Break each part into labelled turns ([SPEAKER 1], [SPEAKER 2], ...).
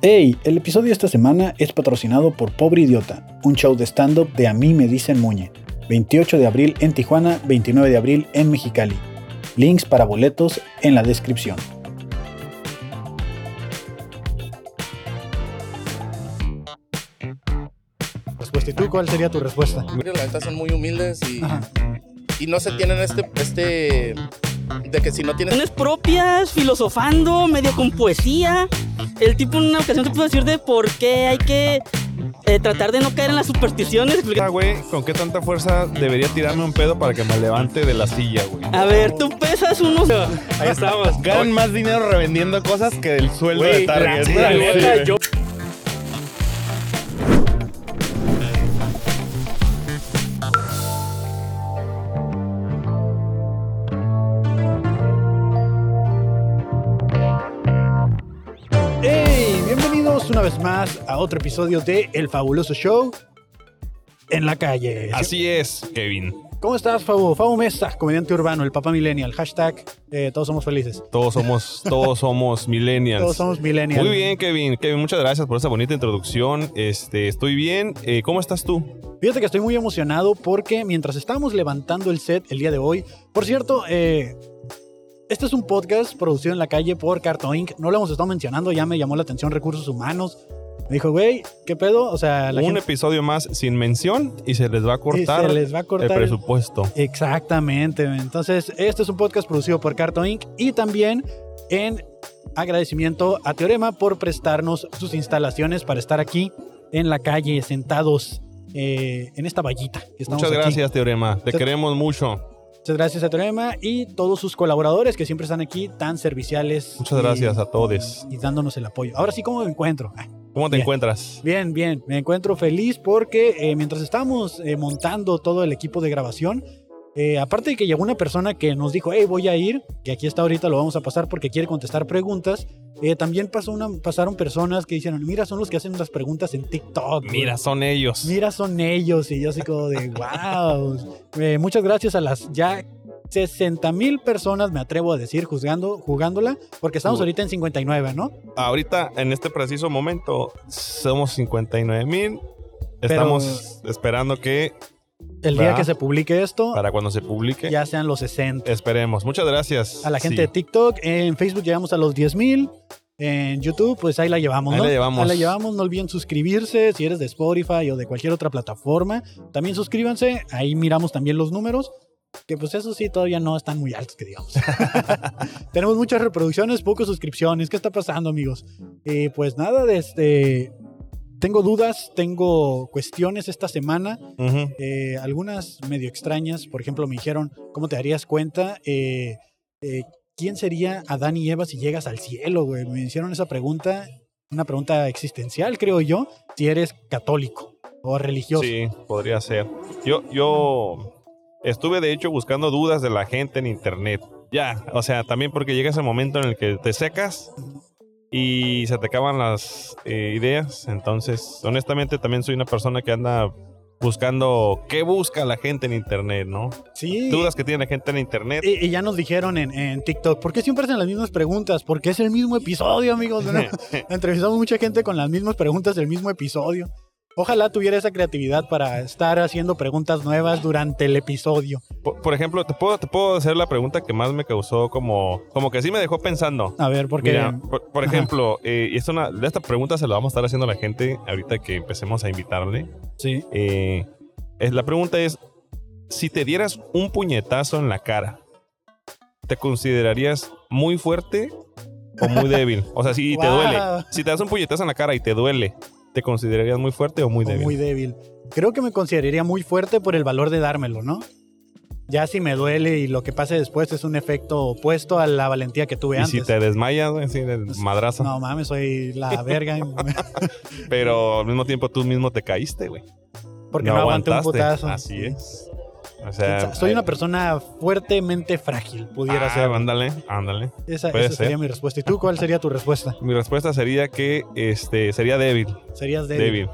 [SPEAKER 1] Hey, el episodio de esta semana es patrocinado por Pobre Idiota, un show de stand-up de A mí me dicen Muñe. 28 de abril en Tijuana, 29 de abril en Mexicali. Links para boletos en la descripción. Respuesta. ¿Y tú cuál sería tu respuesta?
[SPEAKER 2] La neta son muy humildes y,
[SPEAKER 1] Ajá.
[SPEAKER 2] y no se tienen este, este. de que si no tienes.
[SPEAKER 3] Canciones propias, filosofando, medio con poesía. El tipo en una ocasión se pudo decir de por qué hay que eh, tratar de no caer en las supersticiones.
[SPEAKER 4] Ah, güey, ¿con qué tanta fuerza debería tirarme un pedo para que me levante de la silla, güey?
[SPEAKER 3] A ver, tú pesas unos...
[SPEAKER 4] Ahí estamos. pues, Ganan más dinero revendiendo cosas que el sueldo
[SPEAKER 5] Güey,
[SPEAKER 4] de Target.
[SPEAKER 5] la- la
[SPEAKER 4] Sí,
[SPEAKER 5] neta,
[SPEAKER 4] güey.
[SPEAKER 5] yo-
[SPEAKER 1] ¡Hey! Bienvenidos una vez más a otro episodio de El Fabuloso Show en la calle.
[SPEAKER 4] Así es, Kevin.
[SPEAKER 1] ¿Cómo estás, Fabo? Fabo Mesa, comediante urbano, el papá millennial, hashtag eh, todos somos felices.
[SPEAKER 4] Todos somos, todos somos millennials.
[SPEAKER 1] Todos somos millennials.
[SPEAKER 4] Muy bien, Kevin. Kevin, muchas gracias por esa bonita introducción. Este, estoy bien. Eh, ¿Cómo estás tú?
[SPEAKER 1] Fíjate que estoy muy emocionado porque mientras estábamos levantando el set el día de hoy, por cierto, eh, este es un podcast producido en la calle por Carto Inc. No lo hemos estado mencionando, ya me llamó la atención Recursos Humanos. Me dijo, güey, ¿qué pedo? O sea, la
[SPEAKER 4] un
[SPEAKER 1] gente
[SPEAKER 4] episodio más sin mención y se les va a cortar,
[SPEAKER 1] se les va a cortar el-
[SPEAKER 4] el presupuesto.
[SPEAKER 1] Exactamente. Entonces, este es un podcast producido por Carto Inc. y también en agradecimiento a Teorema por prestarnos sus instalaciones para estar aquí en la calle, sentados eh, en esta vallita. que estamos
[SPEAKER 4] Muchas
[SPEAKER 1] aquí.
[SPEAKER 4] gracias, Teorema. Te
[SPEAKER 1] Se-
[SPEAKER 4] queremos mucho.
[SPEAKER 1] Muchas gracias a Teorema y todos sus colaboradores que siempre están aquí tan serviciales.
[SPEAKER 4] Muchas
[SPEAKER 1] y-
[SPEAKER 4] gracias a todos.
[SPEAKER 1] Y dándonos el apoyo. Ahora sí, ¿cómo me encuentro? Ah,
[SPEAKER 4] ¿Cómo te
[SPEAKER 1] Bien.
[SPEAKER 4] encuentras?
[SPEAKER 1] Bien, bien. Me encuentro feliz porque eh, mientras estábamos eh, montando todo el equipo de grabación, eh, aparte de que llegó una persona que nos dijo, hey, voy a ir, que aquí está ahorita, lo vamos a pasar porque quiere contestar preguntas. eh, también pasó una, pasaron personas que dijeron, mira, son los que hacen las preguntas en TikTok. güey.
[SPEAKER 4] Mira, son ellos.
[SPEAKER 1] Mira, son ellos. Y yo así como de, wow. Eh, muchas gracias a las ya 60 mil personas, me atrevo a decir, juzgando, jugándola, porque estamos
[SPEAKER 4] Uh.
[SPEAKER 1] ahorita en 59, ¿no?
[SPEAKER 4] ahorita en este preciso momento somos 59 mil. Estamos esperando que
[SPEAKER 1] El día
[SPEAKER 4] ¿Verdad?
[SPEAKER 1] que se publique esto,
[SPEAKER 4] para cuando se publique,
[SPEAKER 1] ya sean los 60.
[SPEAKER 4] esperemos. Muchas gracias.
[SPEAKER 1] A la gente
[SPEAKER 4] Sí.
[SPEAKER 1] de TikTok, en Facebook llegamos a los 10 mil. En YouTube, pues ahí la llevamos,
[SPEAKER 4] Ahí
[SPEAKER 1] ¿no?
[SPEAKER 4] la llevamos.
[SPEAKER 1] Ahí la llevamos. No olviden suscribirse si eres de Spotify o de cualquier otra plataforma. También suscríbanse. Ahí miramos también los números. Que pues eso sí, todavía no están muy altos, que digamos. Tenemos muchas reproducciones, pocas suscripciones. ¿Qué está pasando, amigos? Eh, pues nada, de este... Tengo dudas, tengo cuestiones esta semana.
[SPEAKER 4] Ujú.
[SPEAKER 1] Eh, algunas medio extrañas. Por ejemplo, me dijeron, ¿cómo te darías cuenta? eh, eh, ¿Quién sería Adán y Eva si llegas al cielo? güey? Me hicieron esa pregunta, una pregunta existencial, creo yo, si eres católico o religioso.
[SPEAKER 4] Sí, podría ser. Yo, yo estuve de hecho buscando dudas de la gente en internet. Ya, o sea, también porque llega ese momento en el que te secas y se te acaban las eh, ideas. Entonces, honestamente, también soy una persona que anda buscando qué busca la gente en internet, ¿no?
[SPEAKER 1] Sí.
[SPEAKER 4] dudas que tiene la gente en internet.
[SPEAKER 1] Y, y ya nos dijeron en, en TikTok, ¿por qué siempre hacen las mismas preguntas? Porque es el mismo episodio, amigos. ¿no? Entrevistamos mucha gente con las mismas preguntas del mismo episodio. Ojalá tuviera esa creatividad para estar haciendo preguntas nuevas durante el episodio.
[SPEAKER 4] Por, por ejemplo, te puedo, te puedo hacer la pregunta que más me causó como, como que sí me dejó pensando.
[SPEAKER 1] A ver, porque...
[SPEAKER 4] Mira, por, por
[SPEAKER 1] Ajá.
[SPEAKER 4] ejemplo, eh, y es una, de esta pregunta se la vamos a estar haciendo a la gente ahorita que empecemos a invitarle.
[SPEAKER 1] sí.
[SPEAKER 4] Eh, es, la pregunta es, si te dieras un puñetazo en la cara, ¿te considerarías muy fuerte o muy débil? O sea, si te
[SPEAKER 1] Wow.
[SPEAKER 4] duele. Si te das un puñetazo en la cara y te duele, ¿te considerarías muy fuerte o muy
[SPEAKER 1] o
[SPEAKER 4] débil?
[SPEAKER 1] muy débil. Creo que me consideraría muy fuerte por el valor de dármelo, ¿no? Ya si me duele y lo que pase después es un efecto opuesto a la valentía que tuve
[SPEAKER 4] y si
[SPEAKER 1] antes. Pues,
[SPEAKER 4] te desmayas, güey, así el madrazo.
[SPEAKER 1] No mames, soy la verga.
[SPEAKER 4] Pero al mismo tiempo tú mismo te caíste, güey.
[SPEAKER 1] Porque no, aguanté un
[SPEAKER 4] aguantaste.
[SPEAKER 1] putazo.
[SPEAKER 4] Así es. O
[SPEAKER 1] O
[SPEAKER 4] sea, eh,
[SPEAKER 1] sea, soy una persona fuertemente frágil, pudiera
[SPEAKER 4] ah,
[SPEAKER 1] ser.
[SPEAKER 4] Ándale, ándale.
[SPEAKER 1] Esa,
[SPEAKER 4] puede
[SPEAKER 1] esa sería
[SPEAKER 4] ser.
[SPEAKER 1] mi respuesta. ¿Y tú cuál sería tu respuesta?
[SPEAKER 4] Mi respuesta sería que este sería débil,
[SPEAKER 1] Serías débil.
[SPEAKER 4] débil,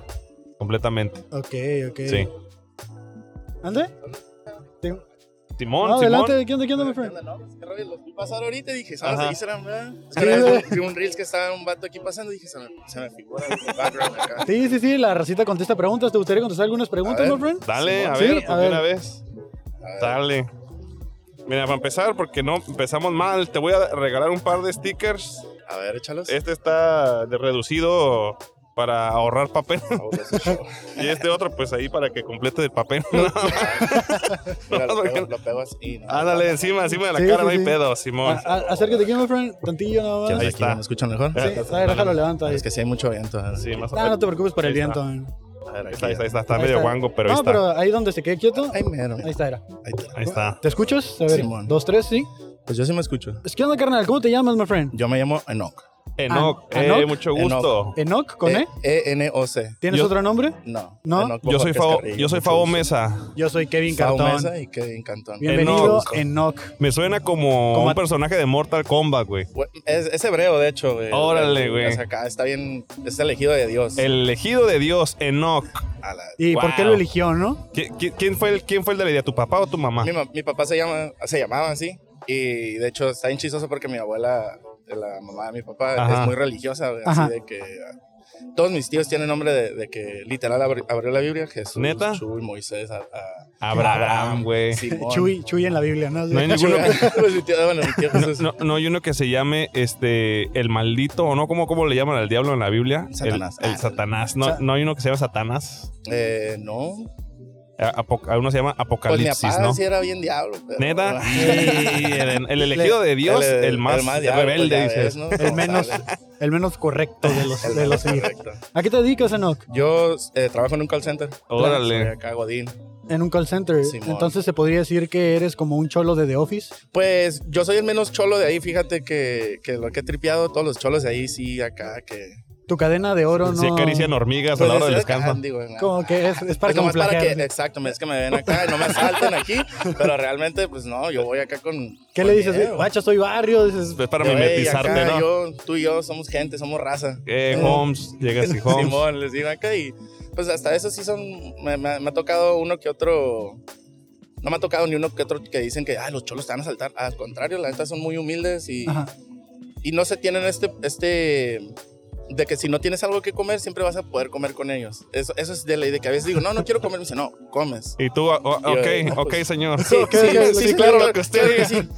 [SPEAKER 4] completamente.
[SPEAKER 1] Ok, ok.
[SPEAKER 4] Sí.
[SPEAKER 1] ¿Ande? Sí.
[SPEAKER 4] Timón,
[SPEAKER 1] Ah, adelante,
[SPEAKER 4] Simón.
[SPEAKER 1] ¿de quién, de quién, mi friend?
[SPEAKER 2] Los vi pasar ahorita y dije, ¿sabes?
[SPEAKER 4] Ajá.
[SPEAKER 2] Ahí serán, ¿verdad? Es
[SPEAKER 1] Sí,
[SPEAKER 2] que una
[SPEAKER 1] güey.
[SPEAKER 2] vez vi un Reels que estaba un vato aquí pasando y dije, se me, se me figura el background acá.
[SPEAKER 1] Sí, sí, sí, la racita contesta preguntas. ¿Te gustaría contestar algunas preguntas,
[SPEAKER 2] ver.
[SPEAKER 1] my friend?
[SPEAKER 4] Dale, a
[SPEAKER 1] Sí,
[SPEAKER 4] ver,
[SPEAKER 1] a
[SPEAKER 4] por
[SPEAKER 1] ver.
[SPEAKER 4] primera vez. Dale. Mira, para empezar, porque no empezamos mal, te voy a regalar un par de stickers.
[SPEAKER 2] A ver, échalos.
[SPEAKER 4] Este está de reducido para ahorrar papel.
[SPEAKER 2] Ahora sí, show.
[SPEAKER 4] Y este otro, pues ahí para que complete el papel.
[SPEAKER 2] Mira,
[SPEAKER 4] No,
[SPEAKER 2] lo,
[SPEAKER 4] porque-
[SPEAKER 2] pego, lo pego así. ¿no?
[SPEAKER 4] Ándale, encima, encima de la
[SPEAKER 1] Sí,
[SPEAKER 4] cara,
[SPEAKER 1] sí,
[SPEAKER 4] no hay
[SPEAKER 1] sí. Ah,
[SPEAKER 4] pedo, Simón.
[SPEAKER 1] A- a- acércate aquí, my friend, tantillo nada
[SPEAKER 2] Ya
[SPEAKER 1] más.
[SPEAKER 4] Ahí
[SPEAKER 2] sé,
[SPEAKER 4] está.
[SPEAKER 2] aquí ¿Me escuchan mejor?
[SPEAKER 1] Sí, a ver, déjalo, levanta ahí.
[SPEAKER 2] Es que sí hay mucho viento. ¿eh?
[SPEAKER 4] Sí, más o
[SPEAKER 1] Ah, no
[SPEAKER 4] menos.
[SPEAKER 1] te preocupes por el
[SPEAKER 4] Ahí está.
[SPEAKER 1] viento. eh.
[SPEAKER 2] A ver,
[SPEAKER 4] Ahí
[SPEAKER 2] aquí.
[SPEAKER 4] está, ahí está, está, está
[SPEAKER 1] Ahí
[SPEAKER 4] medio
[SPEAKER 1] está.
[SPEAKER 4] guango, pero ahí
[SPEAKER 1] No,
[SPEAKER 4] está.
[SPEAKER 1] pero ahí donde se quede quieto.
[SPEAKER 2] Ay, mero.
[SPEAKER 1] Ahí está, era.
[SPEAKER 2] Ahí está.
[SPEAKER 4] Ahí está.
[SPEAKER 1] ¿Te escuchas? A ver,
[SPEAKER 2] Simón.
[SPEAKER 1] dos, tres, sí.
[SPEAKER 2] Pues yo sí me escucho.
[SPEAKER 1] Es que onda, carnal, ¿cómo te llamas, my friend?
[SPEAKER 2] Yo me llamo Enoch.
[SPEAKER 4] Enoch,
[SPEAKER 1] An-
[SPEAKER 4] eh,
[SPEAKER 1] Enoch.
[SPEAKER 4] mucho gusto.
[SPEAKER 1] ¿Enoch con
[SPEAKER 2] Eh,
[SPEAKER 1] E?
[SPEAKER 2] E-N-O-C.
[SPEAKER 1] ¿Tienes
[SPEAKER 4] yo-
[SPEAKER 1] otro nombre?
[SPEAKER 2] No.
[SPEAKER 1] ¿No?
[SPEAKER 2] Enoch
[SPEAKER 4] Yo soy,
[SPEAKER 2] Boca
[SPEAKER 4] Favo,
[SPEAKER 2] Cascarrillo,
[SPEAKER 4] yo soy
[SPEAKER 2] mucho
[SPEAKER 4] Favo
[SPEAKER 2] gusto.
[SPEAKER 4] Mesa.
[SPEAKER 1] Yo soy Kevin
[SPEAKER 2] Favo
[SPEAKER 1] Cartón.
[SPEAKER 2] Mesa y Kevin Cantón.
[SPEAKER 1] Bienvenido,
[SPEAKER 4] Enoch.
[SPEAKER 1] Enoch.
[SPEAKER 4] Me suena como,
[SPEAKER 1] Como
[SPEAKER 4] un
[SPEAKER 1] a-
[SPEAKER 4] personaje de Mortal Kombat, güey.
[SPEAKER 2] Bueno, Es, es hebreo, de hecho, güey.
[SPEAKER 4] Órale, güey.
[SPEAKER 2] O sea, acá está bien, es elegido de Dios.
[SPEAKER 4] El elegido de Dios, Enoch.
[SPEAKER 2] A la-
[SPEAKER 1] ¿Y por qué
[SPEAKER 4] Wow.
[SPEAKER 1] lo eligió, no?
[SPEAKER 4] ¿Qui- qui- ¿Quién fue el, quién fue el de la idea? ¿Tu papá o tu mamá?
[SPEAKER 2] mi, ma- mi papá se, llama, se llamaba así. Y de hecho está bien chistoso porque mi abuela, la mamá de mi papá,
[SPEAKER 4] Ajá.
[SPEAKER 2] es muy religiosa, güey,
[SPEAKER 1] Ajá.
[SPEAKER 2] Así de que ah, todos mis tíos tienen nombre de, de que literal abri- abrió la Biblia Jesús,
[SPEAKER 4] ¿Neta?
[SPEAKER 2] Chuy, Moisés, a- a-
[SPEAKER 4] Abraham, güey.
[SPEAKER 2] Simón.
[SPEAKER 1] Chuy, Chuy en la Biblia, ¿no?
[SPEAKER 4] No hay
[SPEAKER 2] Chuy,
[SPEAKER 4] ninguno que,
[SPEAKER 2] pues, mi tío- bueno, mi tío Jesús.
[SPEAKER 4] no, no hay uno que se llame este el maldito o no, ¿cómo, cómo le llaman al diablo en la Biblia? El-
[SPEAKER 2] Satanás.
[SPEAKER 4] El, Satanás. No,
[SPEAKER 1] Sa-
[SPEAKER 4] no hay uno que se llama Satanás.
[SPEAKER 2] Eh, no.
[SPEAKER 4] A- apo- a uno se llama
[SPEAKER 2] Pues mi
[SPEAKER 4] Apocalipsis,
[SPEAKER 2] papá
[SPEAKER 4] ¿no?
[SPEAKER 2] sí era bien diablo. pero-
[SPEAKER 4] Neta. Sí, el, el elegido de Dios, el, más,
[SPEAKER 2] diablo,
[SPEAKER 4] rebelde,
[SPEAKER 2] ya
[SPEAKER 4] dices.
[SPEAKER 2] ves, ¿no?
[SPEAKER 1] El menos,
[SPEAKER 2] Sale.
[SPEAKER 1] el menos correcto de los, de los hijos.
[SPEAKER 2] Correcto.
[SPEAKER 1] ¿A qué te dedicas, Enoch?
[SPEAKER 2] Yo eh, trabajo en un call center.
[SPEAKER 4] Órale.
[SPEAKER 2] Soy acá, Godín.
[SPEAKER 1] En un call center.
[SPEAKER 2] Simón.
[SPEAKER 1] Entonces se podría decir que eres como un cholo de The Office.
[SPEAKER 2] Pues yo soy el menos cholo de ahí. Fíjate que, que lo que he tripeado, todos los cholos de ahí, sí, acá, que.
[SPEAKER 1] Tu cadena de oro no.
[SPEAKER 4] Si acarician hormigas a la hora del
[SPEAKER 2] Pues, es-
[SPEAKER 4] descanso.
[SPEAKER 2] ah, digo, en la-
[SPEAKER 1] Como que es, es para
[SPEAKER 2] Es nomás para que,
[SPEAKER 1] camuflajear.
[SPEAKER 2] exacto, es que me ven acá y no me asalten aquí, pero realmente, pues no, yo voy acá con.
[SPEAKER 1] ¿Qué
[SPEAKER 2] con
[SPEAKER 1] le dices?
[SPEAKER 2] miedo.
[SPEAKER 1] Guacha, soy barrio. Dices,
[SPEAKER 4] Es para
[SPEAKER 2] Yo, "Ey,
[SPEAKER 4] mimetizarte,
[SPEAKER 2] acá
[SPEAKER 4] ¿no?
[SPEAKER 2] yo- tú y yo somos gente, somos raza.
[SPEAKER 4] Eh,
[SPEAKER 2] Eh,
[SPEAKER 4] Holmes, llegas y Holmes.
[SPEAKER 2] Simón, les digo acá y pues hasta eso sí son, me, me- me ha tocado uno que otro, no me ha tocado ni uno que otro que dicen que, ay, los cholos te van a saltar. Al contrario, la neta son muy humildes y,
[SPEAKER 1] ajá.
[SPEAKER 2] y no se tienen este, este, de que si no tienes algo que comer, siempre vas a poder comer con ellos. Eso, eso es de ley, de que a veces digo, no, no quiero comer, me dice, no, comes.
[SPEAKER 4] Y tú, ah, ah,
[SPEAKER 2] Yo,
[SPEAKER 4] ok,
[SPEAKER 2] no,
[SPEAKER 4] ok,
[SPEAKER 2] pues-
[SPEAKER 4] señor.
[SPEAKER 2] Sí,
[SPEAKER 1] Ok,
[SPEAKER 2] sí,
[SPEAKER 1] ok,
[SPEAKER 2] sí,
[SPEAKER 1] ok,
[SPEAKER 2] sí,
[SPEAKER 1] ok.
[SPEAKER 2] claro,
[SPEAKER 4] Lo que usted
[SPEAKER 2] claro que sí.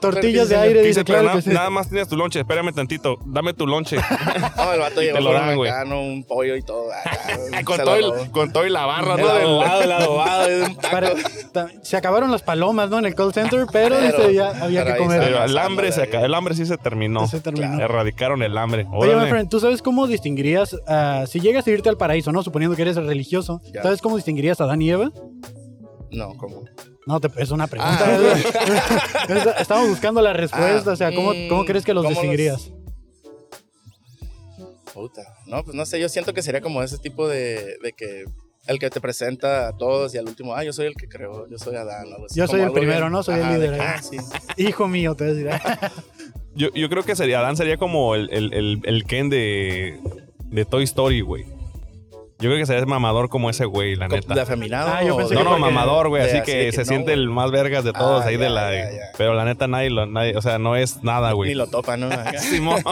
[SPEAKER 1] Tortillas de
[SPEAKER 2] señor.
[SPEAKER 1] aire,
[SPEAKER 4] Dice,
[SPEAKER 1] dice,
[SPEAKER 4] pero
[SPEAKER 1] claro
[SPEAKER 4] na-
[SPEAKER 1] que sí.
[SPEAKER 4] nada más tienes tu lonche, espérame tantito, dame tu lonche.
[SPEAKER 2] No, el vato
[SPEAKER 4] lo
[SPEAKER 2] llegó
[SPEAKER 4] dan,
[SPEAKER 2] con
[SPEAKER 4] güey.
[SPEAKER 2] acá, ¿no? un pollo y todo. acá,
[SPEAKER 4] con,
[SPEAKER 2] se
[SPEAKER 4] todo
[SPEAKER 2] lo
[SPEAKER 4] el,
[SPEAKER 2] robó.
[SPEAKER 4] con todo y la barra,
[SPEAKER 2] El
[SPEAKER 4] ¿no? Del-
[SPEAKER 2] adobado, el adobado, es un taco.
[SPEAKER 1] Para- ta- se acabaron las palomas, ¿no? En el call center, pero,
[SPEAKER 2] Pero-
[SPEAKER 1] dice, ya había
[SPEAKER 2] pero
[SPEAKER 1] que
[SPEAKER 2] ahí
[SPEAKER 1] comer.
[SPEAKER 2] está.
[SPEAKER 4] Pero el
[SPEAKER 2] Avanzando,
[SPEAKER 4] hambre se
[SPEAKER 2] dale.
[SPEAKER 4] acaba- el hambre sí se terminó.
[SPEAKER 1] Se terminó.
[SPEAKER 4] Erradicaron el hambre.
[SPEAKER 1] Oye, my
[SPEAKER 4] Órale.
[SPEAKER 1] friend, ¿tú sabes cómo distinguirías, ah, si llegas a irte al paraíso, no? Suponiendo que eres religioso,
[SPEAKER 2] Ya.
[SPEAKER 1] ¿sabes cómo distinguirías a Adán y Eva?
[SPEAKER 2] No, como.
[SPEAKER 1] No, te- es una pregunta. Es- Estamos buscando la respuesta,
[SPEAKER 2] Ah,
[SPEAKER 1] Pues, o sea, ¿cómo,
[SPEAKER 2] mm,
[SPEAKER 1] cómo crees que los
[SPEAKER 2] ¿cómo los-
[SPEAKER 1] distinguirías?
[SPEAKER 2] Puta. No, pues no sé, yo siento que sería como ese tipo de, de que el que te presenta a todos y al último, ah, yo soy el que creo, yo soy Adán. algo así,
[SPEAKER 1] Yo
[SPEAKER 2] como
[SPEAKER 1] soy el
[SPEAKER 2] algo
[SPEAKER 1] primero, ¿no? Soy el
[SPEAKER 2] de
[SPEAKER 1] líder
[SPEAKER 2] que,
[SPEAKER 1] ahí.
[SPEAKER 2] Ah, sí.
[SPEAKER 1] Hijo mío, te voy a decir.
[SPEAKER 4] Yo, yo creo que sería Adán sería como el, el, el, el Ken de, de Toy Story, güey. Yo creo que sería mamador como ese güey, la
[SPEAKER 2] Como
[SPEAKER 4] neta.
[SPEAKER 2] De afeminado.
[SPEAKER 1] Ah, yo
[SPEAKER 2] o
[SPEAKER 1] pensé
[SPEAKER 2] de-
[SPEAKER 1] que
[SPEAKER 4] No, no,
[SPEAKER 1] porque-
[SPEAKER 4] mamador, güey.
[SPEAKER 2] de-
[SPEAKER 4] Así
[SPEAKER 2] así
[SPEAKER 4] que
[SPEAKER 2] de
[SPEAKER 4] se
[SPEAKER 2] no,
[SPEAKER 4] siente
[SPEAKER 2] güey.
[SPEAKER 4] el más vergas de todos
[SPEAKER 2] Ah,
[SPEAKER 4] ahí de
[SPEAKER 2] ya,
[SPEAKER 4] la.
[SPEAKER 2] ya, ya.
[SPEAKER 4] Pero la neta, nadie, lo- nadie- o sea, no es nada,
[SPEAKER 2] Ni
[SPEAKER 4] güey.
[SPEAKER 2] lo topa, ¿no? Acá.
[SPEAKER 4] Simón,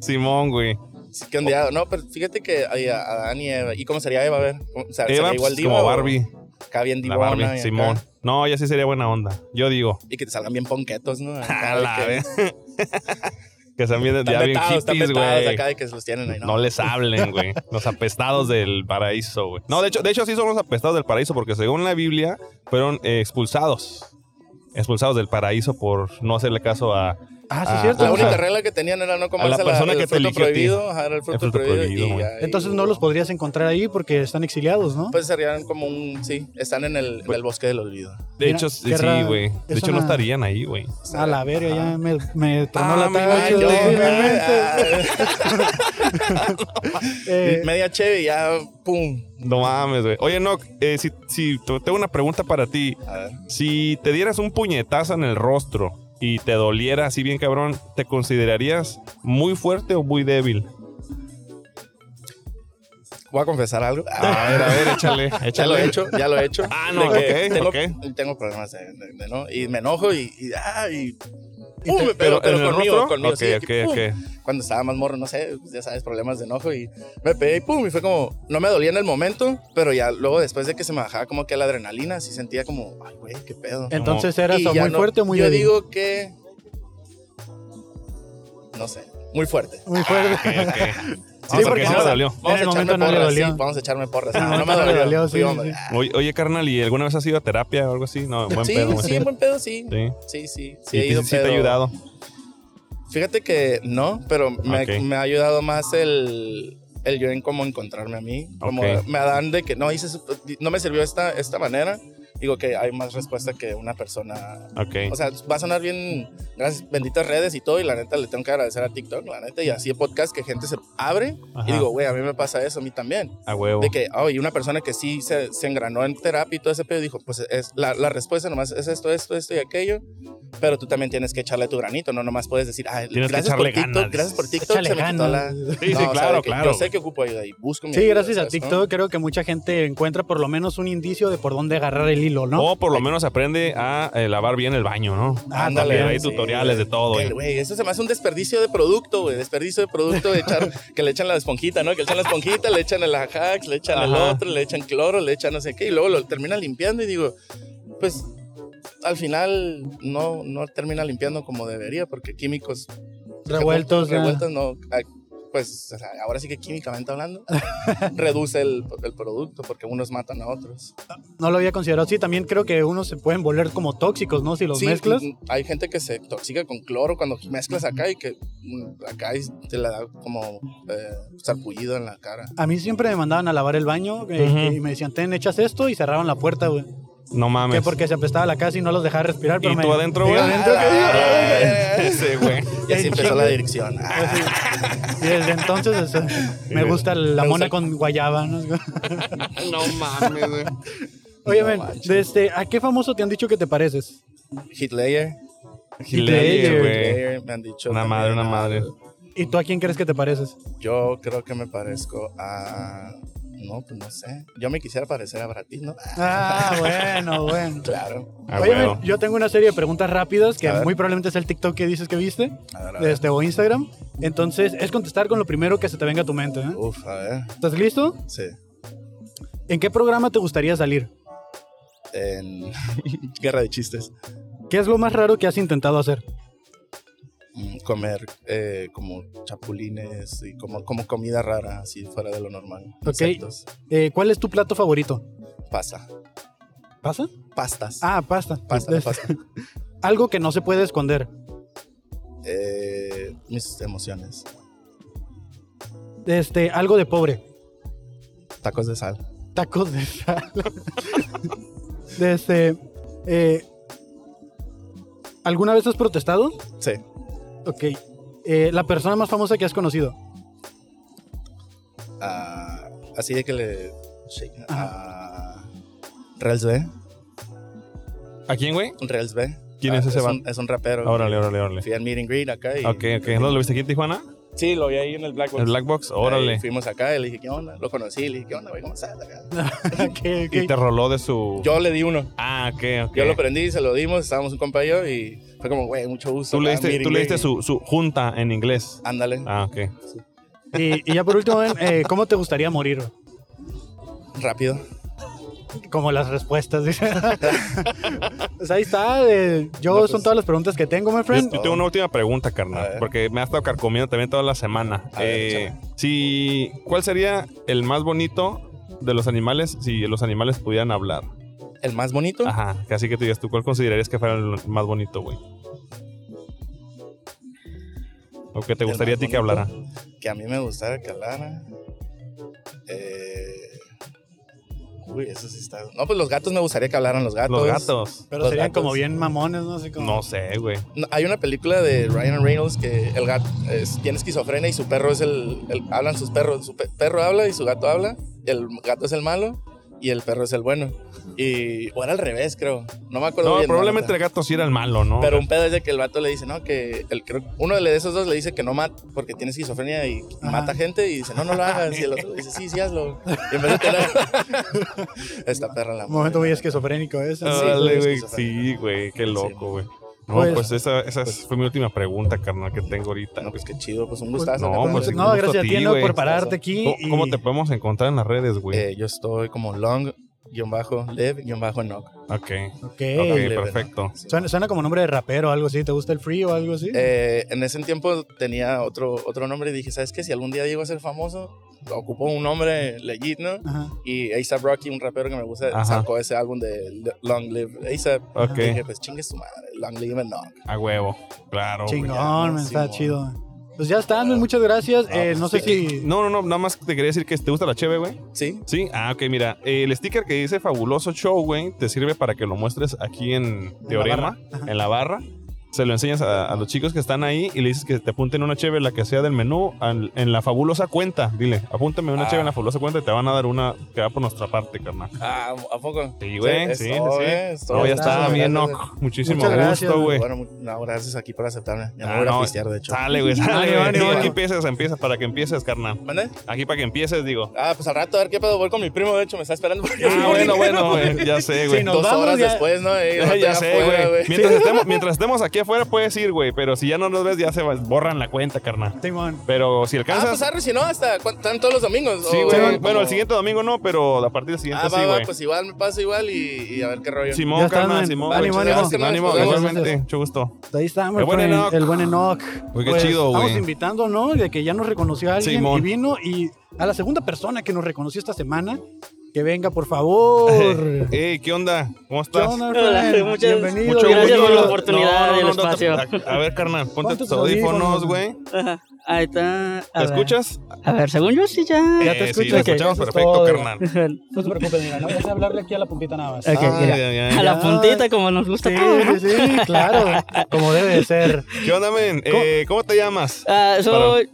[SPEAKER 4] Simón, güey.
[SPEAKER 2] Así que un día, no, pero fíjate que ay, a- Adán y Eva. ¿Y cómo sería Eva? A ver, ¿cómo- o sea,
[SPEAKER 4] Eva,
[SPEAKER 2] ¿sería
[SPEAKER 4] pues,
[SPEAKER 2] igual diva
[SPEAKER 4] como
[SPEAKER 2] o
[SPEAKER 4] Barbie,
[SPEAKER 2] Acá bien
[SPEAKER 4] la
[SPEAKER 2] divona. y
[SPEAKER 4] Barbie,
[SPEAKER 2] acá?
[SPEAKER 4] Simón. No, ella sí sería buena onda. Yo digo.
[SPEAKER 2] Y que te salgan bien ponquetos, ¿no? Acá
[SPEAKER 4] A
[SPEAKER 2] de
[SPEAKER 4] la
[SPEAKER 2] que
[SPEAKER 4] vez. Que están bien,
[SPEAKER 2] Están
[SPEAKER 4] ya bien
[SPEAKER 2] vetados, están
[SPEAKER 4] hippies,
[SPEAKER 2] vetados
[SPEAKER 4] güey.
[SPEAKER 2] acá de que se los tienen ahí, ¿no?
[SPEAKER 4] No les hablen, güey. Los apestados del paraíso, güey. No, de hecho, de hecho sí son los apestados del paraíso porque según la Biblia fueron eh, expulsados. Expulsados del paraíso por no hacerle caso a...
[SPEAKER 1] Ah, sí,
[SPEAKER 4] Ah,
[SPEAKER 1] es cierto.
[SPEAKER 4] ah,
[SPEAKER 2] La
[SPEAKER 1] o
[SPEAKER 4] bueno.
[SPEAKER 1] sea,
[SPEAKER 2] única regla que tenían era no comerse la
[SPEAKER 4] persona
[SPEAKER 2] el
[SPEAKER 4] que te
[SPEAKER 2] fruto
[SPEAKER 4] eligió a ti.
[SPEAKER 2] prohibido, ajá, era el fruto,
[SPEAKER 4] fruto
[SPEAKER 2] prohibido,
[SPEAKER 4] prohibido,
[SPEAKER 2] y
[SPEAKER 4] güey.
[SPEAKER 2] ya, y-
[SPEAKER 1] entonces no los podrías encontrar ahí porque están exiliados, ¿no?
[SPEAKER 2] Pues serían como un, sí, están en el,
[SPEAKER 4] Pues
[SPEAKER 2] en el bosque del olvido.
[SPEAKER 4] De
[SPEAKER 1] Mira,
[SPEAKER 4] hecho,
[SPEAKER 1] qué
[SPEAKER 4] sí,
[SPEAKER 1] raro.
[SPEAKER 4] güey.
[SPEAKER 1] Es
[SPEAKER 4] De hecho, no
[SPEAKER 1] una-
[SPEAKER 4] estarían ahí, güey.
[SPEAKER 1] a la verga, ya me, me tronó la
[SPEAKER 4] Ah,
[SPEAKER 1] tacha
[SPEAKER 4] Ay,
[SPEAKER 1] de-
[SPEAKER 4] yo-
[SPEAKER 1] de mi
[SPEAKER 2] ah,
[SPEAKER 1] mente. Eh,
[SPEAKER 2] media cheve y ya, pum.
[SPEAKER 4] No mames, güey. Oye, no, si, si te- tengo una pregunta para ti.
[SPEAKER 2] A ver,
[SPEAKER 4] Si te dieras un puñetazo en el rostro y te doliera así bien cabrón, ¿te considerarías muy fuerte o muy débil?
[SPEAKER 2] voy Ah, a confesar algo.
[SPEAKER 4] A ver, a ver, échale,
[SPEAKER 2] Ya lo he
[SPEAKER 4] échale.
[SPEAKER 2] hecho, ya lo he hecho.
[SPEAKER 4] Ah, no,
[SPEAKER 2] De que
[SPEAKER 4] ok,
[SPEAKER 2] tengo,
[SPEAKER 4] ok.
[SPEAKER 2] tengo problemas, de- de- de- ¿no? Y me enojo y. y, ah, y-
[SPEAKER 1] te-
[SPEAKER 2] pum, pero, pero
[SPEAKER 4] Uh, en el
[SPEAKER 2] conmigo,
[SPEAKER 4] rostro?
[SPEAKER 2] conmigo.
[SPEAKER 4] Ok,
[SPEAKER 2] sí, Uh. de
[SPEAKER 4] ok,
[SPEAKER 2] que, pum.
[SPEAKER 4] ok.
[SPEAKER 2] Cuando estaba más morro, no sé, pues, ya sabes, problemas de enojo y me pegué y pum. Y fue como, no me dolía en el momento, pero ya luego después de que se me bajaba como que la adrenalina, sí sentía como, ay, güey, qué pedo.
[SPEAKER 1] Entonces eras
[SPEAKER 2] Y
[SPEAKER 1] o
[SPEAKER 2] ya
[SPEAKER 1] muy
[SPEAKER 2] no-
[SPEAKER 1] fuerte o muy
[SPEAKER 2] Yo
[SPEAKER 1] débil.
[SPEAKER 2] digo que. No sé, muy fuerte.
[SPEAKER 1] Muy fuerte.
[SPEAKER 4] Ok, ok.
[SPEAKER 1] Sí,
[SPEAKER 4] Sí,
[SPEAKER 1] porque
[SPEAKER 4] porque sí
[SPEAKER 1] no-
[SPEAKER 4] me dolió.
[SPEAKER 1] En el
[SPEAKER 2] echarme
[SPEAKER 1] momento no le
[SPEAKER 2] porras,
[SPEAKER 1] dolió.
[SPEAKER 2] sí, vamos a echarme porras.
[SPEAKER 1] En el
[SPEAKER 2] Ah, no me
[SPEAKER 1] momento no le
[SPEAKER 2] dolió.
[SPEAKER 1] dolió,
[SPEAKER 2] fui
[SPEAKER 1] sí,
[SPEAKER 2] hombre.
[SPEAKER 1] sí, sí.
[SPEAKER 4] Oye, oye, carnal, ¿y alguna vez has ido a terapia o algo así? No, buen
[SPEAKER 2] Sí,
[SPEAKER 4] pedo. güey.
[SPEAKER 2] sí, en buen pedo, sí.
[SPEAKER 4] Sí.
[SPEAKER 2] Sí, sí, sí
[SPEAKER 4] ¿Y
[SPEAKER 2] he
[SPEAKER 4] te-
[SPEAKER 2] ido,
[SPEAKER 4] sí te ha
[SPEAKER 2] pero-
[SPEAKER 4] ayudado.
[SPEAKER 2] Fíjate que no, pero me,
[SPEAKER 4] Ok.
[SPEAKER 2] me ha ayudado más el, el yo en cómo encontrarme a mí. Como
[SPEAKER 4] Ok.
[SPEAKER 2] me dan de que no hice, su- no me sirvió esta, esta manera. Digo que hay más respuesta que una persona. O
[SPEAKER 4] Ok.
[SPEAKER 2] sea, va a sonar bien, gracias, benditas redes y todo. Y la neta le tengo que agradecer a TikTok, la neta. Y así de podcast que gente se abre. Y
[SPEAKER 4] Ajá.
[SPEAKER 2] digo, güey, a mí me pasa eso, a mí también.
[SPEAKER 4] A huevo.
[SPEAKER 2] De que, oh, y una persona que sí se, se engranó en terapia y todo ese pedo dijo, pues es, la, la respuesta nomás es esto, esto, esto y aquello. Pero tú también tienes que echarle tu granito, no nomás puedes decir, ah,
[SPEAKER 4] Tienes que
[SPEAKER 2] gracias por
[SPEAKER 4] echarle
[SPEAKER 2] TikTok,
[SPEAKER 4] ganas.
[SPEAKER 2] gracias por TikTok,
[SPEAKER 1] Échale
[SPEAKER 2] se me quitó
[SPEAKER 1] ganas.
[SPEAKER 2] la...
[SPEAKER 4] Sí,
[SPEAKER 2] No,
[SPEAKER 4] sí,
[SPEAKER 2] o sea, de
[SPEAKER 4] claro,
[SPEAKER 2] que
[SPEAKER 4] claro.
[SPEAKER 2] Yo sé que ocupo ayuda y busco mi
[SPEAKER 1] Sí,
[SPEAKER 2] ayuda,
[SPEAKER 1] gracias a
[SPEAKER 2] ¿sabes, no?
[SPEAKER 1] TikTok creo que mucha gente encuentra por lo menos un indicio de por dónde agarrar el hilo, ¿no?
[SPEAKER 2] Oh,
[SPEAKER 4] O por lo menos aprende a eh, lavar bien el baño, ¿no?
[SPEAKER 1] Ah,
[SPEAKER 2] Ándale,
[SPEAKER 1] también.
[SPEAKER 4] hay tutoriales de todo, eh.
[SPEAKER 2] Que,
[SPEAKER 4] güey.
[SPEAKER 2] Güey, eso se me hace un desperdicio de producto, güey. Desperdicio de producto de echar, que le echan la esponjita, ¿no? Que le echan la esponjita, le echan el ajax, le echan el
[SPEAKER 4] Ajá.
[SPEAKER 2] otro, le echan cloro, le echan no sé qué. Y luego lo termina limpiando y digo, pues al final no, no termina limpiando como debería, porque químicos
[SPEAKER 1] Revueltos, ya.
[SPEAKER 2] revueltos no. ah, Pues o sea, ahora sí que químicamente hablando, reduce el, el producto porque unos matan a otros.
[SPEAKER 1] No lo había considerado. Sí, también creo que unos se pueden volver como tóxicos, ¿no? Si los
[SPEAKER 2] Sí,
[SPEAKER 1] mezclas.
[SPEAKER 2] mm, Hay gente que se toxica con cloro cuando mezclas acá y que mm, acá y te la da como eh, sarpullido en la cara.
[SPEAKER 1] A mí siempre me mandaban a lavar el baño eh,
[SPEAKER 4] Ujú.
[SPEAKER 1] y me decían, ten, echas esto y cerraban la puerta, güey.
[SPEAKER 4] No mames.
[SPEAKER 1] Que porque se apestaba la casa y no los dejaba respirar. Pero
[SPEAKER 4] ¿Y
[SPEAKER 1] me-
[SPEAKER 4] tú adentro,
[SPEAKER 1] Sí,
[SPEAKER 4] güey?
[SPEAKER 1] adentro, que-
[SPEAKER 2] Ah,
[SPEAKER 4] Ese, güey.
[SPEAKER 2] Y así
[SPEAKER 1] En
[SPEAKER 2] empezó
[SPEAKER 1] chinga.
[SPEAKER 2] la dirección. Ah,
[SPEAKER 1] Pues Y desde entonces o sea, me
[SPEAKER 4] güey.
[SPEAKER 1] gusta la
[SPEAKER 2] Me
[SPEAKER 1] mona
[SPEAKER 2] gusta-
[SPEAKER 1] con guayaba. ¿no?
[SPEAKER 4] No mames, güey.
[SPEAKER 1] Oye,
[SPEAKER 2] No
[SPEAKER 1] men,
[SPEAKER 2] manches.
[SPEAKER 1] desde, ¿a qué famoso te han dicho que te pareces?
[SPEAKER 2] Hitler,
[SPEAKER 1] Hitler,
[SPEAKER 4] güey.
[SPEAKER 2] Hitler, me han dicho.
[SPEAKER 4] Una
[SPEAKER 2] también,
[SPEAKER 4] madre, una
[SPEAKER 2] ah,
[SPEAKER 4] madre.
[SPEAKER 1] ¿Y tú a quién crees que te pareces?
[SPEAKER 2] Yo creo que me parezco a. No, pues no sé. Yo me quisiera parecer a Brad Pitt, ¿no? Ah,
[SPEAKER 1] Ah, bueno, bueno.
[SPEAKER 2] Claro.
[SPEAKER 4] A
[SPEAKER 1] Oye,
[SPEAKER 4] huevo.
[SPEAKER 1] men, yo tengo una serie de preguntas rápidas que
[SPEAKER 2] Ah, A ver.
[SPEAKER 1] muy probablemente es el TikTok que dices que viste
[SPEAKER 2] A ver, a ver.
[SPEAKER 1] este, o Instagram. Entonces, es contestar con lo primero que se te venga a tu mente. ¿eh?
[SPEAKER 2] Uf, a ver.
[SPEAKER 1] ¿Estás listo?
[SPEAKER 2] Sí.
[SPEAKER 1] ¿En qué programa te gustaría salir?
[SPEAKER 2] En Guerra de Chistes.
[SPEAKER 1] ¿Qué es lo más raro que has intentado hacer?
[SPEAKER 2] mm, comer eh, como chapulines y como, como comida rara, así fuera de lo normal.
[SPEAKER 1] Ok.
[SPEAKER 2] Insectos,
[SPEAKER 1] Eh, ¿Cuál es tu plato favorito?
[SPEAKER 2] pasta.
[SPEAKER 1] ¿Pasa?
[SPEAKER 2] Pastas.
[SPEAKER 1] Ah, pasta.
[SPEAKER 2] Pasta,
[SPEAKER 1] Este,
[SPEAKER 2] pasta.
[SPEAKER 1] Algo que no se puede esconder.
[SPEAKER 2] Eh, mis emociones.
[SPEAKER 1] Este, algo de pobre.
[SPEAKER 2] Tacos de sal.
[SPEAKER 1] Tacos de sal. este, eh, ¿Alguna vez has protestado?
[SPEAKER 2] Sí.
[SPEAKER 1] Ok. Eh, la persona más famosa que has conocido.
[SPEAKER 2] Ah, así de que le. sí, ah, Reels B.
[SPEAKER 4] ¿A quién, güey?
[SPEAKER 2] Reels B.
[SPEAKER 4] ¿Quién
[SPEAKER 2] Ah,
[SPEAKER 4] es ese
[SPEAKER 2] es
[SPEAKER 4] vato?
[SPEAKER 2] un, es un rapero.
[SPEAKER 4] Órale, órale, órale.
[SPEAKER 2] Fui al meeting green acá y.
[SPEAKER 4] Ok, ok. ¿No lo viste aquí en Tijuana?
[SPEAKER 2] Sí, lo vi ahí en el Black Box.
[SPEAKER 4] ¿El Black Box?
[SPEAKER 2] Ahí
[SPEAKER 4] Órale.
[SPEAKER 2] Fuimos acá y le dije, ¿qué onda? Lo conocí, le dije, ¿qué onda, güey? ¿Cómo estás acá?
[SPEAKER 1] Ok, ok.
[SPEAKER 4] Y te roló de su...
[SPEAKER 2] Yo le di uno.
[SPEAKER 4] Ah, ok, ok.
[SPEAKER 2] Yo lo prendí, se lo dimos, estábamos un compa y yo y fue como, güey, mucho gusto.
[SPEAKER 4] Tú le
[SPEAKER 2] ah,
[SPEAKER 4] diste,
[SPEAKER 2] miren,
[SPEAKER 4] tú le
[SPEAKER 2] güey.
[SPEAKER 4] diste su, su junta en inglés.
[SPEAKER 2] Ándale.
[SPEAKER 4] Ah, ok.
[SPEAKER 1] Y, y ya por último, ven, eh, ¿cómo te gustaría morir?
[SPEAKER 2] Rápido.
[SPEAKER 1] Como las respuestas. dice. pues ahí está. eh, yo
[SPEAKER 2] No, pues-
[SPEAKER 1] son todas las preguntas que tengo, my
[SPEAKER 4] Yo,
[SPEAKER 1] friend.
[SPEAKER 4] yo tengo una última pregunta,
[SPEAKER 2] Oh. A
[SPEAKER 4] carnal,
[SPEAKER 2] ver.
[SPEAKER 4] porque me ha estado carcomiendo también toda la semana.
[SPEAKER 2] A ver,
[SPEAKER 4] Eh, si, ¿Cuál sería el más bonito de los animales si los animales pudieran hablar?
[SPEAKER 2] El más bonito.
[SPEAKER 4] Ajá, así que tú digas tú, ¿cuál considerarías que fuera el más bonito, güey? ¿O que te
[SPEAKER 2] El
[SPEAKER 4] gustaría a
[SPEAKER 2] más
[SPEAKER 4] ti que
[SPEAKER 2] bonito.
[SPEAKER 4] hablara?
[SPEAKER 2] Que a mí me gustara que hablara. Eh... Uy, eso sí está. No, pues los gatos me gustaría que hablaran los gatos.
[SPEAKER 4] Los gatos.
[SPEAKER 1] Pero
[SPEAKER 2] Los
[SPEAKER 1] serían
[SPEAKER 2] gatos.
[SPEAKER 1] como bien mamones, no sé cómo.
[SPEAKER 4] No sé, güey.
[SPEAKER 2] No, hay una película de Ryan Reynolds que el gato es- tiene esquizofrenia y su perro es el, el- Hablan sus perros. Su pe- perro habla y su gato habla. y el gato es el malo. y el perro es el bueno. Y, o era al revés, creo. No me acuerdo
[SPEAKER 4] No,
[SPEAKER 2] bien. la
[SPEAKER 4] probablemente
[SPEAKER 2] neta.
[SPEAKER 4] el gato sí era el malo, ¿no?
[SPEAKER 2] Pero un pedo es de que el vato le dice, no, que el, creo- uno de esos dos le dice que no mata porque tiene esquizofrenia y
[SPEAKER 1] Ajá.
[SPEAKER 2] mata gente y dice, no, no lo hagas. Y el otro le dice, sí, sí, hazlo. Y en vez de tener... Esta perra la
[SPEAKER 1] Un momento muy
[SPEAKER 2] madre.
[SPEAKER 1] esquizofrénico ese.
[SPEAKER 2] Ah,
[SPEAKER 4] Órale,
[SPEAKER 2] sí,
[SPEAKER 4] güey,
[SPEAKER 2] esquizofrenia.
[SPEAKER 4] sí, güey, qué loco, güey. No,
[SPEAKER 1] Pues-
[SPEAKER 4] pues, esa, esa fue mi última pregunta, carnal, que tengo ahorita.
[SPEAKER 2] No, pues qué chido, pues un gustazo.
[SPEAKER 4] No,
[SPEAKER 2] neta.
[SPEAKER 4] pues,
[SPEAKER 1] no,
[SPEAKER 4] gusto
[SPEAKER 1] gracias a
[SPEAKER 4] a
[SPEAKER 1] ti,
[SPEAKER 4] ti,
[SPEAKER 1] no,
[SPEAKER 4] güey.
[SPEAKER 1] por pararte aquí.
[SPEAKER 4] ¿Cómo,
[SPEAKER 1] y-
[SPEAKER 4] cómo te podemos encontrar en las redes, güey?
[SPEAKER 2] Eh, yo estoy como long guión bajo lev guión bajo knock.
[SPEAKER 4] ok,
[SPEAKER 1] Ok.
[SPEAKER 4] ok,
[SPEAKER 2] Lev, ¿no?
[SPEAKER 4] perfecto.
[SPEAKER 2] Sí.
[SPEAKER 1] Suena, suena como nombre de rapero o algo así. ¿Te gusta el free o algo así?
[SPEAKER 2] Eh, en ese tiempo tenía otro, otro nombre y dije, ¿sabes qué? Si algún día llego a ser famoso, ocupo un nombre legit, ¿no?
[SPEAKER 1] Ajá.
[SPEAKER 4] oh,
[SPEAKER 2] Y A$AP Rocky, un rapero que me gusta,
[SPEAKER 4] Ajá.
[SPEAKER 2] sacó ese álbum de L- Long Live A$AP.
[SPEAKER 4] Ok,
[SPEAKER 2] Y dije, pues chingue su madre, Long Live and Knock.
[SPEAKER 4] a huevo, claro. güey.
[SPEAKER 1] Chingón,
[SPEAKER 2] no,
[SPEAKER 1] man,
[SPEAKER 2] sí,
[SPEAKER 1] está
[SPEAKER 2] mo.
[SPEAKER 1] chido. Pues ya está, Luis, muchas gracias.
[SPEAKER 4] Ah,
[SPEAKER 1] Eh,
[SPEAKER 4] pues
[SPEAKER 1] no sé
[SPEAKER 4] sí.
[SPEAKER 1] si.
[SPEAKER 4] No, no, no, nada más te quería decir que te gusta la cheve, güey.
[SPEAKER 2] Sí,
[SPEAKER 4] Sí, ah, ok, mira, el sticker que dice Fabuloso Show, güey, te sirve para que lo muestres aquí en Teorema, en la barra. Se lo enseñas a, a los chicos que están ahí y le dices que te apunten una cheve, la que sea del menú, al- en la fabulosa cuenta. Dile, apúntame una
[SPEAKER 2] Ah.
[SPEAKER 4] cheve en la fabulosa cuenta y te van a dar una que va por nuestra parte, carnal.
[SPEAKER 2] ah, ¿a poco?
[SPEAKER 4] Sí, güey,
[SPEAKER 2] es
[SPEAKER 4] sí,
[SPEAKER 2] todo,
[SPEAKER 4] sí, sí.
[SPEAKER 2] eh, es todo.
[SPEAKER 4] No, ya
[SPEAKER 1] está,
[SPEAKER 4] está,
[SPEAKER 1] güey,
[SPEAKER 4] bien,
[SPEAKER 2] Gracias.
[SPEAKER 4] Noc. Muchísimo
[SPEAKER 1] Muchas gracias,
[SPEAKER 4] gusto, güey.
[SPEAKER 2] Bueno, no, gracias aquí por aceptarme. Ya me
[SPEAKER 4] Ah,
[SPEAKER 2] voy a
[SPEAKER 4] no.
[SPEAKER 2] pistear, de hecho.
[SPEAKER 4] Sale, güey, sale,
[SPEAKER 1] Vale,
[SPEAKER 4] güey. No,
[SPEAKER 1] vale.
[SPEAKER 4] aquí empiezas, empiezas, para que empieces, carnal.
[SPEAKER 2] ¿Mande?
[SPEAKER 4] Aquí para que empieces, digo.
[SPEAKER 2] Ah, pues al rato, a ver qué pedo. Voy con mi primo, de hecho, me está esperando. porque-
[SPEAKER 4] Ah, bueno, bueno, güey. Ya sé, güey.
[SPEAKER 1] Sí, no, Nos
[SPEAKER 2] Dos
[SPEAKER 1] vamos
[SPEAKER 2] horas
[SPEAKER 1] ya.
[SPEAKER 2] después, ¿no? Eh,
[SPEAKER 4] Ya,
[SPEAKER 2] no
[SPEAKER 4] ya
[SPEAKER 2] te
[SPEAKER 4] sé,
[SPEAKER 2] afuera,
[SPEAKER 4] güey. Mientras, estemos, mientras estemos aquí afuera puedes ir, güey. Pero si ya no nos ves, ya se va- borran la cuenta, carnal.
[SPEAKER 1] Timón.
[SPEAKER 4] Pero si
[SPEAKER 2] Ah,
[SPEAKER 4] alcanzas.
[SPEAKER 2] pues arre, si no, hasta cu- están todos los domingos.
[SPEAKER 4] sí,
[SPEAKER 2] o-
[SPEAKER 4] güey.
[SPEAKER 2] como-
[SPEAKER 4] Bueno, el siguiente domingo no, pero a partir del siguiente
[SPEAKER 2] Ah, va,
[SPEAKER 4] sí,
[SPEAKER 2] va,
[SPEAKER 4] güey.
[SPEAKER 2] pues igual me paso igual y, y a ver qué rollo.
[SPEAKER 1] Ya
[SPEAKER 4] Simón,
[SPEAKER 1] está,
[SPEAKER 4] carnal,
[SPEAKER 1] man.
[SPEAKER 4] Simón.
[SPEAKER 1] Ánimo,
[SPEAKER 4] güey.
[SPEAKER 1] ánimo.
[SPEAKER 4] Ánimo,
[SPEAKER 2] Gracias.
[SPEAKER 4] igualmente. Mucho gusto.
[SPEAKER 1] pues Ahí está,
[SPEAKER 4] El buen
[SPEAKER 1] friend,
[SPEAKER 4] Enoch.
[SPEAKER 1] El buen Enoch. Pues
[SPEAKER 4] Uy, qué chido, güey.
[SPEAKER 1] Estamos invitando, ¿no? De que ya nos reconoció alguien
[SPEAKER 4] Simón.
[SPEAKER 1] y vino. Y a la segunda persona que nos reconoció esta semana, que venga, por favor.
[SPEAKER 4] Ey, ¿qué onda? ¿Cómo
[SPEAKER 1] ¿Qué
[SPEAKER 4] estás?
[SPEAKER 1] onda,
[SPEAKER 3] Hola,
[SPEAKER 1] friend?
[SPEAKER 3] muchas-
[SPEAKER 1] Bienvenido.
[SPEAKER 3] mucho gracias por la
[SPEAKER 1] bienvenido.
[SPEAKER 3] oportunidad y el espacio.
[SPEAKER 4] te- a, a ver, carnal, ponte
[SPEAKER 1] Ponte
[SPEAKER 4] tus
[SPEAKER 1] tus audífonos,
[SPEAKER 4] audífonos, güey.
[SPEAKER 3] Ajá. Ahí está. A
[SPEAKER 4] ¿Te
[SPEAKER 3] ver.
[SPEAKER 4] escuchas?
[SPEAKER 3] A ver, según yo sí ya.
[SPEAKER 1] Ya te
[SPEAKER 4] Eh, sí,
[SPEAKER 1] escucho,
[SPEAKER 4] te
[SPEAKER 1] ok.
[SPEAKER 4] escuchamos
[SPEAKER 1] Eso es
[SPEAKER 4] perfecto,
[SPEAKER 1] todo.
[SPEAKER 4] carnal.
[SPEAKER 1] No se preocupen, mira, no vayas a hablarle aquí a la puntita nada más.
[SPEAKER 3] Ok,
[SPEAKER 4] Ay,
[SPEAKER 3] mira.
[SPEAKER 4] ay, ay.
[SPEAKER 3] A la puntita, como nos gusta
[SPEAKER 1] Sí,
[SPEAKER 3] a todos, ¿no?
[SPEAKER 1] sí, sí, claro, como debe de ser.
[SPEAKER 4] ¿Qué onda, men? Eh, ¿Cómo te llamas?
[SPEAKER 3] Ah, soy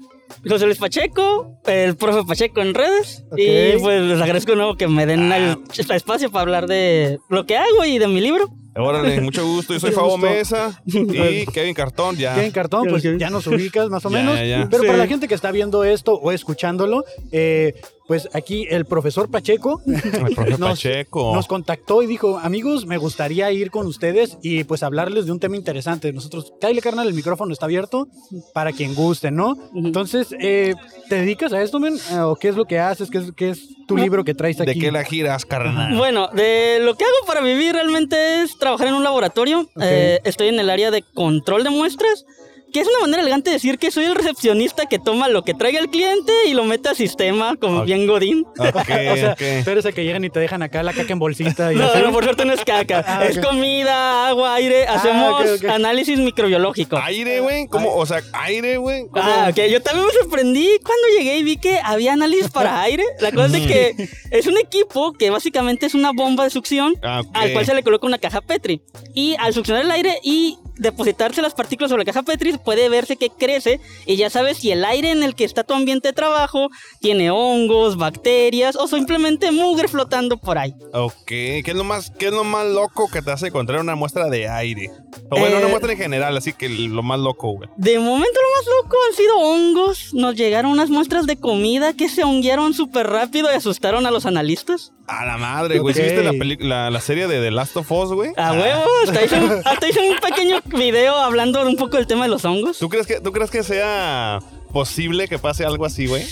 [SPEAKER 3] José Luis Pacheco, el profe Pacheco en redes.
[SPEAKER 1] Ok.
[SPEAKER 3] Y pues les agradezco de nuevo que me
[SPEAKER 4] Ah.
[SPEAKER 3] den el ch- espacio para hablar de lo que hago y de mi libro.
[SPEAKER 4] Órale, mucho gusto. Yo soy
[SPEAKER 1] Mucho
[SPEAKER 4] Fabo
[SPEAKER 1] gusto.
[SPEAKER 4] Mesa y Kevin Cartón, ya.
[SPEAKER 1] Kevin Cartón, pues
[SPEAKER 3] Ok.
[SPEAKER 1] ya nos ubicas más o
[SPEAKER 4] Ah. Ya,
[SPEAKER 1] menos.
[SPEAKER 4] ya, ya.
[SPEAKER 1] Pero
[SPEAKER 3] Sí.
[SPEAKER 1] para la gente que está viendo esto o escuchándolo, eh, pues aquí el profesor Pacheco
[SPEAKER 4] El profe
[SPEAKER 1] Nos-
[SPEAKER 4] Pacheco.
[SPEAKER 1] nos contactó y dijo, amigos, me gustaría ir con ustedes y pues hablarles de un tema interesante. Nosotros, Kyle Carnal, el micrófono está abierto para quien guste, ¿no? Entonces, eh, ¿te dedicas a esto, men? ¿O qué es lo que haces? ¿Qué es, qué es tu libro que traes aquí?
[SPEAKER 4] ¿De qué la giras, carnal?
[SPEAKER 3] Bueno, de lo que hago para vivir realmente es trabajar en un laboratorio. Eh, estoy en el área de control de muestras, que es una manera elegante de decir que soy el recepcionista que toma lo que traiga el cliente y lo mete al sistema, como
[SPEAKER 4] Ok.
[SPEAKER 3] bien Godín.
[SPEAKER 4] Ok,
[SPEAKER 1] o sea,
[SPEAKER 4] ok.
[SPEAKER 1] tú eres el que llegan y te dejan acá la caca en bolsita. Y
[SPEAKER 3] No,
[SPEAKER 1] así.
[SPEAKER 3] no, por suerte no es caca.
[SPEAKER 1] Ah,
[SPEAKER 3] Es
[SPEAKER 1] ok. Ah,
[SPEAKER 3] comida, agua, aire. Hacemos
[SPEAKER 1] ok, ok.
[SPEAKER 3] análisis microbiológico.
[SPEAKER 4] Aire, güey. ¿Cómo? O sea, aire, güey. ¿Cómo?
[SPEAKER 3] Ah, ok. Yo también me sorprendí cuando llegué y vi que había análisis para aire. La cosa es de
[SPEAKER 4] Mm.
[SPEAKER 3] que es un equipo que básicamente es una bomba de succión
[SPEAKER 4] Ah, ok.
[SPEAKER 3] al cual se le coloca una caja Petri. Y al succionar el aire y depositarse las partículas sobre la caja Petri, puede verse que crece y ya sabes si el aire en el que está tu ambiente de trabajo tiene hongos, bacterias o simplemente mugre flotando por ahí.
[SPEAKER 4] Ok. ¿Qué es, lo más, ¿Qué es lo más loco que te hace encontrar una muestra de aire? O bueno,
[SPEAKER 3] Eh,
[SPEAKER 4] una muestra en general, así que lo más loco, güey.
[SPEAKER 3] De momento lo más loco han sido hongos. Nos llegaron unas muestras de comida que se honguearon súper rápido y asustaron a los analistas.
[SPEAKER 4] A la madre, güey. ¿Sí
[SPEAKER 1] Ok. Ah.
[SPEAKER 4] ¿Viste la, peli- la, la serie de The Last of Us, güey?
[SPEAKER 3] A huevo, hasta hice, un, hasta hice un pequeño video hablando un poco del tema de los hongos.
[SPEAKER 4] ¿Tú crees, que, ¿Tú crees que sea posible que pase algo así, güey?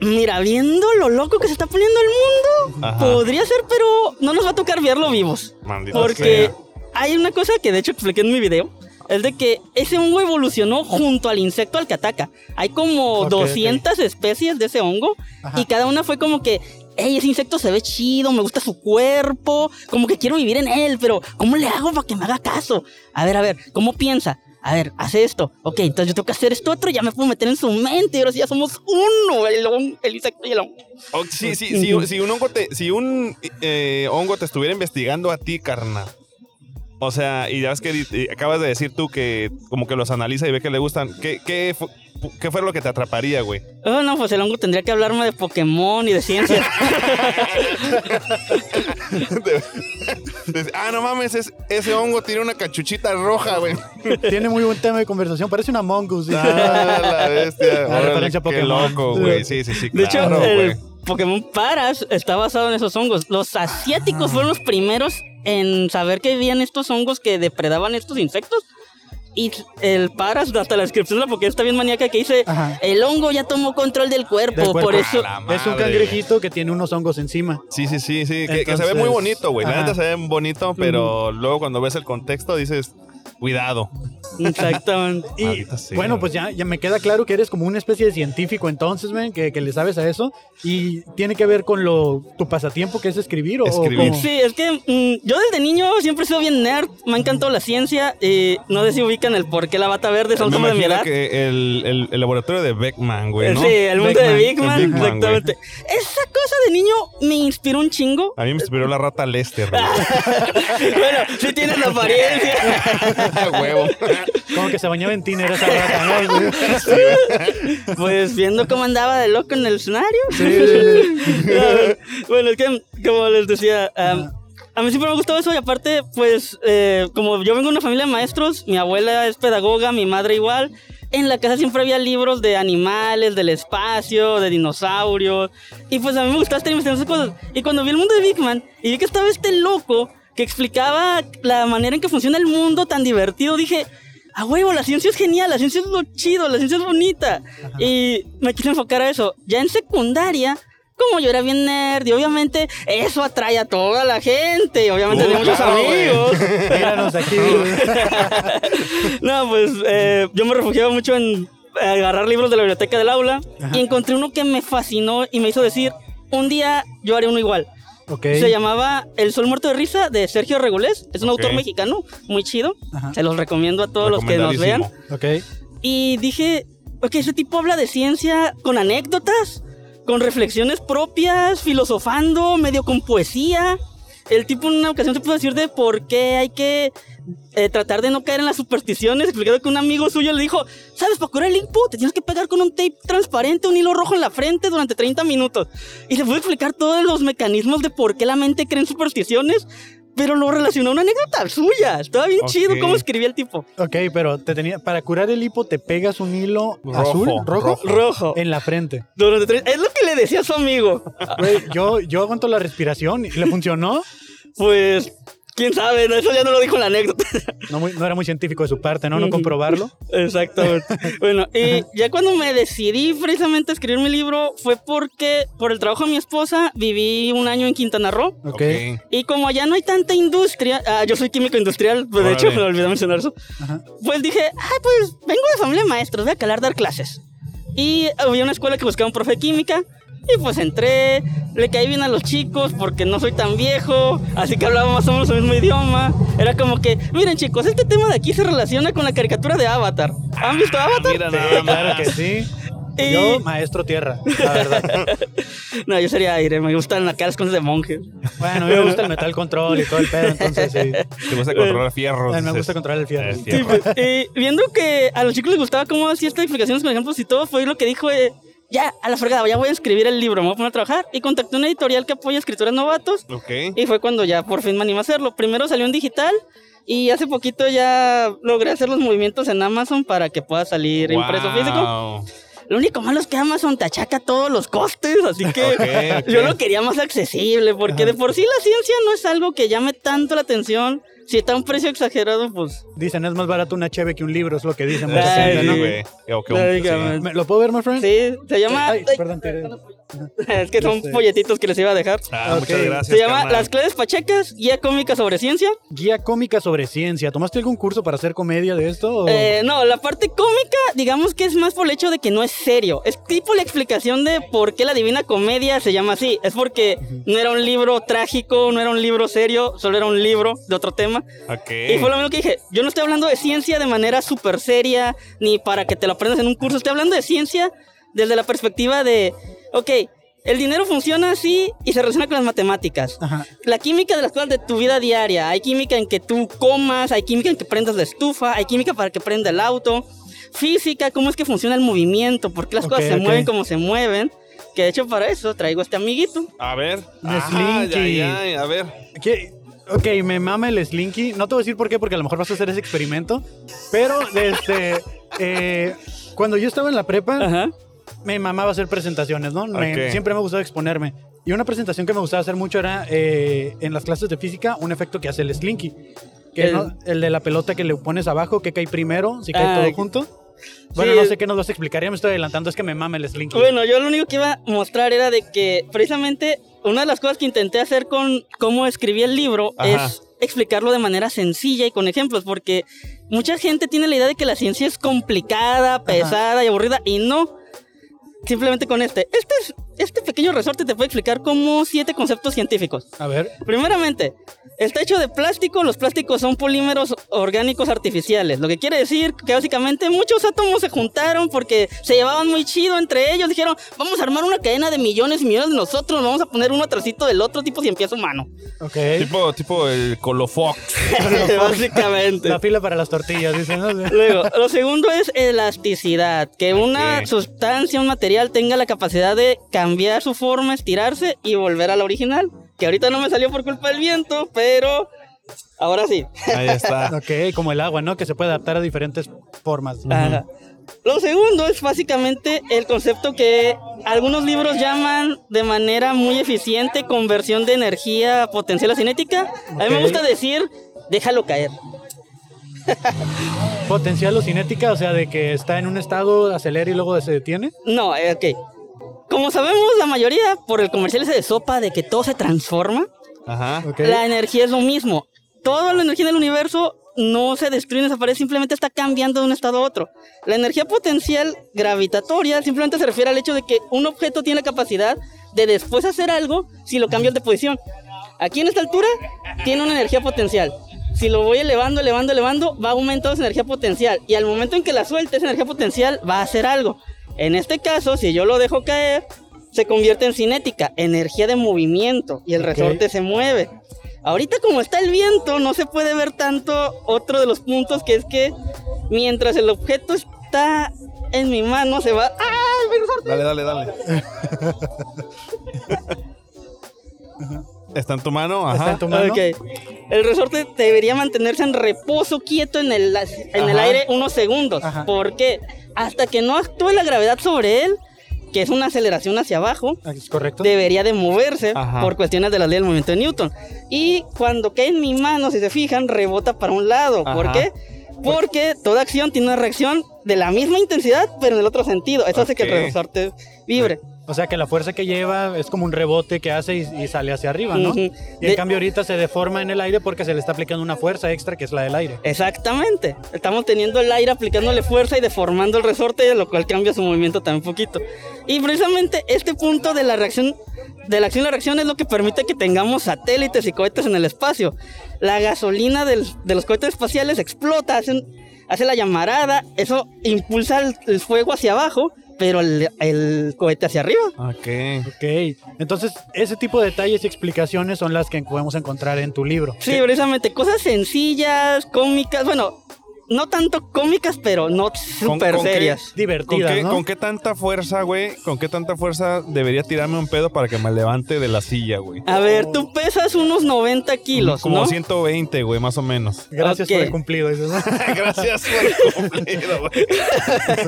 [SPEAKER 3] Mira, viendo lo loco que se está poniendo el mundo,
[SPEAKER 4] Ajá.
[SPEAKER 3] podría ser, pero no nos va a tocar verlo vivos.
[SPEAKER 4] Maldito
[SPEAKER 3] Porque
[SPEAKER 4] sea.
[SPEAKER 3] hay una cosa que de hecho expliqué en mi video. Es de que ese hongo evolucionó junto al insecto al que ataca. Hay como
[SPEAKER 1] Ok, ok.
[SPEAKER 3] 200 especies de ese hongo
[SPEAKER 1] Ajá.
[SPEAKER 3] y cada una fue como que, hey, ese insecto se ve chido, me gusta su cuerpo, como que quiero vivir en él, pero ¿cómo le hago para que me haga caso? A ver, a ver, ¿cómo piensa? A ver, hace esto. Ok, entonces yo tengo que hacer esto otro, ya me puedo meter en su mente y ahora sí ya somos uno, el, hon- el insecto y el hongo.
[SPEAKER 4] O- Oh, sí, sí, sí, si un hongo te, si un eh, hongo te estuviera investigando a ti, carnal. O sea, y ya ves que di- y acabas de decir tú que como que los analiza y ve que le gustan. ¿Qué, qué, fu- qué fue lo que te atraparía, güey?
[SPEAKER 3] Oh, no, pues el hongo tendría que hablarme de Pokémon y de ciencia.
[SPEAKER 4] Dice, ah, no mames, es- ese hongo tiene una cachuchita roja, güey.
[SPEAKER 1] Tiene muy buen tema de conversación. Parece una mongoose. dice.
[SPEAKER 4] Ah, la bestia.
[SPEAKER 1] La
[SPEAKER 4] Órale,
[SPEAKER 1] referencia
[SPEAKER 4] qué
[SPEAKER 1] a Pokémon.
[SPEAKER 4] loco, güey. Sí, sí, sí.
[SPEAKER 3] De hecho,
[SPEAKER 4] claro,
[SPEAKER 3] el
[SPEAKER 4] güey.
[SPEAKER 3] Pokémon Paras está basado en esos hongos. Los asiáticos fueron los primeros en saber que vivían estos hongos que depredaban estos insectos. Y el Paras, hasta la descripción de la Pokémon está bien maníaca que dice,
[SPEAKER 1] Ajá.
[SPEAKER 3] el hongo ya tomó control del cuerpo,
[SPEAKER 4] pues,
[SPEAKER 1] Del cuerpo.
[SPEAKER 3] por eso...
[SPEAKER 4] A la
[SPEAKER 1] Es un
[SPEAKER 4] madre.
[SPEAKER 1] cangrejito que tiene unos hongos encima.
[SPEAKER 4] Sí, sí, sí, sí. que- Que, se ve
[SPEAKER 1] Entonces,
[SPEAKER 4] muy bonito, güey. La
[SPEAKER 1] ajá.
[SPEAKER 4] neta se ve bonito, pero luego cuando ves el contexto dices, cuidado.
[SPEAKER 3] Exactamente.
[SPEAKER 1] Y
[SPEAKER 4] Maldita sea.
[SPEAKER 1] bueno, pues ya, ya me queda claro que eres como una especie de científico entonces, men, que, que le sabes a eso. Y tiene que ver con lo tu pasatiempo que es escribir o o
[SPEAKER 4] Escribir.
[SPEAKER 1] cómo?
[SPEAKER 3] Sí, es que mm, yo desde niño siempre he sido bien nerd, me ha encantado la ciencia y no sé si ubican el por qué la bata verde, son
[SPEAKER 4] Me
[SPEAKER 3] como de mi
[SPEAKER 4] imagino
[SPEAKER 3] edad.
[SPEAKER 4] que el, el- el laboratorio de Beckman, güey, ¿no?
[SPEAKER 3] Sí, el mundo de Big Man,
[SPEAKER 4] El Big Man, güey.
[SPEAKER 3] exactamente. Esa cosa de niño me inspiró un chingo.
[SPEAKER 4] A mí me inspiró la rata Lester, güey.
[SPEAKER 3] bueno, sí tienes la apariencia.
[SPEAKER 4] huevo.
[SPEAKER 1] Como que se bañaba en tina era esa rata, ¿no?
[SPEAKER 3] Pues viendo cómo andaba de loco en el escenario.
[SPEAKER 1] Sí, sí, sí.
[SPEAKER 3] bueno, es que, como les decía, um, a mí siempre me ha gustado eso y aparte, pues, eh, como yo vengo de una familia de maestros, mi abuela es pedagoga, mi madre igual. En la casa siempre había libros de animales, del espacio, de dinosaurios. Y pues a mí me gustaba estar investigando esas cosas. Y cuando vi el mundo de Big Man y vi que estaba este loco que explicaba la manera en que funciona el mundo tan divertido, dije, a huevo, la ciencia es genial, la ciencia es lo chido, la ciencia es bonita. Y me quise enfocar a eso. Ya en secundaria, como yo era bien nerd, y obviamente eso atrae a toda la gente, y obviamente
[SPEAKER 4] Uh,
[SPEAKER 3] tenía muchos
[SPEAKER 4] claro, güey.
[SPEAKER 3] amigos.
[SPEAKER 1] Míranos aquí.
[SPEAKER 3] no, pues eh, yo me refugiaba mucho en eh, agarrar libros de la biblioteca del aula
[SPEAKER 1] Ajá.
[SPEAKER 3] y encontré uno que me fascinó y me hizo decir, un día yo haré uno igual.
[SPEAKER 1] Ok.
[SPEAKER 3] Se llamaba El Sol Muerto de Risa de Sergio Regulés. Es un
[SPEAKER 4] Ok.
[SPEAKER 3] autor mexicano, muy chido.
[SPEAKER 1] Ajá.
[SPEAKER 3] Se los recomiendo a todos los que nos vean.
[SPEAKER 4] Recomendadísimo.
[SPEAKER 1] Ok.
[SPEAKER 3] Y dije, ok, este tipo habla de ciencia con anécdotas, con reflexiones propias, filosofando, medio con poesía. El tipo en una ocasión se puso a decir de por qué hay que eh, tratar de no caer en las supersticiones, explicando que un amigo suyo le dijo, sabes, para curar el input te tienes que pegar con un tape transparente, un hilo rojo en la frente durante 30 minutos. Y le pudo explicar todos los mecanismos de por qué la mente cree en supersticiones, pero lo relacionó a una anécdota suya. Estaba bien
[SPEAKER 4] Ok.
[SPEAKER 3] chido cómo escribía el tipo.
[SPEAKER 1] Ok, pero te tenía, para curar el hipo te pegas un hilo
[SPEAKER 4] Rojo,
[SPEAKER 1] azul, rojo,
[SPEAKER 4] rojo.
[SPEAKER 3] Rojo.
[SPEAKER 1] en la frente.
[SPEAKER 3] Durante tres- Es lo que le decía a su amigo.
[SPEAKER 1] Güey, yo, yo aguanto la respiración y le funcionó.
[SPEAKER 3] Pues, quién sabe, No, eso ya no lo dijo en la anécdota.
[SPEAKER 1] No, muy- no era muy científico de su parte, ¿no? No comprobarlo.
[SPEAKER 3] Exactamente. bueno, y ya cuando me decidí precisamente a escribir mi libro fue porque por el trabajo de mi esposa viví un año en Quintana Roo.
[SPEAKER 1] Ok.
[SPEAKER 4] Ok.
[SPEAKER 3] Y como allá no hay tanta industria, ah, yo soy químico industrial, pues de hecho
[SPEAKER 4] Órale.
[SPEAKER 3] me olvidé mencionar eso.
[SPEAKER 1] Ajá.
[SPEAKER 3] Pues dije, ay, pues vengo de familia de maestros, voy a calar dar clases. Y había una escuela que buscaba un profe de química. Y pues entré, le caí bien a los chicos porque no soy tan viejo, así que hablaba más o menos el mismo idioma. Era como que, miren chicos, este tema de aquí se relaciona con la caricatura de Avatar. ¿Han visto Avatar?
[SPEAKER 4] Ah, Mira nada
[SPEAKER 1] Claro
[SPEAKER 4] más.
[SPEAKER 1] que sí.
[SPEAKER 3] Y-
[SPEAKER 1] Yo, maestro tierra, la verdad.
[SPEAKER 3] No, yo sería aire, me gustan acá las cosas de monje.
[SPEAKER 1] Bueno, a mí me gusta el metal control y todo el pedo, entonces sí.
[SPEAKER 4] Te gusta controlar fierros.
[SPEAKER 1] A mí me
[SPEAKER 4] dices.
[SPEAKER 1] gusta controlar el fierro.
[SPEAKER 4] Es
[SPEAKER 3] Eh, Sí,
[SPEAKER 4] fierro.
[SPEAKER 3] pues, eh, viendo que a los chicos les gustaba cómo hacía estas explicaciones con ejemplos y todo, fue lo que dijo, eh, ya, a la fregada, ya voy a escribir el libro, me voy a poner a trabajar. Y contacté una editorial que apoya a escritores novatos
[SPEAKER 4] Ok.
[SPEAKER 3] y fue cuando ya por fin me animé a hacerlo. Primero salió en digital y hace poquito ya logré hacer los movimientos en Amazon para que pueda salir impreso físico.
[SPEAKER 4] Wow.
[SPEAKER 3] Lo único malo es que Amazon te achaca todos los costes, así que
[SPEAKER 4] Ok, ok.
[SPEAKER 3] yo lo quería más accesible, porque de por sí la ciencia no es algo que llame tanto la atención. Si está a un precio exagerado, pues...
[SPEAKER 1] Dicen, es más barato una cheve que un libro, es lo que dicen. mucha
[SPEAKER 3] Ay,
[SPEAKER 1] gente,
[SPEAKER 4] Sí,
[SPEAKER 1] ¿no?
[SPEAKER 4] güey. Ok, un-
[SPEAKER 3] Prácticamente.
[SPEAKER 1] ¿Me- ¿Lo puedo ver, my friend?
[SPEAKER 3] Sí, Ah, se llama.
[SPEAKER 1] Ay,
[SPEAKER 3] ay,
[SPEAKER 1] perdón, tiré.
[SPEAKER 3] Es que son
[SPEAKER 1] Este.
[SPEAKER 3] folletitos que les iba a dejar.
[SPEAKER 4] sí. Ah,
[SPEAKER 1] Ok.
[SPEAKER 4] muchas gracias.
[SPEAKER 3] Se llama
[SPEAKER 4] carnal.
[SPEAKER 3] Las clases pachecas, guía cómica sobre ciencia.
[SPEAKER 1] Guía cómica sobre ciencia. ¿Tomaste algún curso para hacer comedia de esto?
[SPEAKER 4] Oh.
[SPEAKER 1] o-
[SPEAKER 3] Eh, no, la parte cómica, digamos que es más por el hecho de que no es serio. Es tipo la explicación de por qué la Divina Comedia se llama así. Es porque no era un libro trágico, no era un libro serio, solo era un libro de otro tema.
[SPEAKER 4] Ok.
[SPEAKER 3] Y fue lo mismo que dije, yo no estoy hablando de ciencia de manera súper seria, ni para que te lo aprendas en un curso, estoy hablando de ciencia desde la perspectiva de, ok, El dinero funciona así y se relaciona con las matemáticas.
[SPEAKER 1] Ajá.
[SPEAKER 3] La química de las cosas de tu vida diaria. Hay química en que tú comas, hay química en que prendas la estufa, hay química para que prenda el auto. Física, cómo es que funciona el movimiento, por qué las cosas
[SPEAKER 1] Ok,
[SPEAKER 3] se
[SPEAKER 1] ok.
[SPEAKER 3] mueven como se mueven. Que de hecho para eso traigo a este amiguito.
[SPEAKER 4] A ver.
[SPEAKER 1] Slinky.
[SPEAKER 4] ay, ay, a ver.
[SPEAKER 1] ¿Qué? Ok, me mama el Slinky. No te voy a decir por qué, porque a lo mejor vas a hacer ese experimento. Pero, este. eh, cuando yo estaba en la prepa,
[SPEAKER 3] Ajá.
[SPEAKER 1] me mamaba hacer presentaciones, ¿no? Me-
[SPEAKER 4] Ok.
[SPEAKER 1] siempre me gustaba exponerme. Y una presentación que me gustaba hacer mucho era eh, en las clases de física, un efecto que hace el Slinky. Que
[SPEAKER 3] El-
[SPEAKER 1] ¿no? el de la pelota que le pones abajo, que cae primero, si cae
[SPEAKER 3] Ah,
[SPEAKER 1] todo
[SPEAKER 3] que-
[SPEAKER 1] junto. Bueno,
[SPEAKER 3] Sí,
[SPEAKER 1] no
[SPEAKER 3] el-
[SPEAKER 1] sé qué nos vas a explicar, ya me estoy adelantando, es que me mama el Slinky.
[SPEAKER 3] Bueno, yo lo único que iba a mostrar era de que precisamente una de las cosas que intenté hacer con cómo escribí el libro
[SPEAKER 4] Ajá.
[SPEAKER 3] es explicarlo de manera sencilla y con ejemplos, porque mucha gente tiene la idea de que la ciencia es complicada, pesada y aburrida, y no. Simplemente con este. Este, es- este pequeño resorte te puede explicar como siete conceptos científicos.
[SPEAKER 1] A ver,
[SPEAKER 3] Primeramente, está hecho de plástico. Los plásticos son polímeros orgánicos artificiales. Lo que quiere decir que básicamente muchos átomos se juntaron porque se llevaban muy chido entre ellos. Dijeron, vamos a armar una cadena de millones y millones de nosotros. Vamos a poner uno atrásito del otro tipo si empieza humano.
[SPEAKER 1] ok.
[SPEAKER 4] Tipo, tipo el Colofox.
[SPEAKER 3] básicamente.
[SPEAKER 1] La fila para las tortillas, dicen. ¿no?
[SPEAKER 3] Luego, lo segundo es elasticidad, que una
[SPEAKER 4] Ok.
[SPEAKER 3] sustancia, un material tenga la capacidad de cambiar su forma, estirarse y volver a la original, que ahorita no me salió por culpa del viento, pero ahora sí.
[SPEAKER 4] Ahí está.
[SPEAKER 1] Ok, como el agua, ¿no? Que se puede adaptar a diferentes formas.
[SPEAKER 3] Ajá. Lo segundo es básicamente el concepto que algunos libros llaman de manera muy eficiente conversión de energía a potencial a cinética. A mí me
[SPEAKER 1] Ok.
[SPEAKER 3] gusta decir, déjalo caer.
[SPEAKER 1] Potencial o cinética, o sea, de que está en un estado, acelera y luego se detiene.
[SPEAKER 3] No, eh, ok. Como sabemos, la mayoría por el comercial ese de sopa de que todo se transforma,
[SPEAKER 4] Ajá.
[SPEAKER 1] Ok.
[SPEAKER 3] la energía es lo mismo. Toda la energía del universo no se destruye, no desaparece, simplemente está cambiando de un estado a otro. La energía potencial gravitatoria simplemente se refiere al hecho de que un objeto tiene la capacidad de después hacer algo si lo cambias de posición. Aquí en esta altura tiene una energía potencial. Si lo voy elevando, elevando, elevando, va aumentando su energía potencial. Y al momento en que la suelte, esa energía potencial va a hacer algo. En este caso, si yo lo dejo caer, se convierte en cinética, energía de movimiento, y el
[SPEAKER 1] Ok.
[SPEAKER 3] resorte se mueve. Ahorita como está el viento, no se puede ver tanto otro de los puntos, que es que mientras el objeto está en mi mano, se va... ¡Ay, me resorte!
[SPEAKER 4] Dale, dale, dale. ¿Está en tu mano? Ajá.
[SPEAKER 1] Está en tu mano.
[SPEAKER 3] Ok. El resorte debería mantenerse en reposo quieto en el, en el
[SPEAKER 1] Ajá.
[SPEAKER 3] aire unos segundos.
[SPEAKER 1] Ajá.
[SPEAKER 3] Porque hasta que no actúe la gravedad sobre él, que es una aceleración hacia abajo,
[SPEAKER 1] Ah, ¿Es correcto?
[SPEAKER 3] debería de moverse
[SPEAKER 4] Ajá.
[SPEAKER 3] por cuestiones de la ley del movimiento de Newton. Y cuando cae en mi mano, si se fijan, rebota para un lado. ¿Por
[SPEAKER 4] Ajá.
[SPEAKER 3] qué? Porque toda acción tiene una reacción de la misma intensidad, pero en el otro sentido. Eso hace que el
[SPEAKER 4] Ok.
[SPEAKER 3] resorte vibre.
[SPEAKER 1] O sea, que la fuerza que lleva es como un rebote que hace y, y sale hacia arriba, ¿no?
[SPEAKER 3] Ujú.
[SPEAKER 1] Y en
[SPEAKER 3] De-
[SPEAKER 1] cambio ahorita se deforma en el aire porque se le está aplicando una fuerza extra que es la del aire.
[SPEAKER 3] Exactamente. Estamos teniendo el aire aplicándole fuerza y deformando el resorte, lo cual cambia su movimiento también un poquito. Y precisamente este punto de la reacción, de la acción y la reacción es lo que permite que tengamos satélites y cohetes en el espacio. La gasolina del- de los cohetes espaciales explota, hace, un- hace la llamarada, eso impulsa el, el fuego hacia abajo, pero el, el cohete hacia arriba.
[SPEAKER 4] Ok.
[SPEAKER 1] Ok, entonces ese tipo de detalles y explicaciones son las que podemos encontrar en tu libro.
[SPEAKER 3] Sí, precisamente cosas sencillas, cómicas, bueno, no tanto cómicas, pero no súper
[SPEAKER 4] con qué?
[SPEAKER 3] serias.
[SPEAKER 4] ¿Con
[SPEAKER 1] Divertidas,
[SPEAKER 4] qué,
[SPEAKER 1] ¿no?
[SPEAKER 4] con qué tanta fuerza, güey? ¿Con qué tanta fuerza debería tirarme un pedo para que me levante de la silla, güey?
[SPEAKER 3] A ver, tú pesas unos 90 kilos,
[SPEAKER 4] Oh. Como
[SPEAKER 3] ¿no?
[SPEAKER 4] 120, güey, más o menos.
[SPEAKER 1] Gracias por
[SPEAKER 3] Ok.
[SPEAKER 1] el cumplido. dices, ¿no?
[SPEAKER 4] Gracias por el cumplido, güey.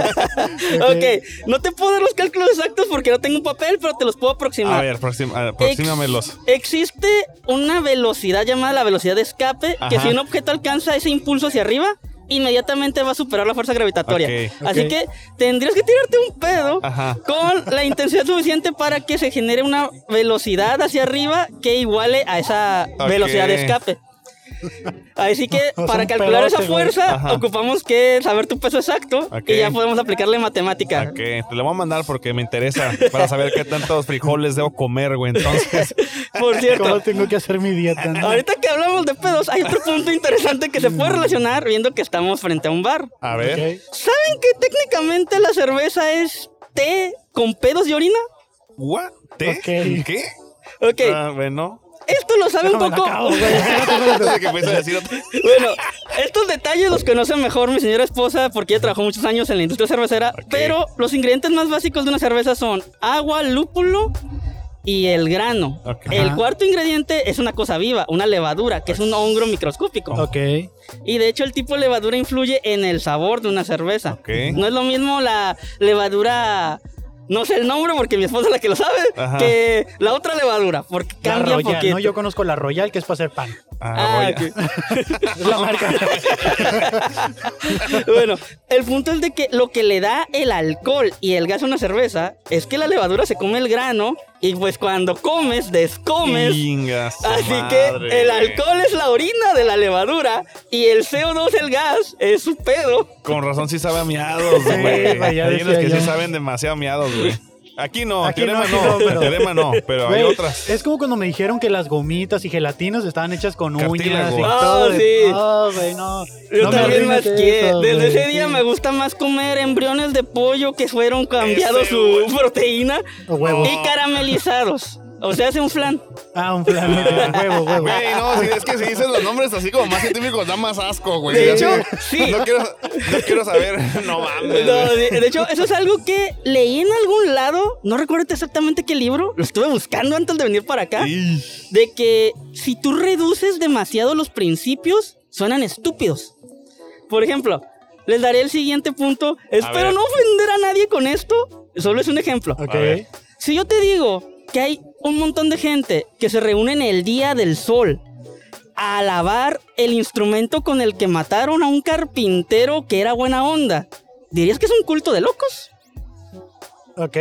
[SPEAKER 3] Ok, no te puedo dar los cálculos exactos porque no tengo un papel, pero te los puedo aproximar.
[SPEAKER 4] A ver, aproxim- a-
[SPEAKER 3] Ex-
[SPEAKER 4] aproxímamelos.
[SPEAKER 3] Existe una velocidad llamada la velocidad de escape, que
[SPEAKER 4] Ajá.
[SPEAKER 3] si un objeto alcanza ese impulso hacia arriba, inmediatamente va a superar la fuerza gravitatoria.
[SPEAKER 4] Ok.
[SPEAKER 3] Así
[SPEAKER 1] Ok.
[SPEAKER 3] que tendrías que tirarte un pedo
[SPEAKER 4] Ajá.
[SPEAKER 3] con la intensidad suficiente para que se genere una velocidad hacia arriba que iguale a esa
[SPEAKER 4] Ok.
[SPEAKER 3] velocidad de escape. Así que
[SPEAKER 1] O sea,
[SPEAKER 3] para
[SPEAKER 1] un
[SPEAKER 3] calcular esa
[SPEAKER 1] pedote, güey.
[SPEAKER 3] fuerza
[SPEAKER 4] Ajá.
[SPEAKER 3] ocupamos que saber tu peso exacto
[SPEAKER 4] Ok.
[SPEAKER 3] y ya podemos aplicarle matemática.
[SPEAKER 4] Ok, te lo voy a mandar porque me interesa para saber qué tantos frijoles debo comer, güey. Entonces,
[SPEAKER 3] Por
[SPEAKER 1] ¿Cómo
[SPEAKER 3] cierto,
[SPEAKER 1] tengo que hacer mi dieta? no?
[SPEAKER 3] ahorita que hablamos de pedos, hay otro punto interesante que se puede relacionar viendo que estamos frente a un bar.
[SPEAKER 4] a ver.
[SPEAKER 1] Ok.
[SPEAKER 3] ¿Saben que técnicamente la cerveza es té con pedos y orina?
[SPEAKER 4] ¿What? ¿Te?
[SPEAKER 1] Ok.
[SPEAKER 4] ¿Qué?
[SPEAKER 3] Ok,
[SPEAKER 4] Ah, bueno.
[SPEAKER 3] esto lo sabe un
[SPEAKER 1] Déjame la
[SPEAKER 3] poco.
[SPEAKER 1] acabo, güey. Espérate, espérate.
[SPEAKER 4] Antes de que empiece a decir otra-
[SPEAKER 3] Bueno, estos detalles los conoce mejor mi señora esposa porque ella trabajó muchos años en la industria cervecera.
[SPEAKER 4] Ok.
[SPEAKER 3] Pero los ingredientes más básicos de una cerveza son agua, lúpulo y el grano.
[SPEAKER 4] Ok.
[SPEAKER 3] El
[SPEAKER 1] Ajá.
[SPEAKER 3] cuarto ingrediente es una cosa viva, una levadura, que es
[SPEAKER 4] Pues
[SPEAKER 3] un hongro microscópico.
[SPEAKER 1] Ok.
[SPEAKER 3] Y de hecho el tipo de levadura influye en el sabor de una cerveza.
[SPEAKER 4] Ok.
[SPEAKER 3] No es lo mismo la levadura... No sé el nombre porque mi esposa es la que lo sabe,
[SPEAKER 4] Ajá.
[SPEAKER 3] que la otra levadura, porque
[SPEAKER 1] La
[SPEAKER 3] cambia
[SPEAKER 1] Royal,
[SPEAKER 3] poquito.
[SPEAKER 1] ¿no? Yo conozco la Royal, que es para hacer pan.
[SPEAKER 4] Ah,
[SPEAKER 3] Ah,
[SPEAKER 4] voy a-
[SPEAKER 3] ok.
[SPEAKER 1] Es la marca.
[SPEAKER 3] Bueno, el punto es de que lo que le da el alcohol y el gas a una cerveza es que la levadura se come el grano y pues cuando comes, descomes.
[SPEAKER 4] Chinga su
[SPEAKER 3] Así
[SPEAKER 4] madre,
[SPEAKER 3] que el
[SPEAKER 4] güey.
[SPEAKER 3] alcohol es la orina de la levadura y el CO2, el gas, es su pedo.
[SPEAKER 4] Con razón sí sabe a miados,
[SPEAKER 1] Sí,
[SPEAKER 4] güey.
[SPEAKER 1] güey, ya
[SPEAKER 4] hay unos
[SPEAKER 1] decía
[SPEAKER 4] que
[SPEAKER 1] yo.
[SPEAKER 4] sí saben demasiado a miados, güey. Aquí no,
[SPEAKER 1] Aquí no,
[SPEAKER 4] teorema
[SPEAKER 1] aquí
[SPEAKER 4] no,
[SPEAKER 1] no, pero-
[SPEAKER 4] teorema no, pero hay
[SPEAKER 1] Güey,
[SPEAKER 4] otras.
[SPEAKER 1] Es como cuando me dijeron que las gomitas y gelatinas estaban hechas con uñas
[SPEAKER 4] Cartílago.
[SPEAKER 1] y
[SPEAKER 3] Ah,
[SPEAKER 1] todo.
[SPEAKER 3] sí.
[SPEAKER 1] No, güey, no.
[SPEAKER 3] Yo
[SPEAKER 1] No me
[SPEAKER 3] también más
[SPEAKER 1] arruines
[SPEAKER 3] que.
[SPEAKER 1] eso,
[SPEAKER 3] Desde
[SPEAKER 1] güey,
[SPEAKER 3] ese día
[SPEAKER 1] sí.
[SPEAKER 3] me gusta más comer embriones de pollo que fueron cambiados
[SPEAKER 4] Ese,
[SPEAKER 3] su
[SPEAKER 4] güey.
[SPEAKER 3] proteína
[SPEAKER 1] O huevo.
[SPEAKER 3] y caramelizados. O sea, hace un flan.
[SPEAKER 1] Ah, un plan. huevo, huevo.
[SPEAKER 4] Güey, no, sí, es que si dices los nombres así como más científicos, da más asco, güey.
[SPEAKER 3] De
[SPEAKER 4] Así
[SPEAKER 3] hecho,
[SPEAKER 4] que
[SPEAKER 3] sí.
[SPEAKER 4] No quiero, no quiero saber, no mames.
[SPEAKER 3] No,
[SPEAKER 4] güey.
[SPEAKER 3] de, de hecho, eso es algo que leí en algún lado, no recuerdo exactamente qué libro, lo estuve buscando antes de venir para acá,
[SPEAKER 4] Y-
[SPEAKER 3] de que si tú reduces demasiado los principios, suenan estúpidos. Por ejemplo, les daré el siguiente punto, espero
[SPEAKER 4] ver.
[SPEAKER 3] no ofender a nadie con esto, solo es un ejemplo.
[SPEAKER 1] Ok.
[SPEAKER 4] A ver.
[SPEAKER 3] Si yo te digo que hay un montón de gente que se reúne en el día del sol a alabar el instrumento con el que mataron a un carpintero que era buena onda, ¿dirías que es un culto de locos?
[SPEAKER 1] Ok.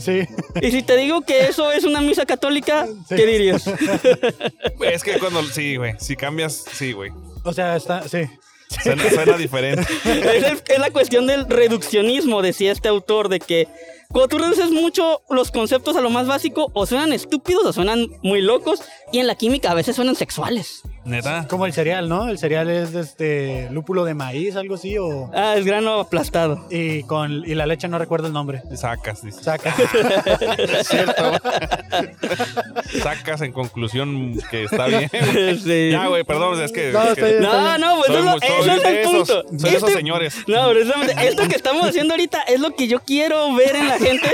[SPEAKER 1] Sí.
[SPEAKER 3] Y si te digo que eso es una misa católica, ¿qué dirías?
[SPEAKER 4] Güey, Es que cuando, sí, güey, si cambias, sí, güey.
[SPEAKER 1] O sea, está. Sí.
[SPEAKER 4] Suena, suena diferente.
[SPEAKER 3] es, el- es la cuestión del reduccionismo, decía este autor, de que cuando tú reduces mucho los conceptos a lo más básico, o suenan estúpidos o suenan muy locos, y en la química a veces suenan sexuales.
[SPEAKER 4] Neta.
[SPEAKER 1] Como el cereal, ¿no? El cereal es este lúpulo de maíz, algo así, o.
[SPEAKER 3] Ah, es grano aplastado.
[SPEAKER 1] Y con y la leche no recuerdo el nombre.
[SPEAKER 4] Sacas, dice.
[SPEAKER 1] Saca.
[SPEAKER 4] Sacas en conclusión que está bien.
[SPEAKER 3] Sí.
[SPEAKER 4] Ya, güey, perdón, es que.
[SPEAKER 1] No,
[SPEAKER 4] es que-
[SPEAKER 1] estoy-
[SPEAKER 3] No, no, pues
[SPEAKER 4] Soy
[SPEAKER 3] eso, es
[SPEAKER 4] muy-
[SPEAKER 3] lo-
[SPEAKER 4] soy
[SPEAKER 3] eso es
[SPEAKER 4] de
[SPEAKER 3] el
[SPEAKER 4] esos,
[SPEAKER 3] punto.
[SPEAKER 4] soy de esos
[SPEAKER 3] Este-
[SPEAKER 4] señores.
[SPEAKER 3] No, precisamente, esto que estamos haciendo ahorita es lo que yo quiero ver en la gente,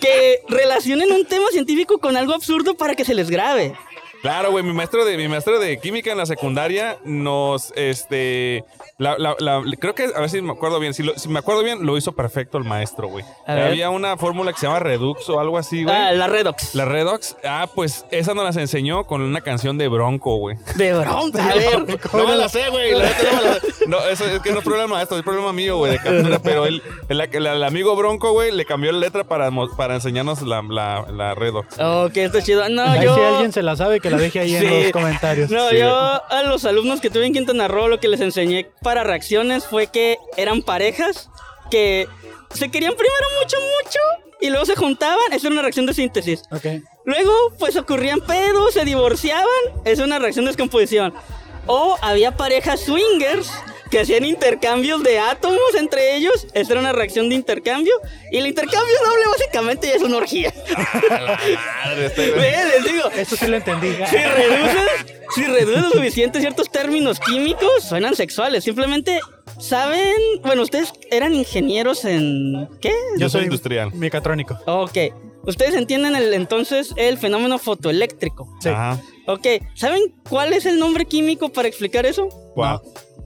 [SPEAKER 3] que relacionen un tema científico con algo absurdo para que se les grabe.
[SPEAKER 4] Claro, güey, mi maestro de mi maestro de química en la secundaria nos este la, la- la- creo que a ver si me acuerdo bien, si, lo- si me acuerdo bien lo hizo perfecto el maestro, güey.
[SPEAKER 3] A ver.
[SPEAKER 4] Había una fórmula que se llama Redux o algo así, güey.
[SPEAKER 3] Ah, la redox.
[SPEAKER 4] La Redox, ah, pues esa nos las enseñó con una canción de Bronco, güey.
[SPEAKER 3] De bronca, a ver.
[SPEAKER 4] No me la sé, güey. la neta no me la sé. No, eso es que no es problema maestro, es problema mío, güey, de captura. Pero él, el, el- el amigo Bronco, güey, le cambió la letra para, mo- para enseñarnos la, la, la Redox.
[SPEAKER 3] Oh, que esto es chido. No,
[SPEAKER 1] Ahí
[SPEAKER 3] yo...
[SPEAKER 1] si alguien se la sabe, que la deje ahí en
[SPEAKER 3] Sí.
[SPEAKER 1] los comentarios.
[SPEAKER 3] No,
[SPEAKER 4] Sí.
[SPEAKER 3] yo a los alumnos que tuve en Quintana Roo lo que les enseñé para reacciones fue que eran parejas que se querían primero mucho, mucho y luego se juntaban. Esa era una reacción de síntesis.
[SPEAKER 1] Ok.
[SPEAKER 3] Luego, pues ocurrían pedos, se divorciaban. Es una reacción de descomposición. O había parejas swingers que hacían intercambios de átomos entre ellos. Esta era una reacción de intercambio. Y el intercambio doble básicamente es una orgía.
[SPEAKER 4] Madre, este, güey.
[SPEAKER 3] Ve, Les digo,
[SPEAKER 1] Eso sí lo entendí.
[SPEAKER 3] si reduces, si reduces lo suficiente ciertos términos químicos, suenan sexuales. Simplemente saben, bueno, ustedes eran ingenieros en... ¿Qué?
[SPEAKER 4] Yo soy industrial.
[SPEAKER 1] Mecatrónico.
[SPEAKER 3] Ok. Ustedes entienden el, entonces el fenómeno fotoeléctrico.
[SPEAKER 1] Sí.
[SPEAKER 4] Ajá.
[SPEAKER 3] Ok, ¿saben cuál es el nombre químico para explicar eso?
[SPEAKER 4] Guau.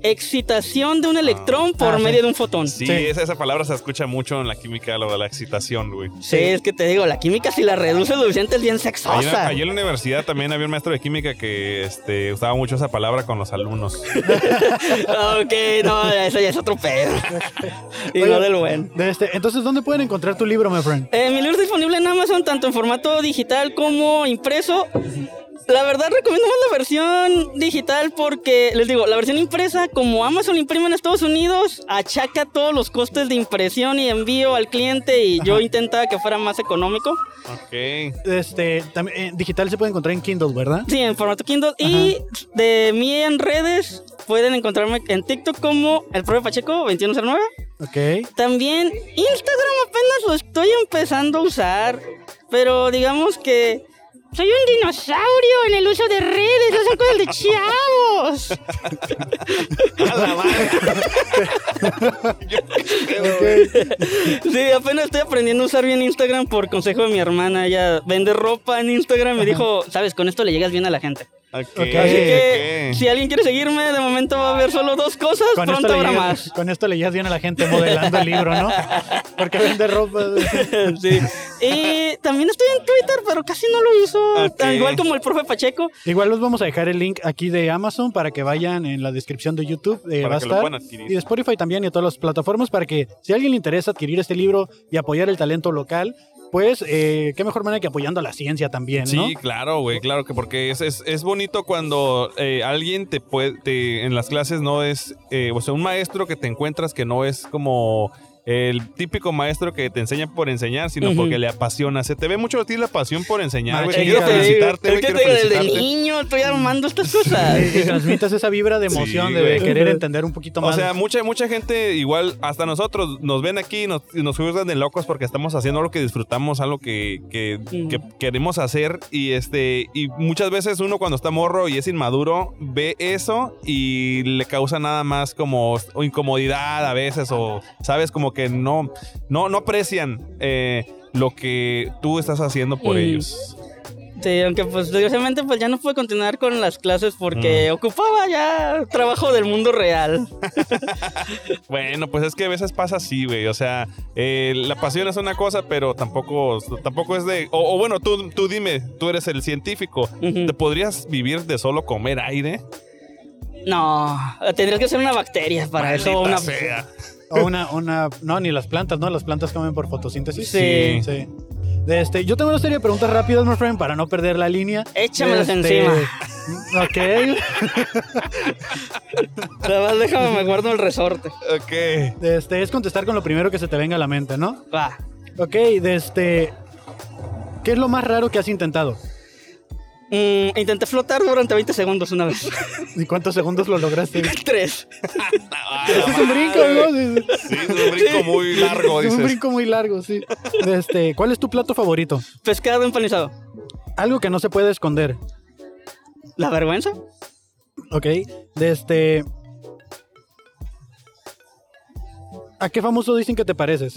[SPEAKER 3] Excitación de un electrón por
[SPEAKER 1] Ah, sí.
[SPEAKER 3] medio de un fotón.
[SPEAKER 4] Sí,
[SPEAKER 1] Sí.
[SPEAKER 4] Esa, esa palabra se escucha mucho en la química, lo de la excitación, güey.
[SPEAKER 3] Sí, es que te digo, la química si la reduces lo suficiente es bien
[SPEAKER 4] Ayer,
[SPEAKER 3] sexosa.
[SPEAKER 4] ayer en la universidad también había un maestro de química que este, usaba mucho esa palabra con los alumnos.
[SPEAKER 3] ok, no, eso ya es otro pedo. y no
[SPEAKER 1] Oigan,
[SPEAKER 3] del bueno.
[SPEAKER 1] De este, entonces, ¿dónde pueden encontrar tu libro, my friend?
[SPEAKER 3] Eh, mi libro es disponible en Amazon, tanto en formato digital como impreso. La verdad recomiendo más la versión digital porque, les digo, la versión impresa, como Amazon imprime en Estados Unidos, achaca todos los costes de impresión y envío al cliente y yo intentaba que fuera más económico.
[SPEAKER 4] ok.
[SPEAKER 1] Este, también, en digital se puede encontrar en Kindle, ¿verdad?
[SPEAKER 3] Sí, en formato Kindle. Y de mí en redes pueden encontrarme en TikTok como el profe Pacheco 2109.
[SPEAKER 1] Ok.
[SPEAKER 3] También Instagram apenas lo estoy empezando a usar, pero digamos que soy un dinosaurio en el uso de redes, no son cosas de chavos.
[SPEAKER 4] A la madre.
[SPEAKER 3] Sí, apenas estoy aprendiendo a usar bien Instagram por consejo de mi hermana. Ella vende ropa en Instagram. Me dijo, sabes, con esto le llegas bien a la gente.
[SPEAKER 1] Ok.
[SPEAKER 3] Así que
[SPEAKER 4] ok.
[SPEAKER 3] si alguien quiere seguirme, de momento va a haber solo dos cosas.
[SPEAKER 1] Con esto,
[SPEAKER 3] Pronto
[SPEAKER 1] le
[SPEAKER 3] habrá
[SPEAKER 1] llegas-
[SPEAKER 3] más.
[SPEAKER 1] con esto le llegas bien a la gente modelando el libro, ¿no? Porque vende ropa.
[SPEAKER 3] Sí. Y también estoy en Twitter, pero casi no lo uso.
[SPEAKER 4] Ok.
[SPEAKER 3] Igual como el profe Pacheco.
[SPEAKER 1] Igual los vamos a dejar el link aquí de Amazon para que vayan en la descripción de YouTube. eh, va
[SPEAKER 4] Para
[SPEAKER 1] a
[SPEAKER 4] que lo
[SPEAKER 1] estar.
[SPEAKER 4] puedan adquirir.
[SPEAKER 1] Y de Spotify también y de todas las plataformas para que si a alguien le interesa adquirir este libro y apoyar el talento local, pues eh, qué mejor manera que apoyando a la ciencia también, ¿no?
[SPEAKER 4] Sí, claro, güey, claro que porque es, es, es bonito cuando eh, alguien te puede, te- en las clases no es, eh, o sea, un maestro que te encuentras que no es como el típico maestro que te enseña por enseñar, sino
[SPEAKER 3] Ujú.
[SPEAKER 4] porque le apasiona. Se te ve mucho a ti la pasión por enseñar,
[SPEAKER 3] Pues
[SPEAKER 4] güey.
[SPEAKER 1] Machín,
[SPEAKER 4] Quiero
[SPEAKER 1] cabrón.
[SPEAKER 4] felicitarte,
[SPEAKER 3] Es
[SPEAKER 4] güey,
[SPEAKER 3] que
[SPEAKER 4] quiero
[SPEAKER 3] te digo, desde
[SPEAKER 4] felicitarte.
[SPEAKER 3] niño estoy armando estas cosas.
[SPEAKER 1] Y que transmitas esa vibra de emoción,
[SPEAKER 4] Sí,
[SPEAKER 1] de
[SPEAKER 4] güey.
[SPEAKER 1] querer entender un poquito
[SPEAKER 4] O
[SPEAKER 1] más.
[SPEAKER 4] sea, mucha, mucha gente, igual hasta nosotros, nos ven aquí y nos, y nos juzgan de locos porque estamos haciendo algo que disfrutamos, algo que, que-
[SPEAKER 3] Ujú.
[SPEAKER 4] que queremos hacer. Y este, y muchas veces uno cuando está morro y es inmaduro, ve eso y le causa nada más como o incomodidad a veces, o sabes, como que no, no, no aprecian eh, lo que tú estás haciendo por
[SPEAKER 3] Mm.
[SPEAKER 4] ellos.
[SPEAKER 3] Sí, aunque pues desgraciadamente pues ya no pude continuar con las clases porque
[SPEAKER 4] Mm.
[SPEAKER 3] ocupaba ya trabajo del mundo real.
[SPEAKER 4] Bueno, pues es que a veces pasa así, güey. O sea, eh, la pasión es una cosa, pero tampoco, tampoco es de. O, o bueno, tú, tú dime, tú eres el científico.
[SPEAKER 3] Ujú.
[SPEAKER 4] ¿Te podrías vivir de solo comer aire?
[SPEAKER 3] No, tendrías que ser una bacteria para eso.
[SPEAKER 4] Maldita
[SPEAKER 3] Una...
[SPEAKER 4] sea.
[SPEAKER 1] O una, una. No, ni las plantas, ¿no? Las plantas comen por fotosíntesis.
[SPEAKER 3] Sí.
[SPEAKER 1] Sí. De Este, yo tengo una serie de preguntas rápidas, my friend, para no perder la línea.
[SPEAKER 3] Échamelas
[SPEAKER 1] Este,
[SPEAKER 3] encima.
[SPEAKER 1] Ok.
[SPEAKER 3] Nada más déjame, me guardo el resorte.
[SPEAKER 4] Ok.
[SPEAKER 1] De Este, es contestar con lo primero que se te venga a la mente, ¿no?
[SPEAKER 3] Va.
[SPEAKER 1] Ok, de este. ¿Qué es lo más raro que has intentado?
[SPEAKER 3] Mm, intenté flotar durante 20 segundos una vez.
[SPEAKER 1] ¿Y cuántos segundos lo lograste?
[SPEAKER 3] Tres.
[SPEAKER 1] Ese es un brinco, ¿no? Sí,
[SPEAKER 4] Sí, es un brinco muy largo,
[SPEAKER 1] Es un
[SPEAKER 4] dices.
[SPEAKER 1] brinco muy largo, sí. De Este, ¿Cuál es tu plato favorito?
[SPEAKER 3] Pescado empanizado.
[SPEAKER 1] Algo que no se puede esconder.
[SPEAKER 3] ¿La vergüenza?
[SPEAKER 1] Ok. De este. ¿A qué famoso dicen que te pareces?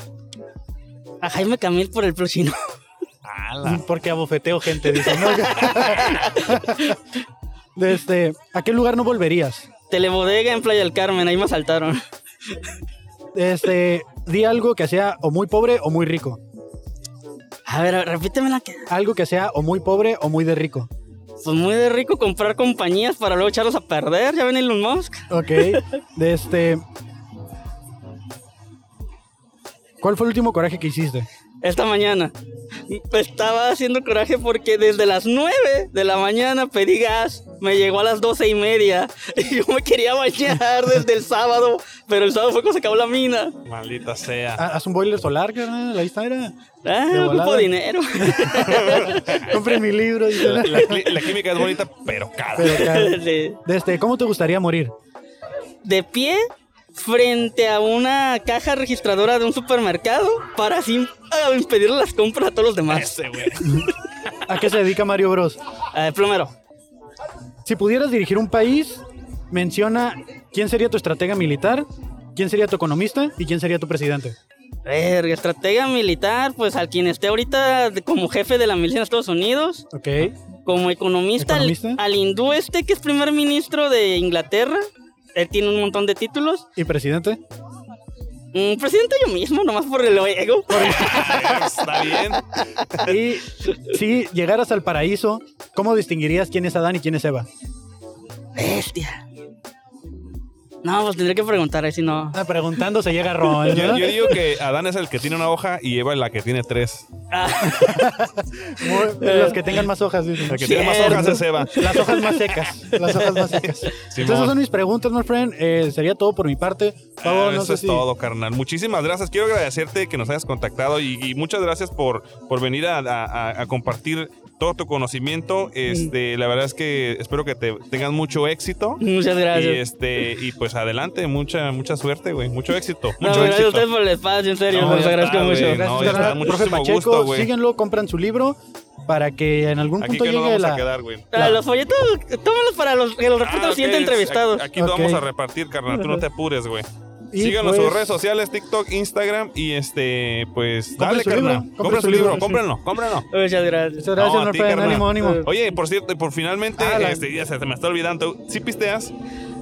[SPEAKER 3] A Jaime Camil por el pluchino.
[SPEAKER 1] Porque abofeteo gente, dicen. ¿no? De este, ¿A qué lugar no volverías?
[SPEAKER 3] Telebodega en Playa del Carmen, ahí me asaltaron.
[SPEAKER 1] De Este, di algo que sea o muy pobre o muy rico.
[SPEAKER 3] A ver, a ver, repítemela que.
[SPEAKER 1] Algo que sea o muy pobre o muy de rico.
[SPEAKER 3] Pues muy de rico comprar compañías para luego echarlos a perder. Ya ven Elon Musk.
[SPEAKER 1] Ok. De este. ¿Cuál fue el último coraje que hiciste?
[SPEAKER 3] Esta mañana estaba haciendo coraje porque desde las 9 de la mañana pedí gas, me llegó a las 12 y media y yo me quería bañar desde el sábado, pero el sábado fue cuando se acabó la mina.
[SPEAKER 4] Maldita sea.
[SPEAKER 1] Ah, Haz un boiler solar, carnal. Ahí está, era. De
[SPEAKER 3] Ah, ocupo
[SPEAKER 1] volada.
[SPEAKER 3] dinero.
[SPEAKER 1] Compré mi libro. dice.
[SPEAKER 4] La, cli- la química es bonita, pero cara.
[SPEAKER 1] Pero, claro.
[SPEAKER 3] De,
[SPEAKER 1] De este, ¿Cómo te gustaría morir?
[SPEAKER 3] de pie frente a una caja registradora de un supermercado para así ah, impedirle las compras a todos los demás.
[SPEAKER 4] Ese, güey.
[SPEAKER 1] ¿A qué se dedica Mario Bros?
[SPEAKER 3] Ah, plomero.
[SPEAKER 1] Si pudieras dirigir un país, menciona quién sería tu estratega militar, quién sería tu economista y quién sería tu presidente.
[SPEAKER 3] Verga, estratega militar, pues al quien esté ahorita de- como jefe de la milicia en Estados Unidos.
[SPEAKER 1] Ok.
[SPEAKER 3] como economista, al-
[SPEAKER 1] ¿Economista?
[SPEAKER 3] Al, hindú este que es primer ministro de Inglaterra. Él tiene un montón de títulos.
[SPEAKER 1] ¿Y presidente?
[SPEAKER 3] Mm, presidente yo mismo, nomás por el ego.
[SPEAKER 4] Ah, Está bien.
[SPEAKER 1] Y si llegaras al paraíso, ¿cómo distinguirías quién es Adán y quién es Eva?
[SPEAKER 3] Bestia. No, pues tendría que preguntar ahí si no.
[SPEAKER 1] Ah, preguntando se llega Ron.
[SPEAKER 4] Yo,
[SPEAKER 1] ¿no?
[SPEAKER 4] yo digo que Adán es el que tiene una hoja y Eva es la que tiene tres.
[SPEAKER 1] Muy- de los que tengan más hojas. dicen.
[SPEAKER 4] El que tiene más hojas es Eva.
[SPEAKER 1] Las hojas más secas. Las hojas más secas. Entonces, esas son mis preguntas, my friend. Eh, sería todo por mi parte. Pavo,
[SPEAKER 4] Ah,
[SPEAKER 1] no
[SPEAKER 4] eso
[SPEAKER 1] sé
[SPEAKER 4] es
[SPEAKER 1] si-
[SPEAKER 4] todo, carnal. Muchísimas gracias. Quiero agradecerte que nos hayas contactado y, y muchas gracias por, por venir a, a- a- a compartir todo tu conocimiento. Este, La verdad es que espero que te tengas mucho éxito.
[SPEAKER 3] Muchas
[SPEAKER 4] Y
[SPEAKER 3] gracias.
[SPEAKER 4] este, y pues adelante, mucha, mucha suerte, güey. Mucho éxito.
[SPEAKER 3] No,
[SPEAKER 4] Mucho
[SPEAKER 3] gracias a
[SPEAKER 4] éxito.
[SPEAKER 3] ustedes por el espacio, en serio,
[SPEAKER 4] No,
[SPEAKER 3] les
[SPEAKER 4] ya
[SPEAKER 3] agradezco
[SPEAKER 4] está,
[SPEAKER 3] mucho.
[SPEAKER 4] güey.
[SPEAKER 1] Gracias,
[SPEAKER 4] No, ya está.
[SPEAKER 1] carnal. Profe
[SPEAKER 4] Muchísimo
[SPEAKER 1] Pacheco,
[SPEAKER 4] gusto, güey.
[SPEAKER 1] síguenlo, compran su libro para que en algún
[SPEAKER 4] Aquí
[SPEAKER 1] punto
[SPEAKER 4] que no
[SPEAKER 1] llegue
[SPEAKER 4] vamos a
[SPEAKER 1] la.
[SPEAKER 4] quedar, güey.
[SPEAKER 3] Para
[SPEAKER 1] La-
[SPEAKER 3] los folletos, tómalos para los, que los repartan
[SPEAKER 4] Ah,
[SPEAKER 3] los siguientes
[SPEAKER 4] ok,
[SPEAKER 3] entrevistados.
[SPEAKER 4] Aquí, aquí lo
[SPEAKER 1] Ok.
[SPEAKER 4] vamos a repartir, carnal. Tú no te apures, güey.
[SPEAKER 1] Y,
[SPEAKER 4] Síganos en
[SPEAKER 1] pues,
[SPEAKER 4] sus redes sociales, TikTok, Instagram. Y este, pues,
[SPEAKER 1] Compren
[SPEAKER 4] dale,
[SPEAKER 1] su libro,
[SPEAKER 4] carnal.
[SPEAKER 1] compren
[SPEAKER 4] Compren
[SPEAKER 1] su
[SPEAKER 4] su libro,
[SPEAKER 1] libro.
[SPEAKER 4] cómprenlo, cómprenlo.
[SPEAKER 3] Muchas gracias.
[SPEAKER 1] Muchas gracias,
[SPEAKER 4] No, a
[SPEAKER 1] my
[SPEAKER 4] ti,
[SPEAKER 1] friend.
[SPEAKER 4] carnal.
[SPEAKER 1] Ánimo, ánimo.
[SPEAKER 4] Oye, por cierto, y por finalmente,
[SPEAKER 1] Ah, la-
[SPEAKER 4] este, ya se, se me está olvidando. ¿Sí pisteas?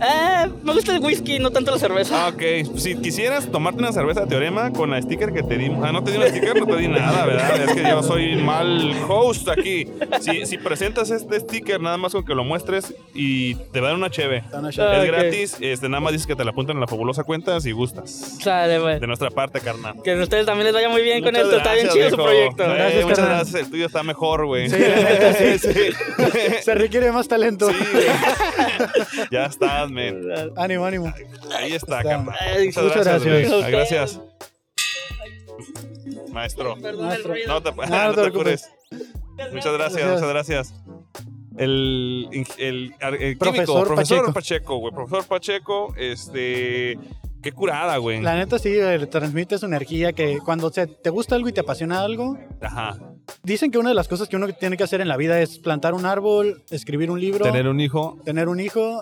[SPEAKER 3] Ah, me gusta el whisky, no tanto la cerveza.
[SPEAKER 4] Ah, ok. Si quisieras tomarte una cerveza teorema con la sticker que te dimos. Ah, no te di una sticker, no te di nada, ¿verdad? Es que yo soy mal host aquí. Si, si presentas este sticker, nada más con que lo muestres y te va a dar una cheve.
[SPEAKER 1] Están allá.
[SPEAKER 3] Ah,
[SPEAKER 4] Es
[SPEAKER 3] ok.
[SPEAKER 4] gratis, este, nada más dices que te la apuntan en la fabulosa cuenta si gustas.
[SPEAKER 3] Sale, pues. güey.
[SPEAKER 4] De nuestra parte, carnal.
[SPEAKER 3] Que a ustedes también les vaya muy bien con
[SPEAKER 4] Muchas
[SPEAKER 3] esto. Está bien
[SPEAKER 4] gracias,
[SPEAKER 3] chido su
[SPEAKER 4] viejo.
[SPEAKER 3] proyecto.
[SPEAKER 4] Eh,
[SPEAKER 1] Gracias,
[SPEAKER 4] muchas
[SPEAKER 1] carnal.
[SPEAKER 4] gracias. El tuyo está mejor, güey.
[SPEAKER 1] Sí, la neta, sí, Se requiere más talento.
[SPEAKER 4] Sí, güey. ya estás, men.
[SPEAKER 1] Ánimo, ánimo.
[SPEAKER 4] Ahí está,
[SPEAKER 1] Está.
[SPEAKER 4] carnal.
[SPEAKER 3] Ay,
[SPEAKER 4] Muchas,
[SPEAKER 1] muchas
[SPEAKER 4] gracias.
[SPEAKER 1] gracias.
[SPEAKER 4] güey. Ah, Gracias. Maestro.
[SPEAKER 3] Perdón el
[SPEAKER 1] Maestro.
[SPEAKER 3] ruido.
[SPEAKER 4] No te,
[SPEAKER 1] no
[SPEAKER 4] no
[SPEAKER 1] te
[SPEAKER 4] te
[SPEAKER 1] preocupes.
[SPEAKER 4] apures. Muchas gracias, muchas gracias. El, ing- el, ar- el
[SPEAKER 1] Profesor
[SPEAKER 4] químico, profesor
[SPEAKER 1] Pacheco.
[SPEAKER 4] Pacheco. güey. Profesor Pacheco, este. Qué curada, güey.
[SPEAKER 1] La neta, sí, eh, transmite su energía que cuando se- te gusta algo y te apasiona algo,
[SPEAKER 4] Ajá.
[SPEAKER 1] dicen que una de las cosas que uno tiene que hacer en la vida es plantar un árbol, escribir un libro, tener,
[SPEAKER 4] Tener un hijo.
[SPEAKER 1] un hijo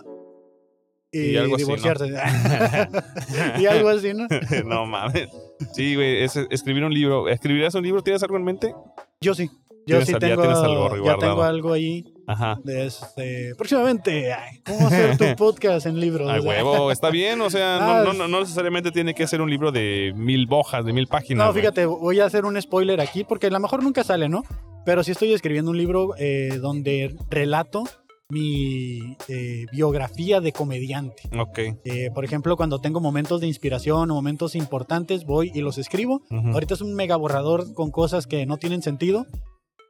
[SPEAKER 1] y,
[SPEAKER 4] Y algo así, ¿no?
[SPEAKER 1] divorciarse. y algo así, ¿no?
[SPEAKER 4] no mames. Sí, güey, es escribir un libro. ¿Escribirás un libro? ¿Tienes algo en mente?
[SPEAKER 1] Yo sí. Yo
[SPEAKER 4] Tienes
[SPEAKER 1] sí
[SPEAKER 4] al- ya
[SPEAKER 1] tengo,
[SPEAKER 4] tienes algo
[SPEAKER 1] ya
[SPEAKER 4] guardado.
[SPEAKER 1] tengo algo ahí.
[SPEAKER 4] Ajá.
[SPEAKER 1] de este, próximamente, ay, ¿cómo hacer tu podcast en libros?
[SPEAKER 4] Ay,
[SPEAKER 1] O sea,
[SPEAKER 4] huevo, está bien, o sea,
[SPEAKER 1] Ah,
[SPEAKER 4] no, no, no, no necesariamente tiene que ser un libro de mil hojas, de mil páginas.
[SPEAKER 1] No,
[SPEAKER 4] güey.
[SPEAKER 1] fíjate, voy a hacer un spoiler aquí porque a lo mejor nunca sale, ¿no? Pero sí estoy escribiendo un libro eh, donde relato mi eh, biografía de comediante.
[SPEAKER 4] Ok.
[SPEAKER 1] Eh, por ejemplo, cuando tengo momentos de inspiración o momentos importantes, voy y los escribo.
[SPEAKER 4] ujú.
[SPEAKER 1] Ahorita es un mega borrador con cosas que no tienen sentido,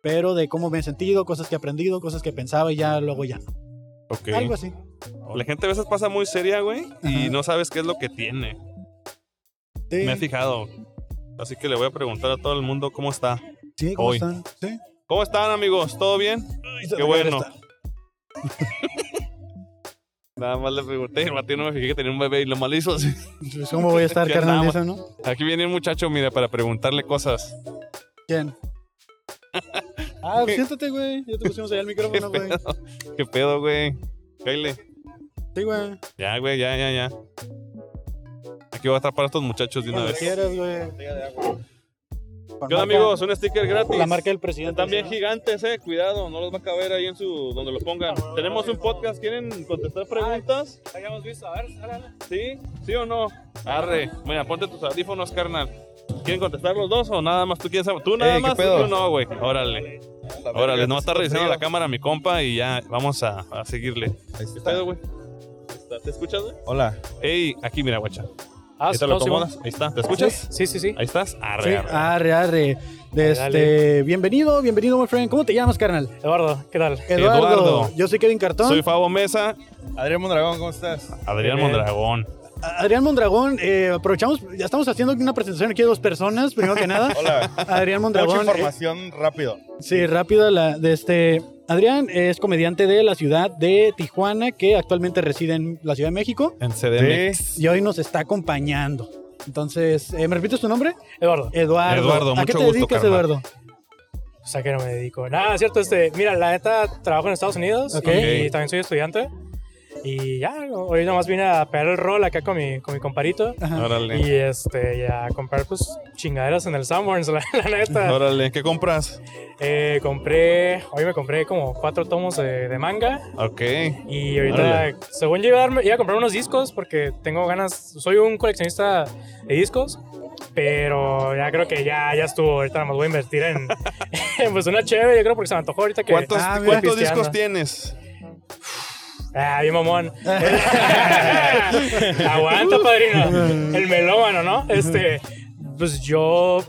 [SPEAKER 1] pero de cómo me he sentido, cosas que he aprendido, cosas que pensaba y ya luego ya. no.
[SPEAKER 4] Ok.
[SPEAKER 1] Algo así.
[SPEAKER 4] La gente a veces pasa muy seria, güey, y
[SPEAKER 1] Ajá.
[SPEAKER 4] no sabes qué es lo que tiene.
[SPEAKER 1] Sí,
[SPEAKER 4] Me he fijado. Así que le voy a preguntar a todo el mundo cómo está.
[SPEAKER 1] sí, ¿cómo
[SPEAKER 4] hoy.
[SPEAKER 1] están? Sí.
[SPEAKER 4] ¿Cómo están, amigos? ¿Todo bien? Qué bueno. Nada más le pregunté, el Martín no me fijé que tenía un bebé y lo mal hizo. así.
[SPEAKER 1] Pues, ¿Cómo voy a estar,
[SPEAKER 4] Ya
[SPEAKER 1] carnal? de
[SPEAKER 4] nada
[SPEAKER 1] eso, no?
[SPEAKER 4] Aquí viene un muchacho, mira, para preguntarle cosas.
[SPEAKER 1] ¿Quién? Ah, pues, siéntate, güey. Ya te pusimos allá el micrófono, güey.
[SPEAKER 4] ¿Qué pedo, güey? Cáile.
[SPEAKER 1] Sí, güey.
[SPEAKER 4] Ya, güey, ya, ya, ya. Aquí voy a atrapar a estos muchachos de una
[SPEAKER 1] Cuando
[SPEAKER 4] vez.
[SPEAKER 1] quieras, güey. Con
[SPEAKER 4] ¿Qué onda,
[SPEAKER 1] marca-
[SPEAKER 4] amigos? Un sticker gratis.
[SPEAKER 1] La marca del presidente.
[SPEAKER 4] Están bien gigantes, eh. Cuidado, no los va a caber ahí en su. donde los pongan.
[SPEAKER 5] Ah,
[SPEAKER 4] Tenemos un podcast, ¿quieren contestar preguntas?
[SPEAKER 5] Habíamos Ah, visto, a ver, ahora
[SPEAKER 4] ¿Sí? ¿Sí o no? Arre. Mira, ponte tus audífonos, carnal. ¿Quieren contestar los dos o nada más tú quieres saber? Tú nada
[SPEAKER 2] Ey, Eh, ¿qué
[SPEAKER 4] más,
[SPEAKER 2] pedo? pues,
[SPEAKER 4] tú no, güey. Órale. Órale, no está revisando la cámara mi compa y ya vamos a, a seguirle.
[SPEAKER 2] Ahí
[SPEAKER 4] ¿Qué
[SPEAKER 2] está.
[SPEAKER 4] pedo, güey? Está- ¿Te escuchas, güey?
[SPEAKER 2] Hola.
[SPEAKER 4] Ey, aquí mira, guacha.
[SPEAKER 5] Ah,
[SPEAKER 4] Ahí te lo acomodas. Ahí está. ¿Te escuchas?
[SPEAKER 5] Sí, sí, sí.
[SPEAKER 4] Ahí estás. Arre,
[SPEAKER 1] Sí,
[SPEAKER 4] arre.
[SPEAKER 1] arre, arre. De
[SPEAKER 5] Dale,
[SPEAKER 1] este, bienvenido, bienvenido, my friend. ¿Cómo te llamas, carnal?
[SPEAKER 5] Eduardo, ¿qué tal?
[SPEAKER 1] Eduardo.
[SPEAKER 4] Eduardo.
[SPEAKER 1] Yo soy Kevin Cartón.
[SPEAKER 4] Soy Fabo Mesa,
[SPEAKER 2] Adrián Mondragón, ¿cómo estás?
[SPEAKER 4] Adrián
[SPEAKER 5] Bien.
[SPEAKER 4] Mondragón.
[SPEAKER 1] Adrián Mondragón. eh, aprovechamos, ya estamos haciendo una presentación aquí de dos personas, primero que nada.
[SPEAKER 2] Hola.
[SPEAKER 1] Adrián
[SPEAKER 2] Mucha
[SPEAKER 1] Mondragón. eh,
[SPEAKER 2] información rápido.
[SPEAKER 1] Sí, rápido la de este. Adrián es comediante de la ciudad de Tijuana, que actualmente reside en la Ciudad de México
[SPEAKER 4] En
[SPEAKER 2] Sí.
[SPEAKER 4] CDMX.
[SPEAKER 1] y hoy nos está acompañando. Entonces, eh, ¿me repites tu nombre?
[SPEAKER 5] Eduardo,
[SPEAKER 1] Eduardo.
[SPEAKER 4] Eduardo,
[SPEAKER 1] ¿A
[SPEAKER 4] mucho
[SPEAKER 1] qué te
[SPEAKER 4] gusto,
[SPEAKER 1] dedicas,
[SPEAKER 4] carnal.
[SPEAKER 1] Eduardo?
[SPEAKER 5] o sea que no me dedico. Nada, es cierto, este, mira, la neta, trabajo en Estados Unidos
[SPEAKER 1] Ok.
[SPEAKER 5] y también soy estudiante. Y ya, hoy nomás vine a pegar el rol acá con mi, con mi comparito.
[SPEAKER 1] Ajá.
[SPEAKER 4] Órale.
[SPEAKER 5] Y este, y a comprar pues chingaderas en el Sanborns, la, la neta.
[SPEAKER 4] Órale, ¿qué compras?
[SPEAKER 5] Eh, compré, hoy me compré como cuatro tomos de, de manga.
[SPEAKER 4] Ok.
[SPEAKER 5] Y ahorita,
[SPEAKER 4] Órale.
[SPEAKER 5] según yo iba a, darme- iba a comprar unos discos porque tengo ganas, soy un coleccionista de discos, pero ya creo que ya, ya estuvo, ahorita nada más voy a invertir en, en, pues una chévere, yo creo porque se me antojó ahorita que...
[SPEAKER 4] ¿Cuántos,
[SPEAKER 1] Ah, mira,
[SPEAKER 4] cuántos
[SPEAKER 5] cristiano.
[SPEAKER 4] discos tienes?
[SPEAKER 5] Ah, bien mamón. Aguanta, padrino. El melómano, ¿no? Este, pues yo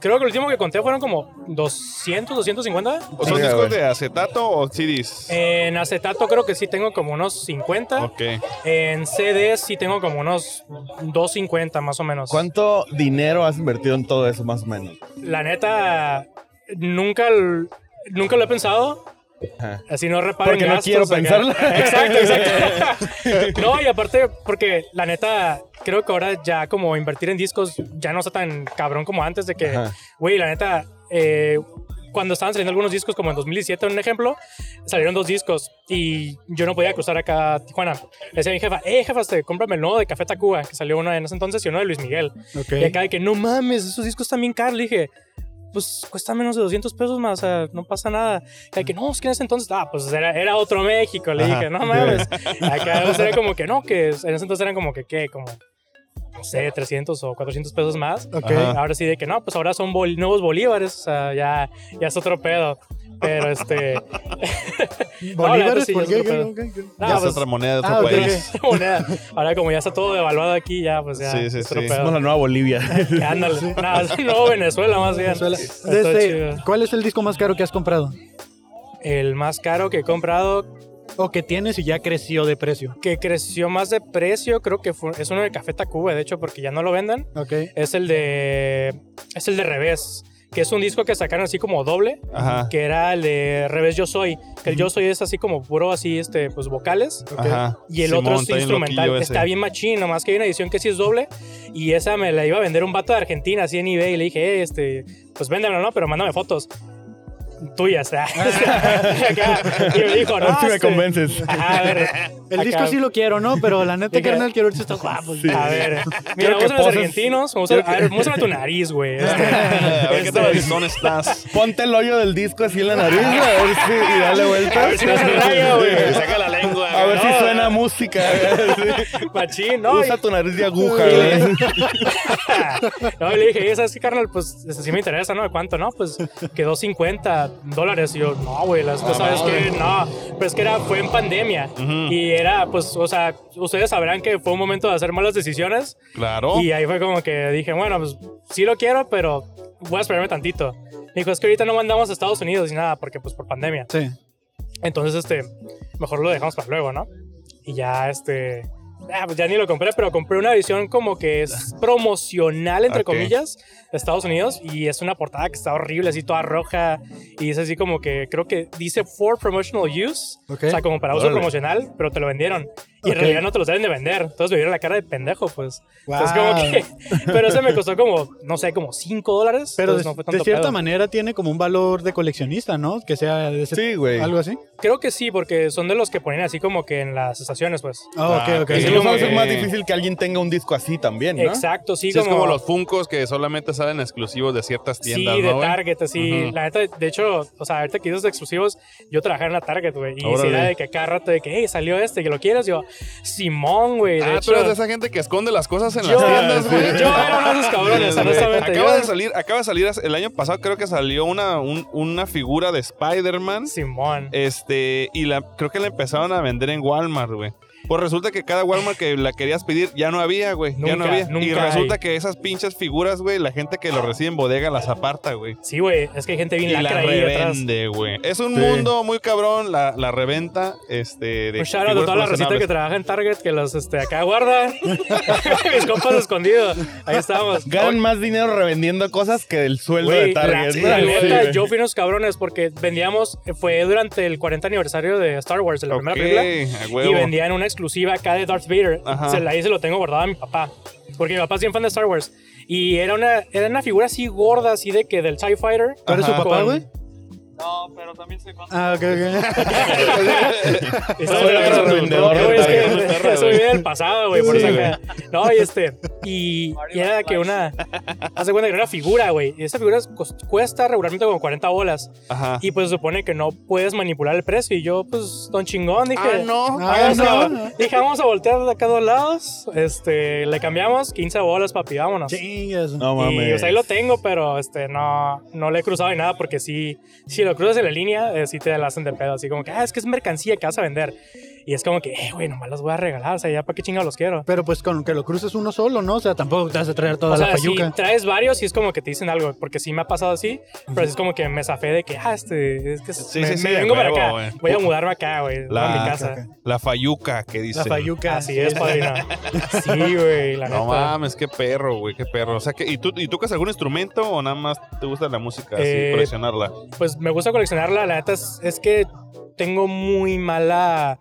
[SPEAKER 5] Creo que el último que conté fueron como 200, 250.
[SPEAKER 4] ¿O son
[SPEAKER 2] Sí,
[SPEAKER 4] discos
[SPEAKER 2] güey.
[SPEAKER 4] de acetato o CDs?
[SPEAKER 5] En acetato creo que sí tengo como unos 50.
[SPEAKER 4] ok.
[SPEAKER 5] En CDs sí tengo como unos 250 más o menos.
[SPEAKER 6] ¿Cuánto dinero has invertido en todo eso, más o menos?
[SPEAKER 5] La neta, nunca, l- nunca lo he pensado.
[SPEAKER 6] Ajá.
[SPEAKER 5] Así no reparo en
[SPEAKER 6] Porque no
[SPEAKER 5] gastos,
[SPEAKER 6] quiero
[SPEAKER 5] acá.
[SPEAKER 6] pensarlo.
[SPEAKER 5] Exacto, exacto. no, y aparte, porque la neta, creo que ahora ya como invertir en discos ya no está tan cabrón como antes de que,
[SPEAKER 6] Ajá.
[SPEAKER 5] güey, la neta, eh, cuando estaban saliendo algunos discos, como en 2017, un ejemplo, salieron dos discos y yo no podía cruzar acá a Tijuana. Le decía a mi jefa, eh, jefa, este, cómprame el nuevo de Café Tacuba, que salió uno en ese entonces y uno de Luis Miguel.
[SPEAKER 1] Ok.
[SPEAKER 5] Y acá de que, no mames, esos discos están bien caros. Le dije, pues cuesta menos de 200 pesos más, o sea, no pasa nada. Y de que, no, es que en ese entonces, ah, pues era, era otro México. Le
[SPEAKER 6] Ajá.
[SPEAKER 5] dije, no mames. acá pues, era como que, no, que en ese entonces eran como que, ¿qué? Como, no sé, 300 o 400 pesos más.
[SPEAKER 1] Ok.
[SPEAKER 6] Ajá.
[SPEAKER 5] Ahora sí de que, no, pues ahora son bol- nuevos bolívares, o sea, ya, ya es otro pedo. Pero este,
[SPEAKER 1] Bolívares,
[SPEAKER 5] sí,
[SPEAKER 1] ¿por qué?
[SPEAKER 5] ya es otro
[SPEAKER 1] ¿Qué- qué- qué?
[SPEAKER 5] no,
[SPEAKER 4] ya es
[SPEAKER 5] pues,
[SPEAKER 4] otra moneda de otro
[SPEAKER 1] ah, ok,
[SPEAKER 4] país.
[SPEAKER 5] moneda. ahora como ya está todo devaluado aquí, ya, pues ya.
[SPEAKER 4] Sí, sí,
[SPEAKER 5] es otro
[SPEAKER 4] sí.
[SPEAKER 5] pedo.
[SPEAKER 6] Somos la nueva Bolivia.
[SPEAKER 5] Ah, Ándale. Nada, sí, no, Venezuela más bien.
[SPEAKER 1] Venezuela.
[SPEAKER 5] Está
[SPEAKER 1] Desde-
[SPEAKER 5] chido.
[SPEAKER 1] ¿Cuál es el disco más caro que has comprado?
[SPEAKER 5] El más caro que he comprado,
[SPEAKER 1] O que tienes y ya creció de precio.
[SPEAKER 5] que creció más de precio, creo que fue- es uno de Café Tacuba, de hecho, porque ya no lo venden.
[SPEAKER 1] Ok.
[SPEAKER 5] Es el de. Es el de Revés, que es un disco que sacaron así como doble,
[SPEAKER 4] Ajá.
[SPEAKER 5] que era el de Revés Yo Soy. Que el Yo Soy es así como puro, así, este, pues vocales.
[SPEAKER 4] Ajá.
[SPEAKER 5] Y el
[SPEAKER 4] Simón,
[SPEAKER 5] otro es
[SPEAKER 4] está bien
[SPEAKER 5] instrumental.
[SPEAKER 4] loquillo ese.
[SPEAKER 5] Está bien machín, nomás que hay una edición que sí es doble. Y esa me la iba a vender un vato de Argentina, así en eBay. Y le dije, "Eh, este, pues véndemelo, ¿no? Pero mándame fotos tuyas. ah. Acá. y me dijo, no.
[SPEAKER 6] Ahora sí me
[SPEAKER 5] este-
[SPEAKER 6] convences.
[SPEAKER 5] Ajá, a ver.
[SPEAKER 1] El
[SPEAKER 5] acá-
[SPEAKER 1] disco sí lo quiero, ¿no? Pero la neta,
[SPEAKER 5] Dije-
[SPEAKER 1] carnal, quiero ver si estás guapo.
[SPEAKER 5] A ver, mira,
[SPEAKER 6] Quiero que
[SPEAKER 5] vamos a los
[SPEAKER 6] poses-
[SPEAKER 5] argentinos. Vamos a, a ver, muéstrame tu nariz, güey.
[SPEAKER 4] A ver qué
[SPEAKER 5] Este-
[SPEAKER 4] tal visón estás.
[SPEAKER 6] Ponte el hoyo del disco así en la nariz a ver si, y dale vuelta.
[SPEAKER 5] A ver si no se raya, güey.
[SPEAKER 4] Saca la lengua.
[SPEAKER 6] A ver si
[SPEAKER 5] No.
[SPEAKER 6] suena música. sí.
[SPEAKER 5] Machín, ¿no?
[SPEAKER 6] Usa tu nariz de aguja.
[SPEAKER 5] Sí.
[SPEAKER 6] güey.
[SPEAKER 5] no, y le dije, ¿sabes qué, carnal? Pues este, sí me interesa, ¿no? ¿De cuánto? No, pues quedó 50 dólares. Y yo, no, güey, las cosas, ¿sabes qué? No, pero es que era, fue en pandemia.
[SPEAKER 4] Ujú.
[SPEAKER 5] Y era, pues, o sea, ustedes sabrán que fue un momento de hacer malas decisiones.
[SPEAKER 4] Claro.
[SPEAKER 5] Y ahí fue como que dije, bueno, pues sí lo quiero, pero voy a esperarme tantito. Me dijo, es que ahorita no mandamos a Estados Unidos ni nada, porque pues por pandemia.
[SPEAKER 1] Sí.
[SPEAKER 5] Entonces, este, mejor lo dejamos para luego, ¿no? Y ya, este, ah, pues ya ni lo compré, pero compré una edición como que es promocional, entre
[SPEAKER 4] Ok.
[SPEAKER 5] comillas, de Estados Unidos. Y es una portada que está horrible, así toda roja. Y dice así como que, creo que dice for promotional use.
[SPEAKER 1] Ok.
[SPEAKER 5] O sea, como para uso
[SPEAKER 6] Órale.
[SPEAKER 5] promocional, pero te lo vendieron. Y
[SPEAKER 1] Ok.
[SPEAKER 5] en realidad no te los deben de vender. Entonces me dieron la cara de pendejo, pues. Entonces,
[SPEAKER 1] Wow.
[SPEAKER 5] como que, pero ese me costó como, no sé, como 5 dólares.
[SPEAKER 1] Pero de,
[SPEAKER 5] entonces no fue
[SPEAKER 1] de
[SPEAKER 5] tanto
[SPEAKER 1] cierta
[SPEAKER 5] pedo.
[SPEAKER 1] manera tiene como un valor de coleccionista, ¿no? Que sea de ese-
[SPEAKER 6] Sí, güey.
[SPEAKER 1] algo así.
[SPEAKER 5] Creo que sí, porque son de los que ponen así como que en las estaciones, pues.
[SPEAKER 1] Ah, ok,
[SPEAKER 4] Ah,
[SPEAKER 1] ok.
[SPEAKER 4] que
[SPEAKER 6] Y
[SPEAKER 4] sí
[SPEAKER 6] no va a
[SPEAKER 4] como
[SPEAKER 6] ser
[SPEAKER 4] que-
[SPEAKER 6] más difícil que alguien tenga un disco así también, ¿no?
[SPEAKER 5] Exacto, sí,
[SPEAKER 4] Sí, es como los Funcos que solamente salen exclusivos de ciertas tiendas,
[SPEAKER 5] sí, de
[SPEAKER 4] ¿no, güey?
[SPEAKER 5] Target, así.
[SPEAKER 4] Ujú.
[SPEAKER 5] La neta, de hecho, o sea, ahorita que dices exclusivos, yo trabajaba en la Target, güey. Y si
[SPEAKER 4] Órale.
[SPEAKER 5] era de que cada rato de que, hey, salió este, que lo quieres, yo, Simón, güey. De
[SPEAKER 4] Ah,
[SPEAKER 5] hecho,
[SPEAKER 4] tú eres de esa gente que esconde las cosas en
[SPEAKER 5] yo,
[SPEAKER 4] las tiendas, güey.
[SPEAKER 5] yo era uno de esos cabrones,
[SPEAKER 4] Sí, güey.
[SPEAKER 5] honestamente.
[SPEAKER 4] Acaba
[SPEAKER 5] yo-
[SPEAKER 4] de salir, acaba de salir el año pasado, creo que salió una, un- una figura de Spider-Man.
[SPEAKER 5] Simón.
[SPEAKER 4] Este, y la, creo que la empezaron a vender en Walmart, güey. Pues resulta que cada Walmart que la querías pedir ya no había, güey. Ya no
[SPEAKER 5] Nunca,
[SPEAKER 4] había. y
[SPEAKER 5] nunca
[SPEAKER 4] resulta
[SPEAKER 5] hay.
[SPEAKER 4] que esas pinches figuras, güey, la gente que lo recibe en bodega las aparta, güey.
[SPEAKER 5] Sí, güey, es que hay gente
[SPEAKER 4] Y
[SPEAKER 5] bien
[SPEAKER 4] la
[SPEAKER 5] lacra ahí atrás.
[SPEAKER 4] revende, güey. Es un
[SPEAKER 6] Sí.
[SPEAKER 4] mundo muy cabrón, la, la reventa, este, de
[SPEAKER 5] Un shout out a
[SPEAKER 4] figuras
[SPEAKER 5] toda la recita que
[SPEAKER 4] coleccionables.
[SPEAKER 5] trabaja en Target, que los este, acá guardan. Mis compas escondidos. Ahí estamos.
[SPEAKER 6] Ganan más dinero revendiendo cosas que el sueldo
[SPEAKER 5] Güey,
[SPEAKER 6] de Target.
[SPEAKER 5] La, la
[SPEAKER 6] ¿no? Sí,
[SPEAKER 5] neta,
[SPEAKER 6] güey.
[SPEAKER 5] yo fui unos cabrones porque vendíamos, eh, fue durante el 40 aniversario de Star Wars, de la
[SPEAKER 4] Ok,
[SPEAKER 5] primera película.
[SPEAKER 4] a
[SPEAKER 5] Y
[SPEAKER 4] huevo.
[SPEAKER 5] vendían una exclusiva acá de Darth Vader.
[SPEAKER 4] Ajá.
[SPEAKER 5] Se la, ahí se lo tengo guardado a mi papá. Porque mi papá es bien fan de Star Wars. Y era una, era una figura así gorda, así de que del TIE Fighter.
[SPEAKER 1] ¿Tú eres su
[SPEAKER 4] Ajá.
[SPEAKER 1] papá,
[SPEAKER 5] Con-
[SPEAKER 1] güey?
[SPEAKER 5] No, pero también soy fan.
[SPEAKER 1] Ah, ok, ok.
[SPEAKER 5] Estamos
[SPEAKER 6] Soy
[SPEAKER 5] hablando
[SPEAKER 6] otro
[SPEAKER 5] de-
[SPEAKER 6] revendedor
[SPEAKER 5] No, güey, es
[SPEAKER 6] de
[SPEAKER 5] que
[SPEAKER 4] Target.
[SPEAKER 5] Eso viene del pasado, güey. Por
[SPEAKER 6] Sí,
[SPEAKER 5] eso acá. No, y este. Y, y era que una. Hace cuenta que era una figura, güey. Y esa figura cos- cuesta regularmente como 40 bolas.
[SPEAKER 4] Ajá.
[SPEAKER 5] Y pues se supone que no puedes manipular el precio. Y yo, pues, don chingón, dije.
[SPEAKER 4] Ah, no.
[SPEAKER 1] Ah,
[SPEAKER 5] Vamos
[SPEAKER 1] no.
[SPEAKER 5] a- dije, vamos a voltear de acá a dos lados. Este, le cambiamos 15 bolas, papi, vámonos.
[SPEAKER 1] Chingas.
[SPEAKER 6] No mames.
[SPEAKER 5] Y o sea, ahí lo tengo, pero este, no, no le he cruzado ni nada porque si, si lo cruzas en la línea, eh, sí te la hacen de pedo. Así como que, ah, es que es mercancía que vas a vender. Y es como que, eh, güey, nomás los voy a regalar. O sea, ya para qué chingados los quiero.
[SPEAKER 1] Pero pues con que lo cruces uno solo, ¿no? O sea, tampoco te vas a traer toda
[SPEAKER 5] O sea,
[SPEAKER 1] la
[SPEAKER 5] si
[SPEAKER 1] payuca.
[SPEAKER 5] traes varios y es como que te dicen algo, porque sí me ha pasado así, pero es como que me zafé de que, ah, este, es que
[SPEAKER 4] Sí,
[SPEAKER 5] me,
[SPEAKER 4] sí, sí,
[SPEAKER 5] me
[SPEAKER 4] de
[SPEAKER 5] vengo para
[SPEAKER 4] huevo,
[SPEAKER 5] acá,
[SPEAKER 4] güey.
[SPEAKER 5] voy a mudarme acá, güey,
[SPEAKER 4] La-
[SPEAKER 5] a mi casa.
[SPEAKER 1] Ok, ok.
[SPEAKER 4] La fayuca que dice.
[SPEAKER 1] La payuca.
[SPEAKER 5] Así es, padrino. Sí, güey, la
[SPEAKER 4] No
[SPEAKER 5] neta.
[SPEAKER 4] mames, qué perro, güey, qué perro. O sea, que, ¿y tú y tocas algún instrumento o nada más te gusta la música, así,
[SPEAKER 5] Eh,
[SPEAKER 4] coleccionarla?
[SPEAKER 5] Pues me gusta coleccionarla, la neta es, es que tengo muy mala...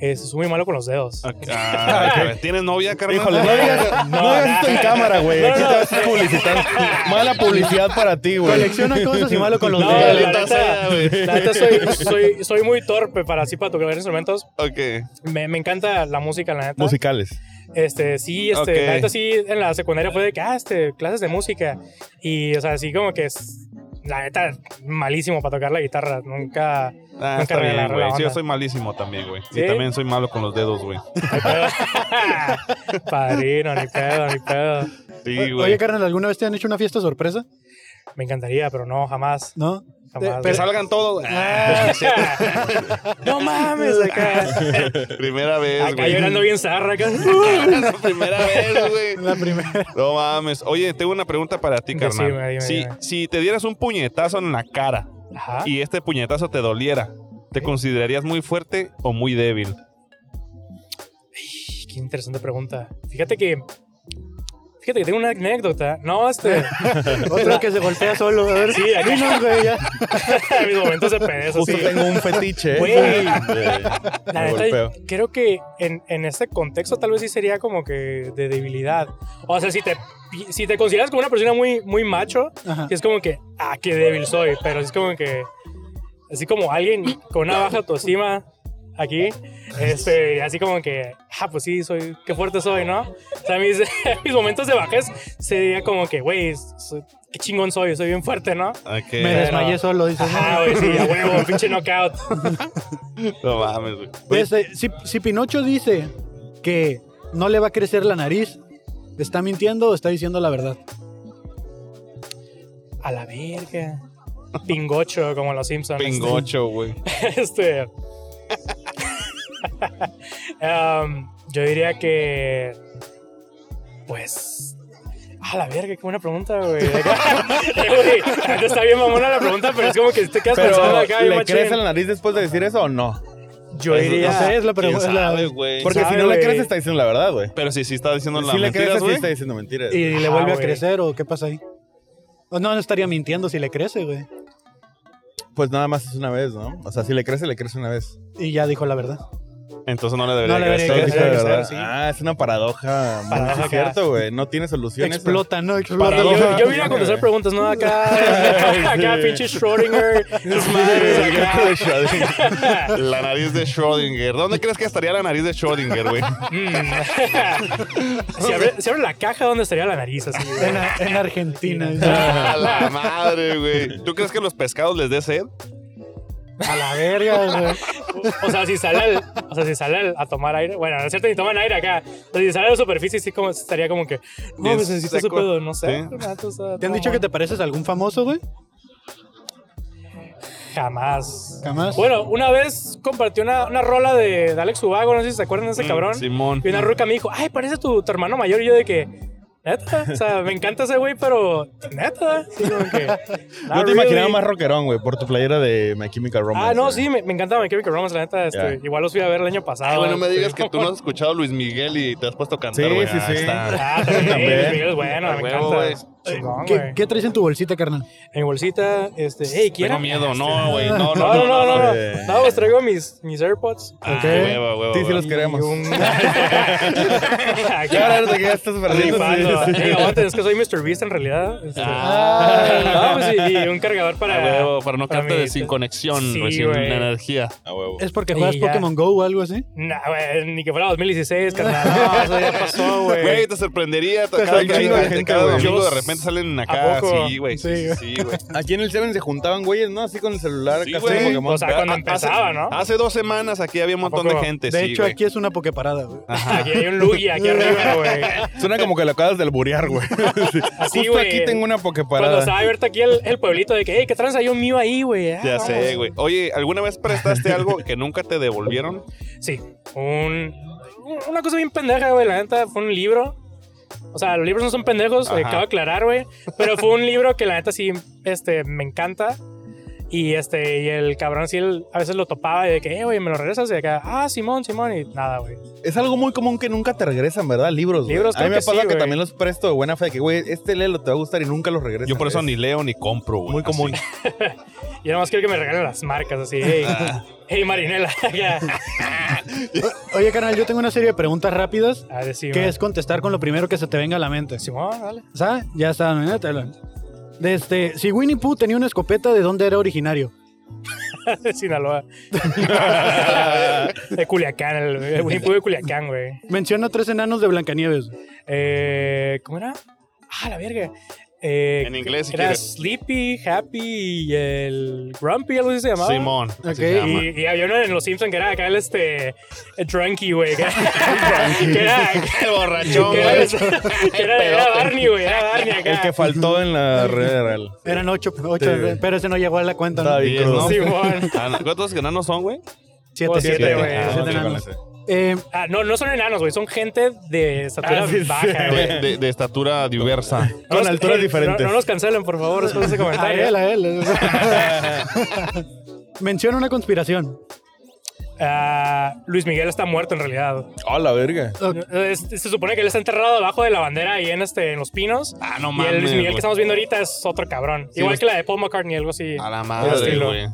[SPEAKER 5] eh, soy muy malo con los dedos.
[SPEAKER 4] Ah, que- ¿Tienes novia, carnal?
[SPEAKER 6] Híjole, no digas, no
[SPEAKER 5] No,
[SPEAKER 6] digas esto en cámara, güey.
[SPEAKER 5] No, no,
[SPEAKER 6] Aquí te
[SPEAKER 5] no.
[SPEAKER 6] vas a publicitar. Mala publicidad para ti, güey.
[SPEAKER 1] Colecciona cosas y malo con los
[SPEAKER 5] No,
[SPEAKER 1] dedos.
[SPEAKER 5] la neta, la neta soy, soy, soy muy torpe para así, para tocar instrumentos.
[SPEAKER 4] Ok.
[SPEAKER 5] Me, me encanta la música, la neta.
[SPEAKER 6] Musicales.
[SPEAKER 5] Este, sí, este,
[SPEAKER 4] Ok.
[SPEAKER 5] la neta sí, en la secundaria fue de que, ah, este, clases de música. Y, o sea, así como que es, la neta, malísimo para tocar la guitarra. Nunca.
[SPEAKER 4] Ah,
[SPEAKER 5] Nunca
[SPEAKER 4] está bien,
[SPEAKER 5] regalar la
[SPEAKER 4] güey. Sí, yo
[SPEAKER 5] onda.
[SPEAKER 4] soy malísimo también, güey.
[SPEAKER 5] ¿Sí?
[SPEAKER 4] Y también soy malo con los dedos, güey.
[SPEAKER 5] Padrino, ni pedo, ni pedo.
[SPEAKER 4] Sí, güey.
[SPEAKER 1] Oye, carnal, ¿alguna vez te han hecho una fiesta sorpresa?
[SPEAKER 5] Me encantaría, pero no, jamás.
[SPEAKER 1] ¿No?
[SPEAKER 5] Jamás.
[SPEAKER 1] Eh,
[SPEAKER 4] Que
[SPEAKER 1] pero-
[SPEAKER 4] salgan todos.
[SPEAKER 5] Ah, no mames, acá.
[SPEAKER 4] Primera vez,
[SPEAKER 5] Acá
[SPEAKER 4] güey.
[SPEAKER 5] llorando bien zarra. acá.
[SPEAKER 4] La primera vez, güey.
[SPEAKER 1] La primera.
[SPEAKER 4] No mames. Oye, tengo una pregunta para ti, carnal.
[SPEAKER 5] Decime, dime,
[SPEAKER 4] si,
[SPEAKER 5] dime.
[SPEAKER 4] si te dieras un puñetazo en la cara
[SPEAKER 5] Ajá.
[SPEAKER 4] y este puñetazo te doliera, ¿te considerarías muy fuerte o muy débil?
[SPEAKER 5] Qué interesante pregunta. Fíjate que. Fíjate que tengo una anécdota. No, este.
[SPEAKER 1] Otro que se golpea solo. A ver.
[SPEAKER 5] Sí, acá-
[SPEAKER 1] Dinos, güey, ya.
[SPEAKER 5] en mis momentos de pedazo,
[SPEAKER 6] Justo
[SPEAKER 5] sí.
[SPEAKER 6] tengo un fetiche.
[SPEAKER 5] Güey.
[SPEAKER 6] ¿eh?
[SPEAKER 5] La
[SPEAKER 6] Me
[SPEAKER 5] neta,
[SPEAKER 6] golpeo.
[SPEAKER 5] creo que en, en este contexto tal vez sí sería como que de debilidad. O sea, si te, si te consideras como una persona muy, muy macho,
[SPEAKER 1] Ajá.
[SPEAKER 5] sí es como que, ah, qué débil soy. Pero es como que, así como alguien con una baja autoestima aquí, este, y así como que, ah, pues sí, soy, qué fuerte soy, ¿no? O sea, mis, mis momentos de bajez sería como que, güey, soy- qué chingón soy, soy bien fuerte, ¿no?
[SPEAKER 1] Me
[SPEAKER 4] Ok.
[SPEAKER 5] des-
[SPEAKER 1] desmayé solo, dices. ¿no?
[SPEAKER 5] Ajá, güey, sí, a huevo, pinche knockout.
[SPEAKER 4] No mames, güey. Oye,
[SPEAKER 1] Desde- Pues, eh, si, si Pinocho dice que no le va a crecer la nariz, ¿está mintiendo o está diciendo la verdad?
[SPEAKER 5] A la verga. Pingocho, como los Simpsons.
[SPEAKER 4] Pingocho, güey.
[SPEAKER 5] Este. Em, yo diría que. Pues. A la verga, qué buena pregunta, güey. Eh, güey, ahorita está bien mamona la pregunta, pero es como que te quedas pensando
[SPEAKER 6] Pero,
[SPEAKER 5] acá, bien
[SPEAKER 6] ¿le
[SPEAKER 5] machín.
[SPEAKER 6] crees en la nariz después de decir eso o no?
[SPEAKER 5] Yo diría.
[SPEAKER 1] Pues, No sé, es la
[SPEAKER 4] ¿Quién
[SPEAKER 1] pregunta. es la-
[SPEAKER 4] sabe, güey?
[SPEAKER 6] Porque si
[SPEAKER 5] sabe,
[SPEAKER 6] no le
[SPEAKER 5] güey.
[SPEAKER 6] crees, está diciendo la verdad, güey.
[SPEAKER 4] Pero si sí está diciendo la
[SPEAKER 6] Si le
[SPEAKER 4] mentiras,
[SPEAKER 6] crees, sí
[SPEAKER 4] güey.
[SPEAKER 6] está diciendo mentiras.
[SPEAKER 1] ¿Y le
[SPEAKER 5] Ajá,
[SPEAKER 1] vuelve a
[SPEAKER 5] güey.
[SPEAKER 1] crecer o qué pasa ahí? O No, no estaría mintiendo si le crece, güey.
[SPEAKER 6] Pues nada más es una vez, ¿no? O sea, si le crece, le crece una vez.
[SPEAKER 1] Y ya dijo la verdad.
[SPEAKER 4] Entonces no le
[SPEAKER 1] No
[SPEAKER 4] debería
[SPEAKER 1] le debería
[SPEAKER 4] crecer.
[SPEAKER 1] crecer.
[SPEAKER 6] Dijo la
[SPEAKER 1] crecer,
[SPEAKER 6] verdad.
[SPEAKER 1] sí.
[SPEAKER 6] Ah, es una paradoja. muy-
[SPEAKER 5] Paradoja.
[SPEAKER 6] sí es cierto, güey. No tiene solución. eso.
[SPEAKER 1] Explota, ¿no? Explota.
[SPEAKER 5] Yo,
[SPEAKER 6] Paradoja.
[SPEAKER 5] yo vine a contestar preguntas, ¿no? Acá, acá, pinche Schrödinger. tus madres acá.
[SPEAKER 4] La nariz de Schrödinger. ¿Dónde crees que estaría la nariz de Schrödinger, güey?
[SPEAKER 5] Mm. si, abre, si abre la caja, ¿dónde estaría la nariz? Así, güey?
[SPEAKER 1] En, en Argentina.
[SPEAKER 4] A la madre, güey. ¿Tú crees que los pescados les dé sed?
[SPEAKER 1] A la verga, güey.
[SPEAKER 5] O sea, si sale, al- o sea, si sale al- a tomar aire. Bueno, no es cierto, ni toman aire acá. O sea, si sale a la superficie, sí como, estaría como que. No,
[SPEAKER 4] Bien
[SPEAKER 5] pues necesito ese
[SPEAKER 4] seco.
[SPEAKER 5] pedo, no sé.
[SPEAKER 4] Sí.
[SPEAKER 5] Renato, o sea,
[SPEAKER 1] ¿Te han
[SPEAKER 5] no,
[SPEAKER 1] dicho que te pareces a algún famoso, güey?
[SPEAKER 5] Jamás.
[SPEAKER 1] Jamás.
[SPEAKER 5] Bueno, una vez compartí una, una rola de, de Alex Ubago, no sé si se acuerdan de
[SPEAKER 6] Mm,
[SPEAKER 5] ese cabrón.
[SPEAKER 4] Simón.
[SPEAKER 5] Y una ruca me dijo, ay, parece tu, tu hermano mayor. Y yo de que. Neta, o sea, me encanta ese güey, pero neta. Sí, como que,
[SPEAKER 6] Yo
[SPEAKER 5] "Not
[SPEAKER 6] te imaginaba
[SPEAKER 5] really".
[SPEAKER 6] más rockerón, güey, por tu playera de My Chemical Romance.
[SPEAKER 5] Ah, no,
[SPEAKER 6] güey.
[SPEAKER 5] sí, me, me encanta My Chemical Romance, la neta. Este,
[SPEAKER 6] Ya.
[SPEAKER 5] Igual los fui a ver el año pasado.
[SPEAKER 4] Ah, bueno, me digas
[SPEAKER 5] este,
[SPEAKER 4] que tú no has escuchado a Luis Miguel y te has puesto a cantar,
[SPEAKER 6] Sí,
[SPEAKER 4] güey.
[SPEAKER 6] sí,
[SPEAKER 4] Ah,
[SPEAKER 6] sí.
[SPEAKER 4] está.
[SPEAKER 5] Ah, también,
[SPEAKER 6] También.
[SPEAKER 5] Luis Miguel es bueno,
[SPEAKER 4] A
[SPEAKER 5] me
[SPEAKER 4] huevo, güey.
[SPEAKER 5] encanta. Chingón,
[SPEAKER 1] ¿Qué,
[SPEAKER 5] güey.
[SPEAKER 1] qué traes en tu bolsita, carnal?
[SPEAKER 5] En mi bolsita, este, hey,
[SPEAKER 4] Tengo
[SPEAKER 5] ¿quieren?
[SPEAKER 4] miedo, no, güey. No, no,
[SPEAKER 5] No, no, no, no, no.
[SPEAKER 6] Sí.
[SPEAKER 5] No, pues traigo mis, mis AirPods.
[SPEAKER 4] Ah,
[SPEAKER 1] Ok.
[SPEAKER 4] huevo, huevo,
[SPEAKER 6] Sí, sí
[SPEAKER 4] huevo.
[SPEAKER 6] los queremos.
[SPEAKER 5] Y un... Aquí,
[SPEAKER 6] Y ahora de que ya estás perdiendo.
[SPEAKER 5] rifando.
[SPEAKER 6] sí, sí, sí.
[SPEAKER 5] Digo, antes, es que soy Mr. Beast en realidad. Este, no, pues y, y un cargador
[SPEAKER 4] Ah,
[SPEAKER 5] para...
[SPEAKER 4] huevo, para no quedarte
[SPEAKER 5] mi-
[SPEAKER 4] de sin conexión,
[SPEAKER 5] Sí,
[SPEAKER 4] güey, sin
[SPEAKER 5] güey.
[SPEAKER 4] energía.
[SPEAKER 6] A huevo.
[SPEAKER 1] ¿Es porque juegas
[SPEAKER 5] Y ya.
[SPEAKER 1] Pokémon Go o algo así?
[SPEAKER 5] Nah, güey, ni que fuera 2016, carnal. No, eso ya pasó,
[SPEAKER 4] Güey, te sorprendería. Te
[SPEAKER 6] Te
[SPEAKER 4] acaba de
[SPEAKER 6] sorprende la
[SPEAKER 4] caer- te
[SPEAKER 6] gente,
[SPEAKER 4] cada
[SPEAKER 6] güey.
[SPEAKER 4] domingo de
[SPEAKER 5] Yo-
[SPEAKER 4] repente salen acá.
[SPEAKER 5] ¿A poco?
[SPEAKER 4] Sí, güey. Sí,
[SPEAKER 1] Sí.
[SPEAKER 4] sí, sí, güey.
[SPEAKER 6] Aquí en el Seven se juntaban güeyes, ¿no? Así con el celular,
[SPEAKER 4] Sí,
[SPEAKER 6] casi
[SPEAKER 4] güey.
[SPEAKER 6] Pokémon.
[SPEAKER 5] O sea, cuando
[SPEAKER 4] Ah,
[SPEAKER 5] empezaba, ¿no?
[SPEAKER 4] Hace dos semanas aquí había un montón de
[SPEAKER 5] poco?
[SPEAKER 4] gente,
[SPEAKER 1] De
[SPEAKER 4] sí,
[SPEAKER 1] hecho,
[SPEAKER 4] güey.
[SPEAKER 1] aquí es una Pokeparada, güey.
[SPEAKER 5] Aquí hay un Luigi aquí arriba, güey.
[SPEAKER 6] Suena como que lo acabas de alburear, güey. Sí.
[SPEAKER 5] Así,
[SPEAKER 6] Justo
[SPEAKER 5] güey.
[SPEAKER 6] aquí tengo una
[SPEAKER 5] Cuando
[SPEAKER 6] Poképarada.
[SPEAKER 5] estaba abierto aquí el, el pueblito de que, hey, ¿qué trans hay un mío ahí, güey? Ah,
[SPEAKER 4] Ya
[SPEAKER 5] vamos.
[SPEAKER 4] sé, güey. Oye, ¿alguna vez prestaste algo que nunca te devolvieron?
[SPEAKER 5] Sí, un, una cosa bien pendeja, güey. La neta fue un libro O sea, los libros no son pendejos, eh,
[SPEAKER 4] Ajá.
[SPEAKER 5] acabo de aclarar, güey. Pero fue un libro que la neta sí, este, me encanta. Y este, y el cabrón sí el- a veces lo topaba y de que, eh, güey, me lo regresas y de acá, ah, Simón, Simón, y nada, güey.
[SPEAKER 6] Es algo muy común que nunca te regresan, ¿verdad? Libros. güey.
[SPEAKER 5] Libros,
[SPEAKER 6] A mí
[SPEAKER 5] creo
[SPEAKER 6] me
[SPEAKER 5] que
[SPEAKER 6] pasa que
[SPEAKER 5] sí, güey.
[SPEAKER 6] también los presto de buena fe, de que, güey, este léelo, te va a gustar y nunca los regresan.
[SPEAKER 4] Yo por eso
[SPEAKER 6] Es
[SPEAKER 4] ni leo ni compro, güey.
[SPEAKER 6] Muy común.
[SPEAKER 4] Así.
[SPEAKER 5] Y nada más quiero que me regalen las marcas, así, hey, hey, Marinela.
[SPEAKER 1] O- Oye, carnal, yo tengo una serie de preguntas rápidas
[SPEAKER 5] a decir,
[SPEAKER 1] que es contestar con lo primero que se te venga a la mente.
[SPEAKER 5] Simón, dale.
[SPEAKER 1] ¿Sabes? Ya está. mira, te lo- Desde, si Winnie Pooh tenía una escopeta, ¿de dónde era originario?
[SPEAKER 5] De Sinaloa. de Culiacán, el, el Winnie Pooh de Culiacán, güey.
[SPEAKER 1] Menciona tres enanos de Blancanieves.
[SPEAKER 5] Eh, ¿Cómo era? Ah, la verga. Eh,
[SPEAKER 4] En inglés, si
[SPEAKER 5] Era
[SPEAKER 4] quieres.
[SPEAKER 5] Sleepy, Happy y el Grumpy, algo así se llamaba.
[SPEAKER 4] Simón. así
[SPEAKER 1] Ok,
[SPEAKER 4] se llama.
[SPEAKER 5] Y, y había uno en Los Simpsons que era acá el este. El drunky, güey. Que era. que era,
[SPEAKER 2] El borrachón,
[SPEAKER 5] que
[SPEAKER 2] güey.
[SPEAKER 5] era- que era- era Barney, güey. Era Barney acá.
[SPEAKER 6] El que faltó en la red real.
[SPEAKER 1] Eran ocho, ocho,
[SPEAKER 6] Sí.
[SPEAKER 1] pero ese no llegó a la cuenta.
[SPEAKER 6] Está
[SPEAKER 1] ¿no?
[SPEAKER 6] bien
[SPEAKER 4] Diez,
[SPEAKER 6] crudo.
[SPEAKER 4] ¿no?
[SPEAKER 5] Simón.
[SPEAKER 4] Ah, no, ¿Cuántos enanos son, güey?
[SPEAKER 1] Siete,
[SPEAKER 5] Pues siete, güey.
[SPEAKER 4] Ah,
[SPEAKER 1] Siete
[SPEAKER 4] ok,
[SPEAKER 1] enanos.
[SPEAKER 6] con ese.
[SPEAKER 1] Eh,
[SPEAKER 5] Ah, no, no son enanos, güey. Son gente de estatura
[SPEAKER 6] Ah, sí, sí.
[SPEAKER 5] baja,
[SPEAKER 4] De,
[SPEAKER 5] güey.
[SPEAKER 4] de- de estatura diversa.
[SPEAKER 5] No nos-
[SPEAKER 6] alturas
[SPEAKER 5] eh,
[SPEAKER 6] diferentes.
[SPEAKER 5] No, no nos cancelen, por favor, después de ese
[SPEAKER 1] a
[SPEAKER 5] comentario.
[SPEAKER 1] él, a él. Menciona una conspiración.
[SPEAKER 5] Ah, Luis Miguel está muerto en realidad.
[SPEAKER 6] Ah, la verga.
[SPEAKER 5] Es- se supone que él está enterrado debajo de la bandera ahí en, este, en los pinos.
[SPEAKER 4] Ah, no
[SPEAKER 5] y
[SPEAKER 4] mames.
[SPEAKER 5] el Luis Miguel
[SPEAKER 4] güey.
[SPEAKER 5] que estamos viendo ahorita es otro cabrón.
[SPEAKER 4] Sí,
[SPEAKER 5] Igual
[SPEAKER 4] los- Ah.
[SPEAKER 5] que la de Paul McCartney, algo así.
[SPEAKER 4] A la
[SPEAKER 6] Ah,
[SPEAKER 5] Ese
[SPEAKER 4] madre,
[SPEAKER 5] estilo.
[SPEAKER 4] güey.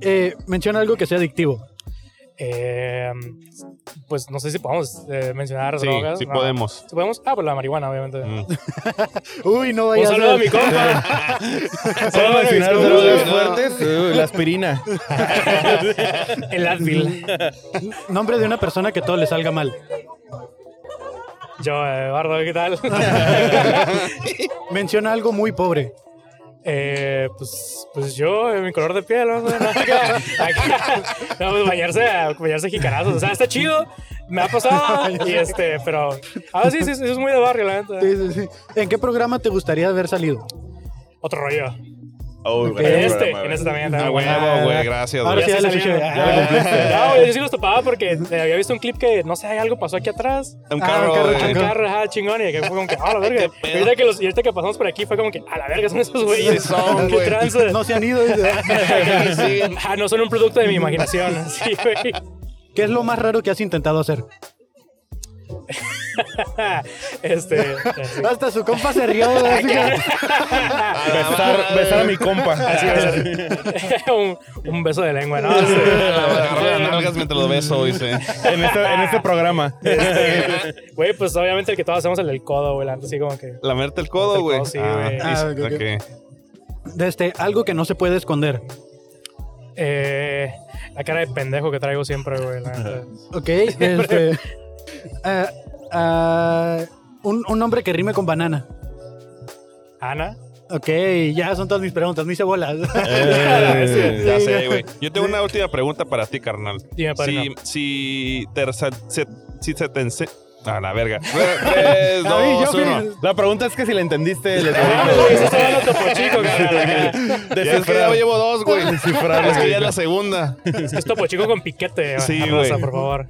[SPEAKER 1] Eh, menciona algo que sea adictivo.
[SPEAKER 5] Eh, pues no sé si podemos eh, mencionar
[SPEAKER 4] Sí,
[SPEAKER 5] drogas.
[SPEAKER 4] sí
[SPEAKER 5] no.
[SPEAKER 4] podemos.
[SPEAKER 5] ¿Sí podemos? Ah, pues la marihuana, obviamente.
[SPEAKER 4] Mm.
[SPEAKER 1] Uy, no
[SPEAKER 5] Un
[SPEAKER 1] vaya
[SPEAKER 5] saludo a mi
[SPEAKER 1] ser.
[SPEAKER 5] compa.
[SPEAKER 6] Solo
[SPEAKER 5] Saludo a mis
[SPEAKER 6] mencionar
[SPEAKER 5] compas.
[SPEAKER 6] drogas
[SPEAKER 4] no.
[SPEAKER 6] fuertes, uh, la aspirina.
[SPEAKER 5] El Advil.
[SPEAKER 1] Nombre de una persona que todo le salga mal.
[SPEAKER 5] Yo, eh, Bardo, ¿qué tal?
[SPEAKER 1] Menciona algo muy pobre.
[SPEAKER 5] Eh, pues, pues yo, eh, mi color de piel, ¿no? Bueno, acá- acá- no, pues bañarse, a- bañarse a jicarazos. O sea, está chido, me ha pasado, y este, pero. Ah, sí, sí, eso es muy de barrio, la neta.
[SPEAKER 1] Sí, sí, sí. ¿En qué programa te gustaría haber salido?
[SPEAKER 5] Otro rollo.
[SPEAKER 6] Oh, güey,
[SPEAKER 5] En
[SPEAKER 6] el
[SPEAKER 5] este,
[SPEAKER 6] programa,
[SPEAKER 5] en
[SPEAKER 6] güey.
[SPEAKER 5] este también.
[SPEAKER 4] A
[SPEAKER 5] también. Ah,
[SPEAKER 4] huevo, güey. Gracias,
[SPEAKER 1] Ahora
[SPEAKER 4] güey.
[SPEAKER 1] sí, ya le
[SPEAKER 5] sabían.
[SPEAKER 1] dije,
[SPEAKER 5] Ah,
[SPEAKER 1] ya
[SPEAKER 5] No, güey, yo sí los topaba porque eh, había visto un clip que, no sé, algo pasó aquí atrás.
[SPEAKER 4] Un
[SPEAKER 1] Ah,
[SPEAKER 4] carro,
[SPEAKER 1] un carro
[SPEAKER 4] güey.
[SPEAKER 5] Un
[SPEAKER 1] Ajá.
[SPEAKER 5] carro, ajá, chingón, y que fue como que, ah, la verga. Y ahorita que, los, y ahorita que pasamos por aquí fue como que, a la verga, son esos güeyes.
[SPEAKER 2] Sí son,
[SPEAKER 5] Qué
[SPEAKER 2] güey.
[SPEAKER 5] tranza.
[SPEAKER 1] Pues, No se han ido. dice.
[SPEAKER 5] Ah, no son un producto de mi imaginación. así, güey.
[SPEAKER 1] ¿Qué es lo más raro que has intentado hacer?
[SPEAKER 5] este. así.
[SPEAKER 1] Hasta su compa se rió. así que-
[SPEAKER 6] Ah, Besar, besar a mi compa.
[SPEAKER 5] Así, besar- un, un beso de lengua, ¿no? Este,
[SPEAKER 4] Agarré las nalgas mientras lo beso, dice.
[SPEAKER 6] En este, en este programa.
[SPEAKER 5] este, Güey, pues obviamente el que todos hacemos el del codo, güey, la neta, así como que.
[SPEAKER 4] Lamerte el codo,
[SPEAKER 5] Lamerte el
[SPEAKER 4] güey.
[SPEAKER 5] codo, sí, güey.
[SPEAKER 1] Ah,
[SPEAKER 4] dice-
[SPEAKER 1] ok, ok.
[SPEAKER 4] ok.
[SPEAKER 1] De este, algo que no se puede esconder.
[SPEAKER 5] eh, la cara de pendejo que traigo siempre, güey. la neta.
[SPEAKER 1] Ok. de este, ah, ah, un, un nombre que rime con banana.
[SPEAKER 5] Ana.
[SPEAKER 1] Ok, ya son todas mis preguntas. Me hice bolas.
[SPEAKER 6] Eh,
[SPEAKER 4] Ya sé, güey. Yo tengo una última pregunta para ti, carnal.
[SPEAKER 5] Dime, padrino.
[SPEAKER 4] Si, si, te resa- se, si se te ense- A la verga. Tres,
[SPEAKER 1] A mí, yo
[SPEAKER 4] dos,
[SPEAKER 1] fui-
[SPEAKER 4] uno.
[SPEAKER 6] La pregunta es que si la entendiste, le
[SPEAKER 5] Ah, güey, eso está dando topo chico, carnal, acá.
[SPEAKER 4] Ya es que ya llevo dos, güey.
[SPEAKER 6] Descifrar,
[SPEAKER 4] Es que ya es
[SPEAKER 6] güey.
[SPEAKER 4] la segunda.
[SPEAKER 5] Es que es topo chico con piquete,
[SPEAKER 4] Sí,
[SPEAKER 5] sí, rosa,
[SPEAKER 4] güey.
[SPEAKER 5] por favor.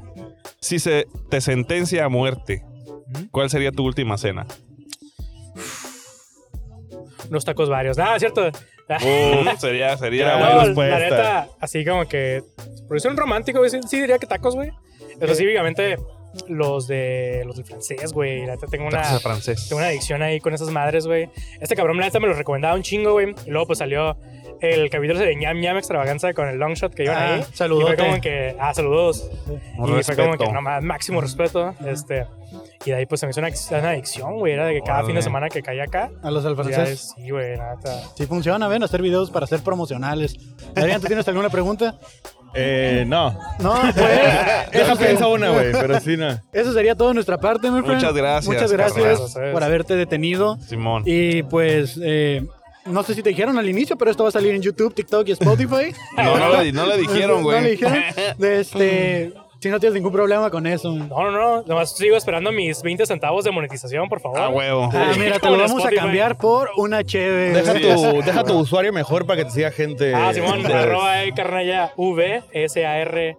[SPEAKER 4] Si se te sentencia a muerte, ¿cuál sería tu última cena?
[SPEAKER 5] Unos tacos varios. Ah, cierto. Ah,
[SPEAKER 4] Mm, sería, sería,
[SPEAKER 6] Gran
[SPEAKER 4] güey.
[SPEAKER 5] No,
[SPEAKER 6] respuesta.
[SPEAKER 5] la
[SPEAKER 4] pues,
[SPEAKER 5] neta, así como que. Producción romántico, güey. Sí, sí diría que tacos, güey. Específicamente los de. Los del francés, güey. La neta, tengo
[SPEAKER 4] Tacos
[SPEAKER 5] una.
[SPEAKER 4] de francés.
[SPEAKER 5] Tengo una adicción ahí con esas madres, güey. Este cabrón, la neta, me lo recomendaba un chingo, güey. Y luego, pues salió el capítulo ese de ñam ñam extravaganza con el long shot que iban
[SPEAKER 1] Ah,
[SPEAKER 5] ahí.
[SPEAKER 1] saludote.
[SPEAKER 5] Y fue como que. Ah, saludos.
[SPEAKER 4] Un
[SPEAKER 5] y fue como
[SPEAKER 4] respeto.
[SPEAKER 5] que, no más, máximo respeto. Este. Y de ahí, pues se me hizo una, una adicción, güey. Era de que cada
[SPEAKER 4] Órale.
[SPEAKER 5] fin de semana que caía acá.
[SPEAKER 1] A los al
[SPEAKER 5] ya
[SPEAKER 1] francés.
[SPEAKER 5] es- Sí, güey, la neta.
[SPEAKER 1] Si funciona, ven, hacer videos para ser promocionales. Adrián, ¿tú tienes alguna pregunta?
[SPEAKER 6] Eh, no.
[SPEAKER 1] No,
[SPEAKER 4] Eh,
[SPEAKER 1] pues.
[SPEAKER 6] Deja piensa una, güey, pero sí, no.
[SPEAKER 1] Eso sería todo de nuestra parte, mi friend.
[SPEAKER 4] Muchas gracias,
[SPEAKER 1] Muchas gracias
[SPEAKER 5] carnal.
[SPEAKER 1] por haberte detenido.
[SPEAKER 4] Simón.
[SPEAKER 1] Y pues, eh, no sé si te dijeron al inicio, pero esto va a salir en YouTube, TikTok y Spotify.
[SPEAKER 4] No, no le, no le dijeron, güey.
[SPEAKER 1] No le dijeron. De este, si no tienes ningún problema con eso.
[SPEAKER 5] No, no, no. Nomás sigo esperando mis 20 centavos de monetización, por favor.
[SPEAKER 4] Ah, huevo.
[SPEAKER 1] Ah, mira, te lo
[SPEAKER 5] Como en
[SPEAKER 1] vamos a
[SPEAKER 5] Spotify.
[SPEAKER 1] cambiar por una
[SPEAKER 6] Deja
[SPEAKER 1] chévere.
[SPEAKER 6] tu, deja tu pues, usuario mejor para que te siga gente.
[SPEAKER 5] Ah, Simón,
[SPEAKER 6] de-
[SPEAKER 5] arroba e carnalla V S A R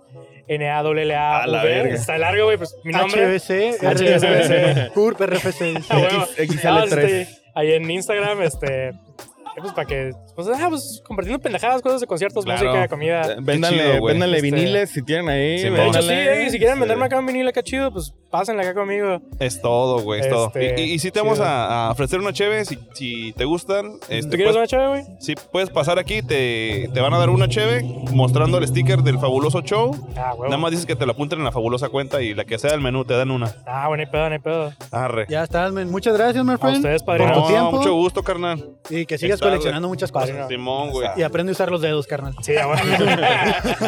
[SPEAKER 5] NAAA.
[SPEAKER 6] A la
[SPEAKER 5] V.
[SPEAKER 6] verga.
[SPEAKER 5] Está largo, güey. Pues mi nombre.
[SPEAKER 1] HBC,
[SPEAKER 5] HBC.
[SPEAKER 1] RFC, CURP, RFC.
[SPEAKER 5] Ah, bueno.
[SPEAKER 6] X-
[SPEAKER 5] Ah,
[SPEAKER 6] XL3.
[SPEAKER 5] este, ahí en Instagram, este. Pues para que. Pues, ah, pues compartiendo pendejadas, cosas de conciertos,
[SPEAKER 4] Claro.
[SPEAKER 5] música, comida.
[SPEAKER 6] Eh, Véndanle,
[SPEAKER 4] chido, güey.
[SPEAKER 6] véndanle
[SPEAKER 5] Este-
[SPEAKER 6] viniles si tienen ahí.
[SPEAKER 4] Sí,
[SPEAKER 5] De hecho, sí,
[SPEAKER 6] véndanle.
[SPEAKER 5] eh, si quieren venderme
[SPEAKER 6] Sí.
[SPEAKER 5] acá un vinil acá chido, pues pásenle acá conmigo.
[SPEAKER 4] Es todo, güey, es todo.
[SPEAKER 5] Este,
[SPEAKER 4] Y, y, y sí te vamos
[SPEAKER 5] chido.
[SPEAKER 4] a, a ofrecer una cheve si, si te gustan.
[SPEAKER 5] ¿Tú
[SPEAKER 4] Este,
[SPEAKER 5] quieres
[SPEAKER 4] puedes,
[SPEAKER 6] pues,
[SPEAKER 5] una chave, güey?
[SPEAKER 4] si puedes pasar aquí, te, te van a dar una cheve mostrando el sticker del fabuloso show.
[SPEAKER 5] Ah, güey.
[SPEAKER 4] Nada más dices que te lo apunten en la fabulosa cuenta y la que sea del menú te dan una.
[SPEAKER 5] Ah, bueno, ni pedo, ni pedo.
[SPEAKER 4] Arre.
[SPEAKER 1] Ya estás, men. Muchas gracias, my
[SPEAKER 5] A
[SPEAKER 1] friend.
[SPEAKER 5] ustedes,
[SPEAKER 1] Por
[SPEAKER 5] padrino.
[SPEAKER 1] tu
[SPEAKER 4] No,
[SPEAKER 1] tiempo.
[SPEAKER 4] mucho gusto, carnal.
[SPEAKER 1] Y que sigas
[SPEAKER 4] Está, güey.
[SPEAKER 1] coleccionando muchas cosas.
[SPEAKER 4] Simón, güey.
[SPEAKER 1] Y aprende a usar los dedos, carnal.
[SPEAKER 5] Sí, a huevo.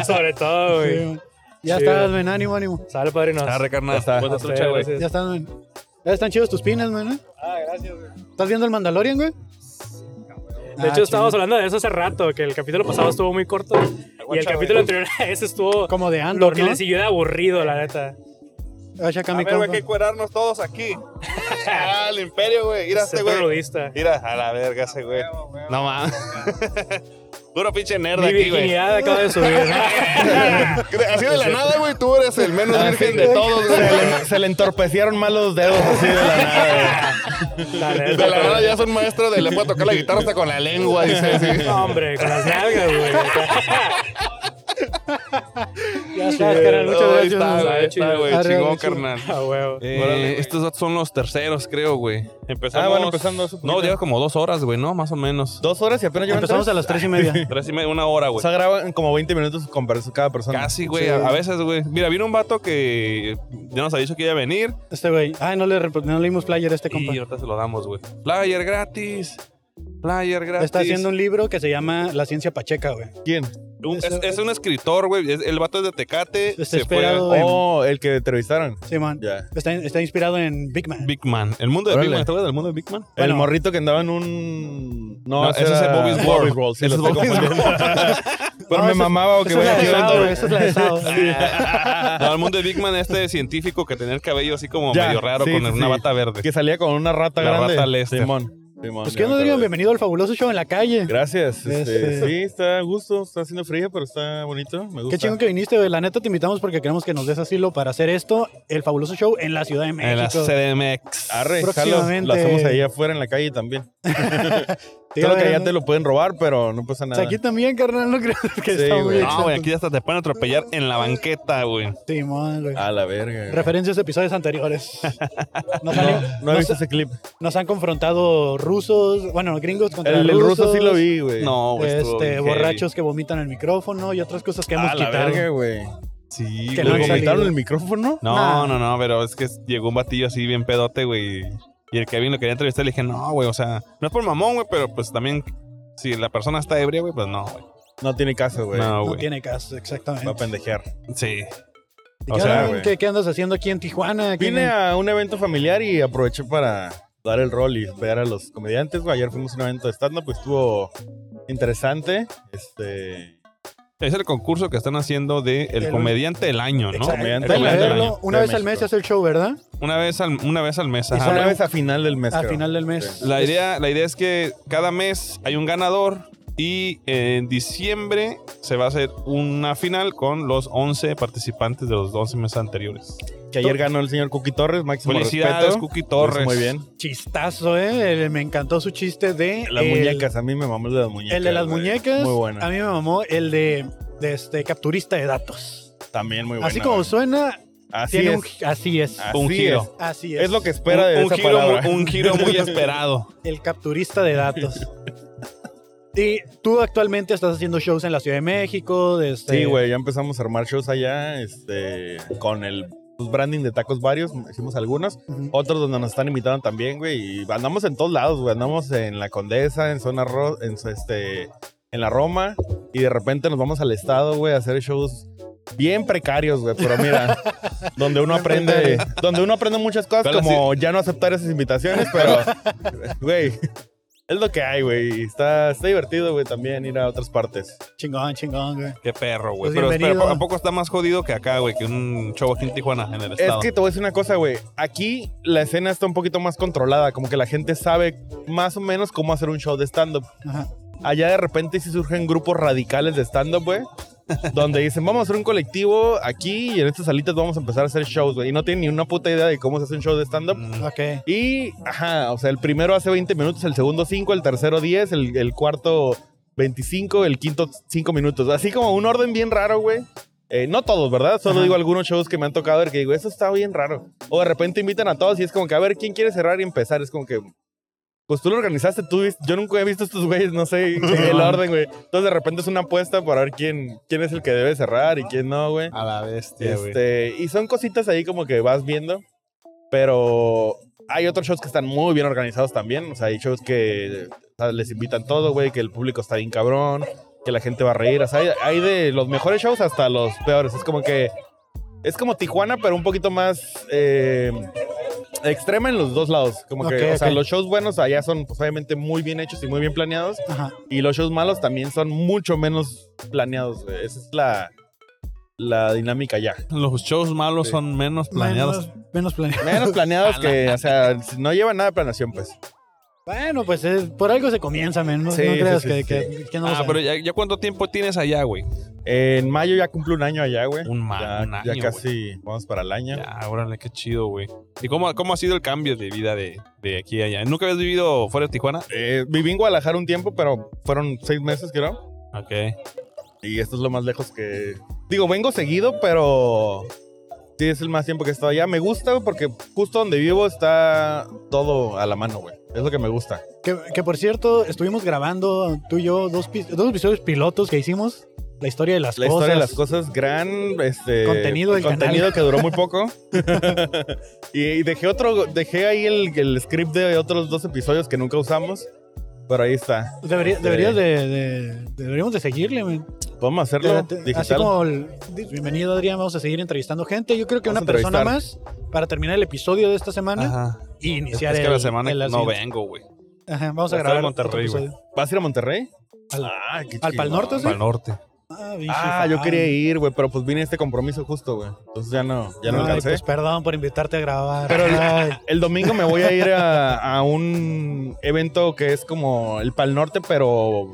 [SPEAKER 5] Sobre todo,
[SPEAKER 1] Sí,
[SPEAKER 5] güey.
[SPEAKER 1] güey. ya
[SPEAKER 5] Chido.
[SPEAKER 1] estás, men. Ánimo, ánimo.
[SPEAKER 5] Sale, padrino.
[SPEAKER 4] Arre, carnal.
[SPEAKER 6] está.
[SPEAKER 4] Buena
[SPEAKER 5] A ustedes,
[SPEAKER 4] Ah, trucha, güey.
[SPEAKER 5] gracias.
[SPEAKER 1] Ya estás, men. Ya están chidos tus pines, men. ¿eh?
[SPEAKER 5] Ah, gracias, güey.
[SPEAKER 1] ¿Estás viendo el Mandalorian, güey? Ah,
[SPEAKER 5] De hecho, estábamos hablando de eso hace rato, que el capítulo pasado estuvo muy corto. Y el
[SPEAKER 4] Guacha,
[SPEAKER 5] capítulo
[SPEAKER 4] güey.
[SPEAKER 5] anterior a ese estuvo
[SPEAKER 1] Como de
[SPEAKER 5] lo
[SPEAKER 1] Andor,
[SPEAKER 5] que
[SPEAKER 1] ¿no?
[SPEAKER 5] le siguió de aburrido, la neta.
[SPEAKER 1] Ah, chaca,
[SPEAKER 4] A
[SPEAKER 1] mi
[SPEAKER 4] ver, güey,
[SPEAKER 1] compa.
[SPEAKER 4] que cuerarnos todos aquí. Al imperio, güey. Mira este,
[SPEAKER 5] Ser
[SPEAKER 4] güey.
[SPEAKER 5] terrorista.
[SPEAKER 4] Mira, a la verga ese, güey. No mames. Puro pinche nerd
[SPEAKER 5] Mi
[SPEAKER 4] aquí, güey.
[SPEAKER 5] virginidad acaba de subir.
[SPEAKER 4] Así de la nada, güey, tú eres el menos virgen de todos,
[SPEAKER 6] Se
[SPEAKER 4] güey.
[SPEAKER 6] le, se le entorpecieron mal los dedos así de la nada.
[SPEAKER 5] La
[SPEAKER 4] De la nada
[SPEAKER 5] neta.
[SPEAKER 4] ya son maestro de le puedo tocar la guitarra hasta con la lengua, dice. sí.
[SPEAKER 5] No, hombre, con las nalgas, güey.
[SPEAKER 1] Ya estás, carnal. Muchas
[SPEAKER 4] Ahí
[SPEAKER 1] gracias,
[SPEAKER 4] está,
[SPEAKER 1] men.
[SPEAKER 4] güey, ahí está, güey.
[SPEAKER 1] Arre,
[SPEAKER 4] Chingón,
[SPEAKER 1] arre, chido.
[SPEAKER 4] carnal.
[SPEAKER 5] A huevo.
[SPEAKER 4] Eh,
[SPEAKER 6] Órale, güey.
[SPEAKER 4] estos datos son los terceros, creo, güey. Empezamos.
[SPEAKER 6] Ah, bueno, empezando hace
[SPEAKER 4] No,
[SPEAKER 6] poquito.
[SPEAKER 4] lleva como dos horas, güey, ¿no? Más o menos.
[SPEAKER 6] Dos horas y apenas llevan
[SPEAKER 1] Empezamos
[SPEAKER 6] tres.
[SPEAKER 1] a las tres y media.
[SPEAKER 4] Tres y media, una hora,
[SPEAKER 6] O
[SPEAKER 4] güey.
[SPEAKER 6] sea, graban como 20 minutos con per- cada persona.
[SPEAKER 4] Casi, güey. A a veces, güey. Mira, vino un vato que ya nos ha dicho que iba a venir.
[SPEAKER 1] Este güey. Ay, no le, rep- no leímos player a este compa.
[SPEAKER 4] Y ahorita se lo damos, güey. Flyer gratis. Flyer gratis.
[SPEAKER 1] Está haciendo un libro que se llama La ciencia pacheca, güey.
[SPEAKER 6] ¿Quién?
[SPEAKER 4] Un- es, es un escritor, güey. Es- El vato es de Tecate. Se fue a-
[SPEAKER 1] Desesperado.
[SPEAKER 6] Oh, el que entrevistaron.
[SPEAKER 1] Simón.
[SPEAKER 6] Ya.
[SPEAKER 1] Está, está inspirado en Big Man.
[SPEAKER 4] Big Man. El mundo de
[SPEAKER 6] Órale.
[SPEAKER 4] Big Man. ¿Te acuerdas del mundo de Big Man?
[SPEAKER 1] Bueno.
[SPEAKER 6] el morrito que andaba en un. No,
[SPEAKER 4] No, ese es el
[SPEAKER 6] era-
[SPEAKER 4] Bobby's World.
[SPEAKER 6] sí,
[SPEAKER 4] Ese
[SPEAKER 6] lo
[SPEAKER 4] es
[SPEAKER 6] estoy
[SPEAKER 4] Bobby's
[SPEAKER 6] confundiendo. Pero
[SPEAKER 1] No,
[SPEAKER 6] me
[SPEAKER 1] esa-
[SPEAKER 6] mamaba o que
[SPEAKER 1] Esa es
[SPEAKER 6] voy
[SPEAKER 1] la de Sao, güey.
[SPEAKER 6] aquí
[SPEAKER 1] Esa es la de Sao. Ah,
[SPEAKER 4] No, el mundo de Big Man, este científico que tenía el cabello así como
[SPEAKER 6] Ya,
[SPEAKER 4] medio raro
[SPEAKER 6] sí,
[SPEAKER 4] con
[SPEAKER 6] sí,
[SPEAKER 4] una
[SPEAKER 6] sí.
[SPEAKER 4] bata verde.
[SPEAKER 6] Que salía con una rata
[SPEAKER 4] La
[SPEAKER 6] grande.
[SPEAKER 4] rata Lester.
[SPEAKER 6] Simón. Simón.
[SPEAKER 1] Pues
[SPEAKER 6] ya
[SPEAKER 1] que
[SPEAKER 6] me
[SPEAKER 1] no
[SPEAKER 6] acordé.
[SPEAKER 1] digan bienvenido al fabuloso show en la calle.
[SPEAKER 6] Gracias. este,
[SPEAKER 1] Este-
[SPEAKER 6] Sí, está a gusto. Está haciendo frío, pero está bonito. Me gusta.
[SPEAKER 1] Qué chingón que viniste, güey. La neta te invitamos porque queremos que nos des asilo para hacer esto, el fabuloso show en la Ciudad de México.
[SPEAKER 4] En la CDMX.
[SPEAKER 6] Arre, jalo,
[SPEAKER 1] Próximamente.
[SPEAKER 6] lo hacemos ahí afuera en la calle también.
[SPEAKER 1] Te iba a
[SPEAKER 6] Solo que
[SPEAKER 1] ver,
[SPEAKER 6] allá
[SPEAKER 1] ¿no?
[SPEAKER 6] te lo pueden robar, pero no pasa
[SPEAKER 1] O sea,
[SPEAKER 6] nada.
[SPEAKER 1] aquí también, carnal, no creo que
[SPEAKER 6] Sí,
[SPEAKER 1] está muy
[SPEAKER 6] güey.
[SPEAKER 4] No, güey,
[SPEAKER 1] exento.
[SPEAKER 4] aquí hasta te pueden atropellar en la banqueta, güey.
[SPEAKER 1] Simón, güey.
[SPEAKER 6] A la verga. güey.
[SPEAKER 1] Referencias a episodios anteriores. Nos, han,
[SPEAKER 6] No he
[SPEAKER 1] nos-
[SPEAKER 6] visto ese clip.
[SPEAKER 1] nos han confrontado rusos, bueno, gringos contra
[SPEAKER 6] El, el
[SPEAKER 1] rusos.
[SPEAKER 6] ruso sí lo vi, güey.
[SPEAKER 4] No, güey. estuvo
[SPEAKER 1] Este,
[SPEAKER 4] bien
[SPEAKER 1] borrachos que vomitan el micrófono y otras cosas que hemos
[SPEAKER 6] A la
[SPEAKER 1] quitado.
[SPEAKER 6] verga, güey.
[SPEAKER 4] heavy. Sí,
[SPEAKER 1] que
[SPEAKER 6] ¿Le
[SPEAKER 1] no
[SPEAKER 4] güey.
[SPEAKER 1] han salido.
[SPEAKER 6] vomitaron el micrófono?
[SPEAKER 4] No,
[SPEAKER 1] Nah.
[SPEAKER 4] no, no, pero es que llegó un batillo así bien pedote, güey. Y el Kevin lo quería entrevistar y le dije, no, güey, o sea, no es por mamón, güey, pero pues también si la persona está ebria, güey, pues no, güey.
[SPEAKER 6] No tiene caso, güey.
[SPEAKER 4] No,
[SPEAKER 1] no
[SPEAKER 4] güey.
[SPEAKER 1] tiene caso,
[SPEAKER 6] Va a
[SPEAKER 1] exactamente.
[SPEAKER 6] pendejear.
[SPEAKER 4] Sí.
[SPEAKER 1] ¿Y
[SPEAKER 6] o
[SPEAKER 1] qué,
[SPEAKER 6] sea,
[SPEAKER 1] andan-
[SPEAKER 6] güey.
[SPEAKER 1] qué- qué andas haciendo aquí en Tijuana? Aquí
[SPEAKER 6] Vine
[SPEAKER 1] en-
[SPEAKER 6] a un evento familiar y aproveché para dar el rol y pegar a los comediantes. güey. Ayer fuimos a un evento de stand-up, pues estuvo interesante. Este.
[SPEAKER 4] Es el concurso que están haciendo de El,
[SPEAKER 1] El-
[SPEAKER 4] Comediante del Año, ¿no?
[SPEAKER 1] Exacto.
[SPEAKER 6] comediante
[SPEAKER 1] Ven a
[SPEAKER 4] del
[SPEAKER 1] verlo,
[SPEAKER 6] año
[SPEAKER 1] una
[SPEAKER 6] de
[SPEAKER 1] vez al mes
[SPEAKER 6] México.
[SPEAKER 1] hace el show, ¿verdad?
[SPEAKER 4] Una vez al, una vez al mes.
[SPEAKER 1] Y
[SPEAKER 4] ajá.
[SPEAKER 1] solo-
[SPEAKER 6] Una vez a final del mes.
[SPEAKER 1] Al
[SPEAKER 6] creo.
[SPEAKER 1] final del mes.
[SPEAKER 4] La idea, la idea es que cada mes hay un ganador y en diciembre se va a hacer una final con los 11 participantes de los 11 meses anteriores.
[SPEAKER 6] Que ayer ganó el señor Cookie Torres, máximo
[SPEAKER 4] Felicidades,
[SPEAKER 6] respeto.
[SPEAKER 4] Cookie
[SPEAKER 6] Lo hizo
[SPEAKER 4] Torres.
[SPEAKER 6] Muy bien.
[SPEAKER 1] Chistazo, ¿eh? El- me encantó su chiste de...
[SPEAKER 6] Las
[SPEAKER 1] el-
[SPEAKER 6] muñecas, a mí me mamó el de las muñecas.
[SPEAKER 1] El de las
[SPEAKER 6] güey.
[SPEAKER 1] muñecas.
[SPEAKER 6] Muy bueno.
[SPEAKER 1] A mí me mamó el de, de este capturista de datos.
[SPEAKER 6] También muy bueno.
[SPEAKER 1] así como suena,
[SPEAKER 6] Así
[SPEAKER 1] tiene
[SPEAKER 6] es.
[SPEAKER 1] un gi- así es.
[SPEAKER 6] Así
[SPEAKER 4] un giro.
[SPEAKER 6] es.
[SPEAKER 1] Así
[SPEAKER 6] Es.
[SPEAKER 1] es.
[SPEAKER 6] lo que espera de
[SPEAKER 4] un,
[SPEAKER 6] esa
[SPEAKER 4] giro,
[SPEAKER 6] palabra.
[SPEAKER 4] muy- un giro muy esperado.
[SPEAKER 1] El capturista de datos. y tú actualmente estás haciendo shows en la Ciudad de México. de este-
[SPEAKER 6] Sí, güey, ya empezamos a armar shows allá, este, con el pues, branding de tacos varios, hicimos algunos,
[SPEAKER 1] Ujú.
[SPEAKER 6] otros donde nos están invitando también, güey, y andamos en todos lados, güey, andamos en la Condesa, en zona Ro- en so- este, en la Roma, y de repente nos vamos al estado, güey, a hacer shows bien precarios, güey, pero mira, donde uno
[SPEAKER 1] Bien
[SPEAKER 6] aprende,
[SPEAKER 1] precario.
[SPEAKER 6] donde uno aprende muchas cosas,
[SPEAKER 4] Pero
[SPEAKER 6] como ya no aceptar esas invitaciones, pero, güey. Es lo que hay, güey. y Está, está divertido, güey, también ir a otras partes.
[SPEAKER 1] Chingón, chingón, güey.
[SPEAKER 4] Qué perro, güey.
[SPEAKER 1] Pues
[SPEAKER 4] pero
[SPEAKER 1] bienvenido.
[SPEAKER 4] espera, ¿a poco está más jodido que acá, güey? Que un show aquí en Tijuana, en el
[SPEAKER 6] Es
[SPEAKER 4] estado.
[SPEAKER 6] que te voy a decir una cosa, güey. Aquí la escena está un poquito más controlada, como que la gente sabe más o menos cómo hacer un show de stand-up.
[SPEAKER 1] Ajá.
[SPEAKER 6] Allá de repente sí surgen grupos radicales de stand-up, güey, donde dicen, vamos a hacer un colectivo aquí y en estas salitas vamos a empezar a hacer shows, güey. Y no tienen ni una puta idea de cómo se hace un show de stand-up.
[SPEAKER 4] Mm.
[SPEAKER 1] Ok.
[SPEAKER 6] Y, ajá, o sea, el primero hace 20 minutos, el segundo 5, el tercero 10, el, el cuarto 25, el quinto 5 minutos. Así como un orden bien raro, güey. Eh, no todos, ¿verdad? Solo
[SPEAKER 1] Ajá.
[SPEAKER 6] digo algunos shows que me han tocado ver que digo, eso está bien raro. O de repente invitan a todos y es como que, a ver, ¿quién quiere cerrar y empezar? Es como que, pues tú lo organizaste, tú viste- yo nunca he visto estos güeyes, no sé el orden, güey. Entonces de repente es una apuesta para ver quién, quién es el que debe cerrar y quién no, güey.
[SPEAKER 7] A la bestia, güey.
[SPEAKER 6] Este, y son cositas ahí como que vas viendo, pero hay otros shows que están muy bien organizados también. O sea, hay shows que o sea, les invitan todo, güey, que el público está bien cabrón, que la gente va a reír. O sea, hay, hay de los mejores shows hasta los peores. Es como que es como Tijuana, pero un poquito más eh, extrema en los dos lados. Como que,
[SPEAKER 1] Ok,
[SPEAKER 6] o sea,
[SPEAKER 1] ok.
[SPEAKER 6] los shows buenos allá son pues, obviamente muy bien hechos y muy bien planeados.
[SPEAKER 1] Ajá.
[SPEAKER 6] Y los shows malos también son mucho menos planeados. güey. Esa es la, la dinámica ya.
[SPEAKER 7] Los shows malos
[SPEAKER 6] Sí.
[SPEAKER 7] son menos planeados.
[SPEAKER 1] Menos, menos planeados.
[SPEAKER 6] Menos planeados que, o sea, no lleva nada de planeación, pues.
[SPEAKER 1] Bueno, pues es- por algo se comienza, men. No,
[SPEAKER 6] Sí,
[SPEAKER 1] no
[SPEAKER 6] sí,
[SPEAKER 1] creas
[SPEAKER 6] sí,
[SPEAKER 1] que,
[SPEAKER 6] sí.
[SPEAKER 1] que- que no lo
[SPEAKER 4] Ah,
[SPEAKER 1] saben.
[SPEAKER 4] pero ya, ya cuánto tiempo tienes allá, güey.
[SPEAKER 6] En mayo ya cumple un año allá, güey.
[SPEAKER 4] Un ma-
[SPEAKER 6] Ya,
[SPEAKER 4] un
[SPEAKER 6] ya
[SPEAKER 4] año,
[SPEAKER 6] casi vamos para el año.
[SPEAKER 4] Ya, órale, qué chido, güey. ¿Y cómo, cómo ha sido el cambio de vida de, de aquí a allá? ¿Nunca habías vivido fuera de Tijuana?
[SPEAKER 6] Eh, viví en Guadalajara un tiempo, pero fueron seis meses, creo.
[SPEAKER 4] Ok.
[SPEAKER 6] Y esto es lo más lejos que. Digo, vengo seguido, pero. Sí, es el más tiempo que he estado allá. Me gusta, güey, porque justo donde vivo está todo a la mano, güey. Es lo que me gusta.
[SPEAKER 1] Que, que, por cierto, estuvimos grabando tú y yo dos, pi- dos episodios pilotos que hicimos. La historia de las
[SPEAKER 6] La
[SPEAKER 1] cosas.
[SPEAKER 6] historia de las cosas, gran este,
[SPEAKER 1] Contenido del
[SPEAKER 6] contenido que duró muy poco. y, y dejé otro, dejé ahí el, el script de otros dos episodios que nunca usamos. Pero ahí está.
[SPEAKER 1] Debería-
[SPEAKER 6] Este-
[SPEAKER 1] deberías de, de- deberíamos de seguirle, men.
[SPEAKER 6] Podemos hacerlo
[SPEAKER 1] Te- te- Así
[SPEAKER 6] digital.
[SPEAKER 1] como el- bienvenido Adrián, vamos a seguir entrevistando gente. Yo creo que
[SPEAKER 6] Vamos a
[SPEAKER 1] una persona más para terminar el episodio de esta semana
[SPEAKER 4] Ajá.
[SPEAKER 1] y
[SPEAKER 4] Es,
[SPEAKER 1] iniciar
[SPEAKER 4] es que
[SPEAKER 1] el-
[SPEAKER 4] la semana
[SPEAKER 1] el-
[SPEAKER 4] que
[SPEAKER 1] la
[SPEAKER 4] no
[SPEAKER 1] siguiente.
[SPEAKER 4] vengo, güey.
[SPEAKER 1] Ajá, vamos a
[SPEAKER 4] Voy a estar en
[SPEAKER 1] grabar
[SPEAKER 4] Monterrey,
[SPEAKER 1] otro episodio.
[SPEAKER 6] ¿Vas a ir a Monterrey?
[SPEAKER 1] Al-
[SPEAKER 6] Ah, qué
[SPEAKER 1] ¿Al Pal
[SPEAKER 6] chingón.
[SPEAKER 1] Norte, sí?
[SPEAKER 4] Para el norte.
[SPEAKER 1] Ah, bicho,
[SPEAKER 6] Ah, yo
[SPEAKER 1] fan.
[SPEAKER 6] quería ir, güey, pero pues vine a este compromiso justo, güey. Entonces ya no, ya no
[SPEAKER 1] Ay,
[SPEAKER 6] alcancé.
[SPEAKER 1] pues perdón por invitarte a grabar.
[SPEAKER 6] Pero-
[SPEAKER 1] Ay,
[SPEAKER 6] El domingo me voy a ir a, a un evento que es como el Pal Norte, pero,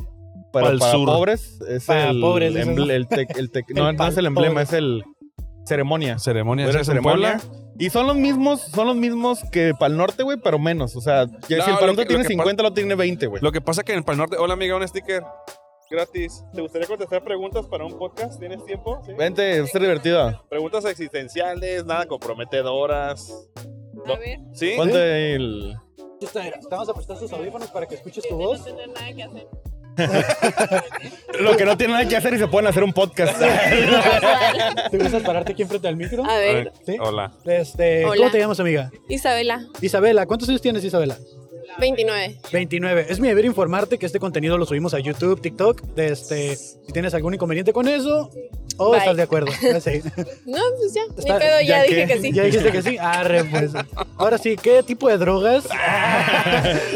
[SPEAKER 6] pero
[SPEAKER 4] Pal
[SPEAKER 6] para
[SPEAKER 4] Sur.
[SPEAKER 6] pobres. Es
[SPEAKER 1] Para
[SPEAKER 6] el,
[SPEAKER 1] pobres, dices,
[SPEAKER 6] emble-
[SPEAKER 1] ¿no?
[SPEAKER 6] el tec- el tec- no,
[SPEAKER 1] El
[SPEAKER 6] no es
[SPEAKER 1] Pal
[SPEAKER 6] el emblema,
[SPEAKER 1] Pobre.
[SPEAKER 6] es el ceremonia.
[SPEAKER 4] Ceremonia.
[SPEAKER 6] Voy a ir a
[SPEAKER 4] ¿Es en
[SPEAKER 6] ceremonia.
[SPEAKER 4] Puebla?
[SPEAKER 6] Y son los mismos, son los mismos que Pal Norte, güey, pero menos. O sea, ya
[SPEAKER 4] No,
[SPEAKER 6] si el
[SPEAKER 4] lo
[SPEAKER 6] Pal Norte
[SPEAKER 4] que- lo
[SPEAKER 6] tiene
[SPEAKER 4] que
[SPEAKER 6] 50, lo tiene 20, güey.
[SPEAKER 4] Lo que pasa que en el Pal Norte. Hola, amiga, un sticker. Gratis. ¿Te gustaría contestar preguntas para un podcast? ¿Tienes tiempo? ¿Sí?
[SPEAKER 6] Vente, va a ser divertido.
[SPEAKER 4] Preguntas existenciales, nada comprometedoras.
[SPEAKER 8] A ver,
[SPEAKER 4] ¿Sí?
[SPEAKER 6] Ponte el.
[SPEAKER 1] Te vamos a prestar sus audífonos para que escuches tu
[SPEAKER 8] no
[SPEAKER 1] voz.
[SPEAKER 8] tener nada que hacer.
[SPEAKER 6] Lo que no tiene nada que hacer y se pueden hacer un podcast.
[SPEAKER 1] ¿Te gusta pararte aquí enfrente al micro?
[SPEAKER 8] A ver,
[SPEAKER 1] Sí.
[SPEAKER 4] Hola.
[SPEAKER 1] Este, ¿Cómo
[SPEAKER 8] Ah, Hola.
[SPEAKER 1] te llamas, amiga?
[SPEAKER 8] Isabela,
[SPEAKER 1] Isabela, ¿cuántos años tienes, Isabela?
[SPEAKER 8] 29.
[SPEAKER 1] 29. Es mi deber informarte que este contenido lo subimos a YouTube, TikTok. de este, si tienes algún inconveniente con eso, o
[SPEAKER 8] Bye.
[SPEAKER 1] estás de acuerdo. Ya sé.
[SPEAKER 8] No, pues ya,
[SPEAKER 1] Está-
[SPEAKER 8] ni pedo, ya,
[SPEAKER 1] ¿ya
[SPEAKER 8] dije
[SPEAKER 1] qué?
[SPEAKER 8] que sí.
[SPEAKER 1] Ya dijiste que sí. Arre, pues. Ahora sí, ¿qué tipo de drogas?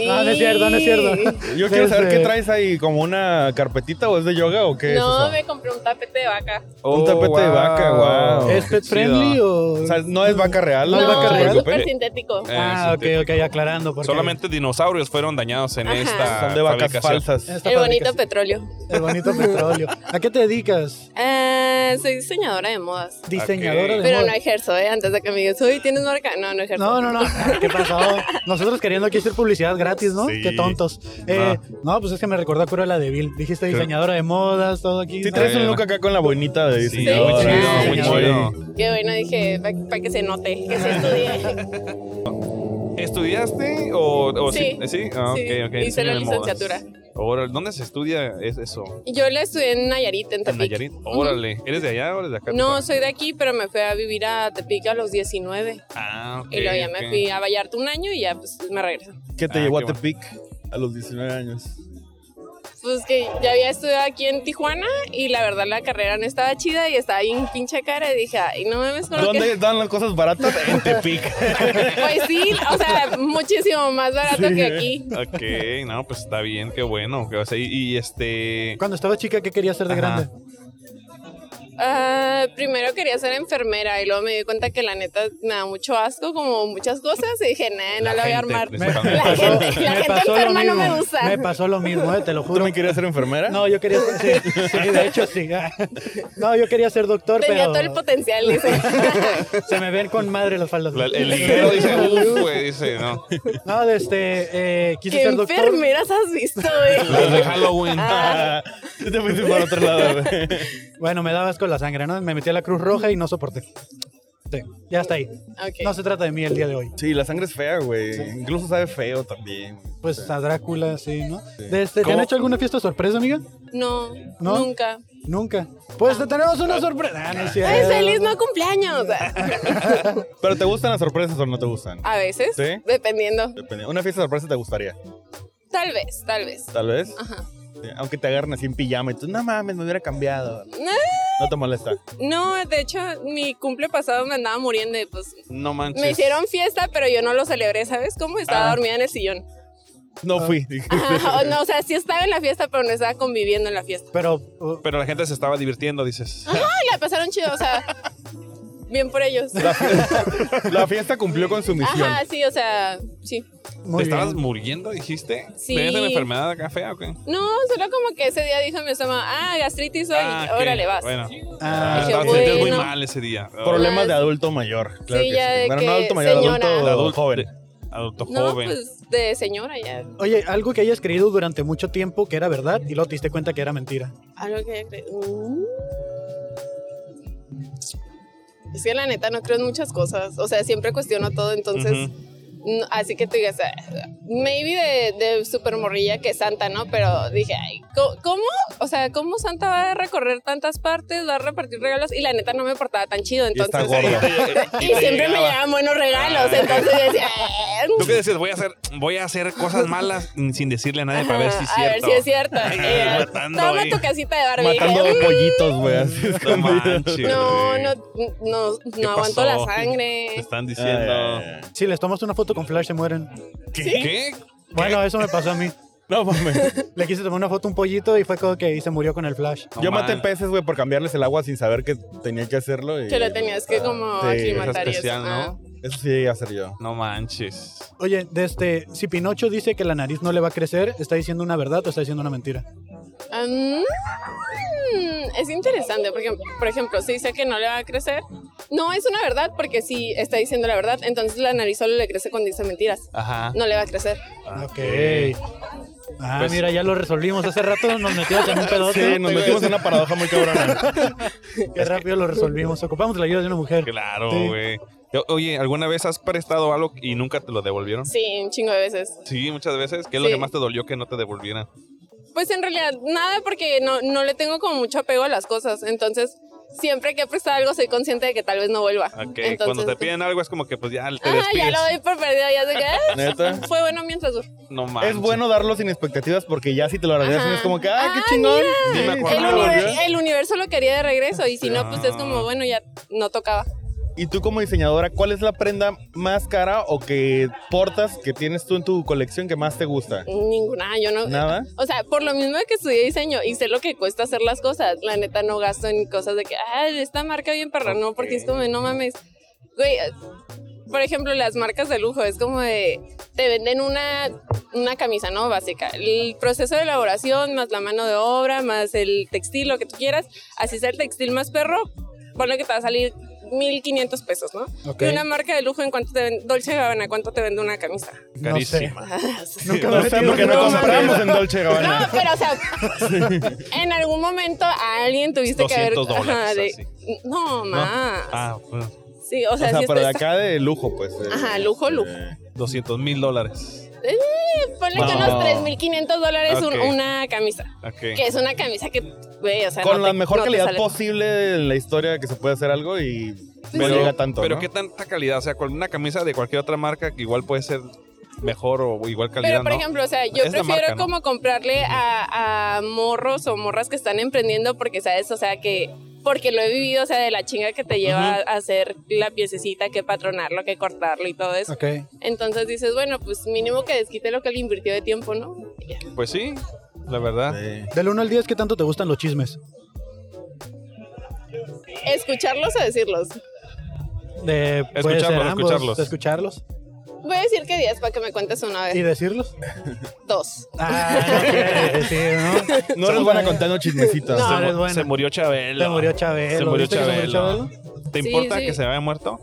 [SPEAKER 1] No, no es cierto, no es cierto. Este,
[SPEAKER 6] Yo quiero saber
[SPEAKER 1] Desde-
[SPEAKER 6] qué traes ahí, como una carpetita o es de yoga o qué es.
[SPEAKER 8] No,
[SPEAKER 6] eso?
[SPEAKER 8] me compré un tapete de vaca.
[SPEAKER 6] Un tapete de vaca, guau.
[SPEAKER 1] ¿Es pet friendly o.?
[SPEAKER 6] O sea, eh, no es vaca real,
[SPEAKER 1] No,
[SPEAKER 8] No,
[SPEAKER 1] es
[SPEAKER 6] te
[SPEAKER 1] vaca
[SPEAKER 8] es
[SPEAKER 1] real.
[SPEAKER 6] preocupes.
[SPEAKER 8] súper sintético.
[SPEAKER 1] ah, ok, ok, aclarando. Porque
[SPEAKER 4] Solamente dinosaurios fueron dañados en
[SPEAKER 8] Ajá.
[SPEAKER 4] esta.
[SPEAKER 6] Son de vacas
[SPEAKER 4] Ah, fabricación.
[SPEAKER 6] falsas.
[SPEAKER 1] esta
[SPEAKER 8] El bonito
[SPEAKER 1] fabricación-
[SPEAKER 8] petróleo.
[SPEAKER 1] El bonito petróleo. ¿A qué te dedicas?
[SPEAKER 8] Eh, soy diseñadora de modas.
[SPEAKER 1] Diseñadora de
[SPEAKER 8] Pero
[SPEAKER 1] moda.
[SPEAKER 8] no ejerzo, ¿eh? Antes de que me digas, uy, ¿tienes marca? No, no ejerzo.
[SPEAKER 1] No, no, no. ¿Qué pasó? Nosotros queriendo aquí hacer publicidad gratis, ¿no?
[SPEAKER 4] Sí.
[SPEAKER 1] Qué tontos. Eh, No, pues es que me recordó a Cura la de Bill. Dijiste diseñadora de modas, todo aquí. Eh,
[SPEAKER 6] Sí traes un
[SPEAKER 4] Bueno.
[SPEAKER 6] look acá con la boinita de
[SPEAKER 4] Sí,
[SPEAKER 6] diseñador.
[SPEAKER 4] muy chido,
[SPEAKER 8] Ah,
[SPEAKER 4] muy
[SPEAKER 8] ya.
[SPEAKER 4] chido.
[SPEAKER 8] Qué bueno, dije, para que se note, que se estudie.
[SPEAKER 4] ¿Estudiaste o, o
[SPEAKER 8] Sí.
[SPEAKER 4] ¿Sí? Ah,
[SPEAKER 8] Sí,
[SPEAKER 4] ok, ok.
[SPEAKER 8] hice
[SPEAKER 4] Diseño
[SPEAKER 8] la
[SPEAKER 4] de modas.
[SPEAKER 8] licenciatura.
[SPEAKER 4] Órale, ¿dónde se estudia es- eso?
[SPEAKER 8] Y Yo la estudié en Nayarit, en
[SPEAKER 4] ¿En
[SPEAKER 8] Tepic.
[SPEAKER 4] Nayarit? Órale. ¿Eres de allá o eres de acá?
[SPEAKER 8] No, soy de aquí, pero me fui a vivir a Tepic a los 19.
[SPEAKER 4] Ah, ok.
[SPEAKER 8] Y luego ya
[SPEAKER 4] ok.
[SPEAKER 8] me fui a Vallarta un año y ya pues me regreso.
[SPEAKER 6] ¿Qué te
[SPEAKER 4] Ah,
[SPEAKER 6] llevó a
[SPEAKER 4] qué bueno.
[SPEAKER 6] Tepic a los 19 años?
[SPEAKER 8] Pues que ya había estudiado aquí en Tijuana y la verdad la carrera no estaba chida y estaba bien pinche cara y dije, ay, no mames, con lo que...
[SPEAKER 6] ¿Dónde dan las cosas baratas? En Tepic.
[SPEAKER 8] Pues sí, o sea, muchísimo más barato que aquí.
[SPEAKER 4] Ok, no, pues está bien, qué bueno. que- o sea, y, y este.
[SPEAKER 1] Cuando estaba chica, ¿qué quería ser de
[SPEAKER 4] Ajá.
[SPEAKER 1] grande?
[SPEAKER 8] Ah, primero quería ser enfermera y luego me di cuenta que la neta me da mucho asco, como muchas cosas, y dije, nah, no la, voy a armar.
[SPEAKER 1] Me
[SPEAKER 4] principalmente.
[SPEAKER 8] La
[SPEAKER 1] pasó-
[SPEAKER 8] gente, la
[SPEAKER 1] me
[SPEAKER 8] gente
[SPEAKER 1] pasó lo
[SPEAKER 8] enferma no me
[SPEAKER 1] mismo.
[SPEAKER 8] gusta.
[SPEAKER 1] Me pasó lo mismo, eh, te lo
[SPEAKER 6] ¿Tú
[SPEAKER 1] juro.
[SPEAKER 6] también querías ser enfermera?
[SPEAKER 1] No, yo quería ser. Sí, sí, de hecho, sí. No, yo quería ser doctor,
[SPEAKER 8] Tenía
[SPEAKER 1] pero
[SPEAKER 8] todo el potencial, dice.
[SPEAKER 1] se me ven con madre las faldas.
[SPEAKER 4] La- el ligero dice, uff, güey, dice, no.
[SPEAKER 1] No, de este. eh, quise
[SPEAKER 8] ¿Qué
[SPEAKER 1] ser doctor.
[SPEAKER 8] enfermeras has visto, güey?
[SPEAKER 4] Las de Halloween.
[SPEAKER 6] Ah, Tú te fuiste para otro lado, güey.
[SPEAKER 1] Bueno, me dabas con la sangre, ¿no? Me metí a la Cruz Roja y no soporté. Sí, ya está ahí.
[SPEAKER 8] Ok.
[SPEAKER 1] No se trata de mí el día de hoy.
[SPEAKER 6] Sí, la sangre es fea, güey. Incluso sabe feo también.
[SPEAKER 1] Pues a Drácula, sí, ¿no? De este, ¿Te
[SPEAKER 4] ¿Cómo?
[SPEAKER 1] han hecho alguna fiesta sorpresa, amiga?
[SPEAKER 8] No,
[SPEAKER 1] ¿No?
[SPEAKER 8] nunca.
[SPEAKER 1] Nunca. Pues te tenemos una sorpresa. Ah, no es
[SPEAKER 8] ¡Ay,
[SPEAKER 1] cierto.
[SPEAKER 8] feliz no cumpleaños!
[SPEAKER 6] ¿Pero te gustan las sorpresas o no te gustan?
[SPEAKER 8] A veces,
[SPEAKER 6] ¿Sí?
[SPEAKER 8] dependiendo.
[SPEAKER 6] Depende. Una fiesta sorpresa te gustaría,
[SPEAKER 8] Tal vez, tal vez.
[SPEAKER 6] tal vez.
[SPEAKER 8] Ajá.
[SPEAKER 6] Sí, Aunque te agarren así en pijama y tú, no mames, me hubiera cambiado.
[SPEAKER 8] Eh,
[SPEAKER 6] No te molesta.
[SPEAKER 8] No, de hecho, mi cumple pasado me andaba muriendo y pues
[SPEAKER 7] No manches.
[SPEAKER 8] me hicieron fiesta, pero yo no lo celebré, ¿sabes? Cómo
[SPEAKER 4] Ah.
[SPEAKER 8] estaba dormida en el sillón.
[SPEAKER 6] No fui.
[SPEAKER 8] Ajá, o no, o sea, sí estaba en la fiesta, pero no estaba conviviendo en la fiesta.
[SPEAKER 1] Pero uh,
[SPEAKER 4] Pero la gente se estaba divirtiendo, dices.
[SPEAKER 8] Ay, la pasaron chido, o sea, bien por ellos.
[SPEAKER 6] La fiesta cumplió con su misión.
[SPEAKER 8] Ajá, sí, o sea, sí.
[SPEAKER 1] muy
[SPEAKER 4] ¿Te
[SPEAKER 1] bien.
[SPEAKER 4] estabas muriendo, dijiste?
[SPEAKER 8] Sí.
[SPEAKER 4] ¿Tenías una enfermedad acá fea o qué?
[SPEAKER 8] No, solo como que ese día dijo mi estómago, ah, gastritis hoy,
[SPEAKER 4] Ah, ok.
[SPEAKER 8] órale, vas.
[SPEAKER 4] Bueno,
[SPEAKER 1] Ah,
[SPEAKER 4] estabas
[SPEAKER 8] bueno.
[SPEAKER 4] sentías muy mal ese día.
[SPEAKER 6] Problemas de adulto mayor. Claro
[SPEAKER 8] Sí,
[SPEAKER 6] que
[SPEAKER 8] ya de
[SPEAKER 6] Bueno,
[SPEAKER 8] que
[SPEAKER 6] no adulto mayor,
[SPEAKER 8] señora.
[SPEAKER 6] adulto,
[SPEAKER 4] De adulto,
[SPEAKER 6] joven.
[SPEAKER 4] de- oh, adulto
[SPEAKER 8] No,
[SPEAKER 4] joven.
[SPEAKER 8] pues de señora ya,
[SPEAKER 1] Oye, algo que hayas creído durante mucho tiempo que era verdad y luego te diste cuenta que era mentira.
[SPEAKER 8] algo que... cre- Uh. Es que la neta no creo en muchas cosas, o sea, siempre cuestiono todo, entonces...
[SPEAKER 4] Ujú.
[SPEAKER 8] No, Así que tú digas, ah, maybe de, de super morrilla que Santa, ¿no? Pero dije, ay, ¿co- ¿cómo? O sea, ¿cómo Santa va a recorrer tantas partes, va a repartir regalos? Y la neta no me portaba tan chido,
[SPEAKER 6] Y está
[SPEAKER 8] entonces.
[SPEAKER 6] gordo.
[SPEAKER 8] Y, siempre me llevaban buenos regalos, entonces yo decía, "Ah,
[SPEAKER 4] ¿Tú qué decías? Voy a hacer, voy a hacer cosas malas sin decirle a nadie para ver si es
[SPEAKER 8] ajá, "Ah, a ver
[SPEAKER 4] cierto.
[SPEAKER 8] si es cierto. Eh,
[SPEAKER 4] matando
[SPEAKER 8] Toma
[SPEAKER 4] ahí.
[SPEAKER 8] tu casita de Barbie. Dije,
[SPEAKER 6] Matando
[SPEAKER 8] "Mm,
[SPEAKER 6] pollitos, güey. así
[SPEAKER 4] No
[SPEAKER 6] escondidos.
[SPEAKER 4] manches.
[SPEAKER 8] no,
[SPEAKER 4] güey.
[SPEAKER 8] no, no,
[SPEAKER 4] ¿Qué
[SPEAKER 8] no aguanto la
[SPEAKER 4] pasó? Te
[SPEAKER 8] sangre.
[SPEAKER 4] están diciendo.
[SPEAKER 6] Ay,
[SPEAKER 1] Si les tomas una foto con flash, se mueren.
[SPEAKER 4] ¿Qué?
[SPEAKER 1] Bueno, eso me pasó a mí.
[SPEAKER 6] No mames.
[SPEAKER 1] Le quise tomar una foto a un pollito y fue como que y se murió con el flash.
[SPEAKER 4] No
[SPEAKER 6] Yo
[SPEAKER 4] man-
[SPEAKER 6] maté peces, güey, por cambiarles el agua sin saber que tenía que hacerlo. Y...
[SPEAKER 8] Que lo tenías que como
[SPEAKER 6] Sí,
[SPEAKER 8] aclimatar y eso.
[SPEAKER 4] especial, ¿no?
[SPEAKER 8] Ah,
[SPEAKER 6] Eso sí llegué a hacer yo.
[SPEAKER 4] No manches.
[SPEAKER 1] Oye, de este, si Pinocho dice que la nariz no le va a crecer, ¿está diciendo una verdad o está diciendo una mentira?
[SPEAKER 8] Ah, mm, es interesante, porque, por ejemplo, si dice que no le va a crecer, no es una verdad, porque si está diciendo la verdad, entonces la nariz solo le crece cuando dice mentiras.
[SPEAKER 4] Ajá.
[SPEAKER 8] No le va a crecer.
[SPEAKER 1] Ok. Ah,
[SPEAKER 4] Pues-
[SPEAKER 1] mira, ya lo resolvimos. Hace rato nos metimos en un pedote.
[SPEAKER 6] Sí, nos metimos en una paradoja muy cabrona.
[SPEAKER 1] Qué rápido lo resolvimos. Ocupamos la ayuda de una mujer.
[SPEAKER 4] Claro,
[SPEAKER 1] Sí.
[SPEAKER 4] güey. Yo- Oye, ¿alguna vez has prestado algo y nunca te lo devolvieron?
[SPEAKER 8] Sí, un chingo de veces.
[SPEAKER 4] Sí, muchas veces. ¿Qué es lo
[SPEAKER 8] Sí.
[SPEAKER 4] que más te dolió que no te devolvieran?
[SPEAKER 8] Pues en realidad nada, porque no, no le tengo como mucho apego a las cosas. Entonces, siempre que he prestado algo, soy consciente de que tal vez no vuelva.
[SPEAKER 4] Ok,
[SPEAKER 8] Entonces,
[SPEAKER 4] cuando te piden algo es como que pues ya te
[SPEAKER 8] Ah, ya
[SPEAKER 4] despides.
[SPEAKER 8] lo doy por perdido, ya sé que ah,
[SPEAKER 6] Neta.
[SPEAKER 8] fue bueno mientras duró.
[SPEAKER 4] No manches.
[SPEAKER 6] Es bueno darlo sin expectativas porque ya si te lo agradecen
[SPEAKER 8] Ajá.
[SPEAKER 6] es como que, ¡ay, qué
[SPEAKER 8] Ah,
[SPEAKER 6] chingón!
[SPEAKER 4] mira. Ni me
[SPEAKER 8] El,
[SPEAKER 4] acordaba,
[SPEAKER 8] univer-
[SPEAKER 6] ¿verdad?
[SPEAKER 8] el universo lo quería de regreso y si no, pues es como, bueno, ya no tocaba.
[SPEAKER 6] Y tú como diseñadora, ¿cuál es la prenda más cara o que portas que tienes tú en tu colección que más te gusta?
[SPEAKER 8] Ninguna, yo no.
[SPEAKER 6] ¿Nada?
[SPEAKER 8] O sea, por lo mismo de que estudié diseño y sé lo que cuesta hacer las cosas, la neta no gasto en cosas de que, ah, esta marca bien perra, no, porque es como, de, no mames. Güey, eh, por ejemplo, las marcas de lujo, es como de, te venden una, una camisa, ¿no? Básica. El proceso de elaboración, más la mano de obra, más el textil, lo que tú quieras, así sea el textil más perro, ponle que te va a salir 1500 pesos, ¿no?
[SPEAKER 1] Ok.
[SPEAKER 8] Y una marca de lujo, ¿en cuánto te vende? Dolce Gabbana, ¿cuánto te vende una camisa?
[SPEAKER 1] No sé.
[SPEAKER 4] Carísima.
[SPEAKER 1] Nunca me
[SPEAKER 6] No
[SPEAKER 1] he
[SPEAKER 6] sé,
[SPEAKER 1] metido
[SPEAKER 6] porque
[SPEAKER 1] en
[SPEAKER 6] no
[SPEAKER 1] una
[SPEAKER 6] compramos en Dolce
[SPEAKER 8] No,
[SPEAKER 6] Gabbana.
[SPEAKER 8] pero o sea, en algún momento a alguien tuviste que haber.
[SPEAKER 4] 200 dólares,
[SPEAKER 8] ajá, de- no, más.
[SPEAKER 4] Ah, bueno,
[SPEAKER 8] Sí, o
[SPEAKER 6] O
[SPEAKER 8] sea,
[SPEAKER 6] sea,
[SPEAKER 8] sí
[SPEAKER 6] pero de
[SPEAKER 8] esto
[SPEAKER 6] acá de lujo, pues. eh,
[SPEAKER 8] Ajá, lujo, lujo.
[SPEAKER 6] eh,
[SPEAKER 4] 200 mil dólares.
[SPEAKER 8] está- ponle que
[SPEAKER 4] No.
[SPEAKER 8] unos 3.500 dólares un-
[SPEAKER 4] Ok.
[SPEAKER 8] una camisa.
[SPEAKER 4] Ok.
[SPEAKER 8] Que es una camisa que, güey, o sea.
[SPEAKER 6] Con
[SPEAKER 8] no
[SPEAKER 6] la
[SPEAKER 8] te-
[SPEAKER 6] mejor
[SPEAKER 8] no te
[SPEAKER 6] calidad
[SPEAKER 8] sale.
[SPEAKER 6] posible en la historia que se puede hacer algo y no
[SPEAKER 4] Pero-
[SPEAKER 6] llega tanto,
[SPEAKER 4] Pero
[SPEAKER 6] ¿no?
[SPEAKER 4] qué tanta calidad. O sea, con una camisa de cualquier otra marca que igual puede ser mejor o igual calidad.
[SPEAKER 8] Pero, por
[SPEAKER 4] ¿no?
[SPEAKER 8] ejemplo, o sea, yo
[SPEAKER 4] Es la
[SPEAKER 8] prefiero
[SPEAKER 4] marca, ¿no?
[SPEAKER 8] como comprarle a, a morros o morras que están emprendiendo porque, ¿sabes? O sea, que... Porque lo he vivido, o sea, de la chinga que te lleva a hacer la piececita, que patronarlo, que cortarlo y todo eso.
[SPEAKER 1] Ok.
[SPEAKER 8] Entonces dices, bueno, pues mínimo que desquite lo que le invirtió de tiempo, ¿no? Y ya.
[SPEAKER 4] Pues sí, la verdad.
[SPEAKER 6] Sí.
[SPEAKER 1] Del 1 al 10, ¿qué tanto te gustan los chismes?
[SPEAKER 8] escucharlos o decirlos.
[SPEAKER 1] De, puede ser
[SPEAKER 4] Escucharlos,
[SPEAKER 1] ambos,
[SPEAKER 4] escucharlos.
[SPEAKER 1] escucharlos
[SPEAKER 8] Voy a decir que 10 para que me cuentes una
[SPEAKER 1] y
[SPEAKER 8] vez.
[SPEAKER 1] decirlos.
[SPEAKER 8] Dos.
[SPEAKER 1] Ah, no quiere decir, ¿no?
[SPEAKER 6] No les van a contar los chismecitos.
[SPEAKER 1] No,
[SPEAKER 4] se,
[SPEAKER 1] eres
[SPEAKER 4] mu-
[SPEAKER 1] buena.
[SPEAKER 4] se murió Chabelo.
[SPEAKER 1] Se murió Chabelo.
[SPEAKER 4] Se murió
[SPEAKER 1] ¿Viste que se murió
[SPEAKER 4] Chabelo. ¿Te
[SPEAKER 8] Sí,
[SPEAKER 4] importa
[SPEAKER 8] sí.
[SPEAKER 4] que se haya muerto?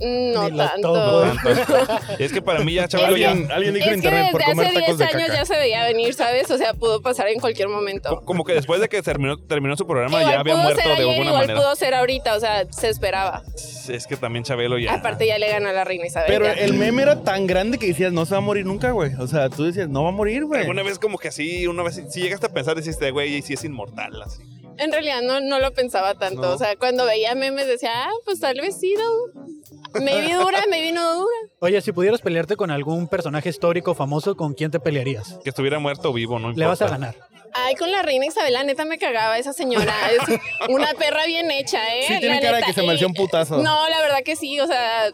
[SPEAKER 8] No
[SPEAKER 1] Ni lo
[SPEAKER 8] tanto.
[SPEAKER 1] toco.
[SPEAKER 4] Tanto. es que para mí ya Chabelo ya...
[SPEAKER 6] Alguien, alguien dijo en
[SPEAKER 8] Es que
[SPEAKER 6] internet por
[SPEAKER 8] desde
[SPEAKER 6] comer
[SPEAKER 8] hace
[SPEAKER 6] tacos
[SPEAKER 8] 10
[SPEAKER 6] de
[SPEAKER 8] años
[SPEAKER 6] caca.
[SPEAKER 8] ya se veía venir, ¿sabes? O sea, pudo pasar en cualquier momento.
[SPEAKER 4] co- Como que después de que terminó, terminó su programa
[SPEAKER 8] Igual
[SPEAKER 4] ya había
[SPEAKER 8] pudo
[SPEAKER 4] muerto
[SPEAKER 8] ser
[SPEAKER 4] de
[SPEAKER 8] ayer,
[SPEAKER 4] alguna
[SPEAKER 8] igual
[SPEAKER 4] manera.
[SPEAKER 8] pudo ser ahorita, o sea, se esperaba.
[SPEAKER 4] Es que también Chabelo ya...
[SPEAKER 8] Aparte ya le ganó a la reina Isabel.
[SPEAKER 6] Pero
[SPEAKER 8] ya.
[SPEAKER 6] el meme era tan grande que decías, no se va a morir nunca, güey. O sea, tú decías, no va a morir, güey.
[SPEAKER 4] Alguna vez como que así, una vez, si llegaste a pensar, deciste, güey, y si es inmortal, así.
[SPEAKER 8] En realidad no, no lo pensaba tanto.
[SPEAKER 4] No.
[SPEAKER 8] O sea, cuando veía memes decía, ah, pues tal vez sí, no. Maybe dura, maybe no dura.
[SPEAKER 1] Oye, si pudieras pelearte con algún personaje histórico famoso, ¿con quién te pelearías?
[SPEAKER 4] Que estuviera muerto o vivo, no importa.
[SPEAKER 1] Le vas a ganar.
[SPEAKER 8] Ay, con la reina Isabel, la neta me cagaba esa señora. Es una perra bien hecha, ¿eh?
[SPEAKER 6] Sí tiene
[SPEAKER 8] La
[SPEAKER 6] cara de
[SPEAKER 8] neta,
[SPEAKER 6] que se mereció un putazo.
[SPEAKER 8] No, la verdad que sí, o sea.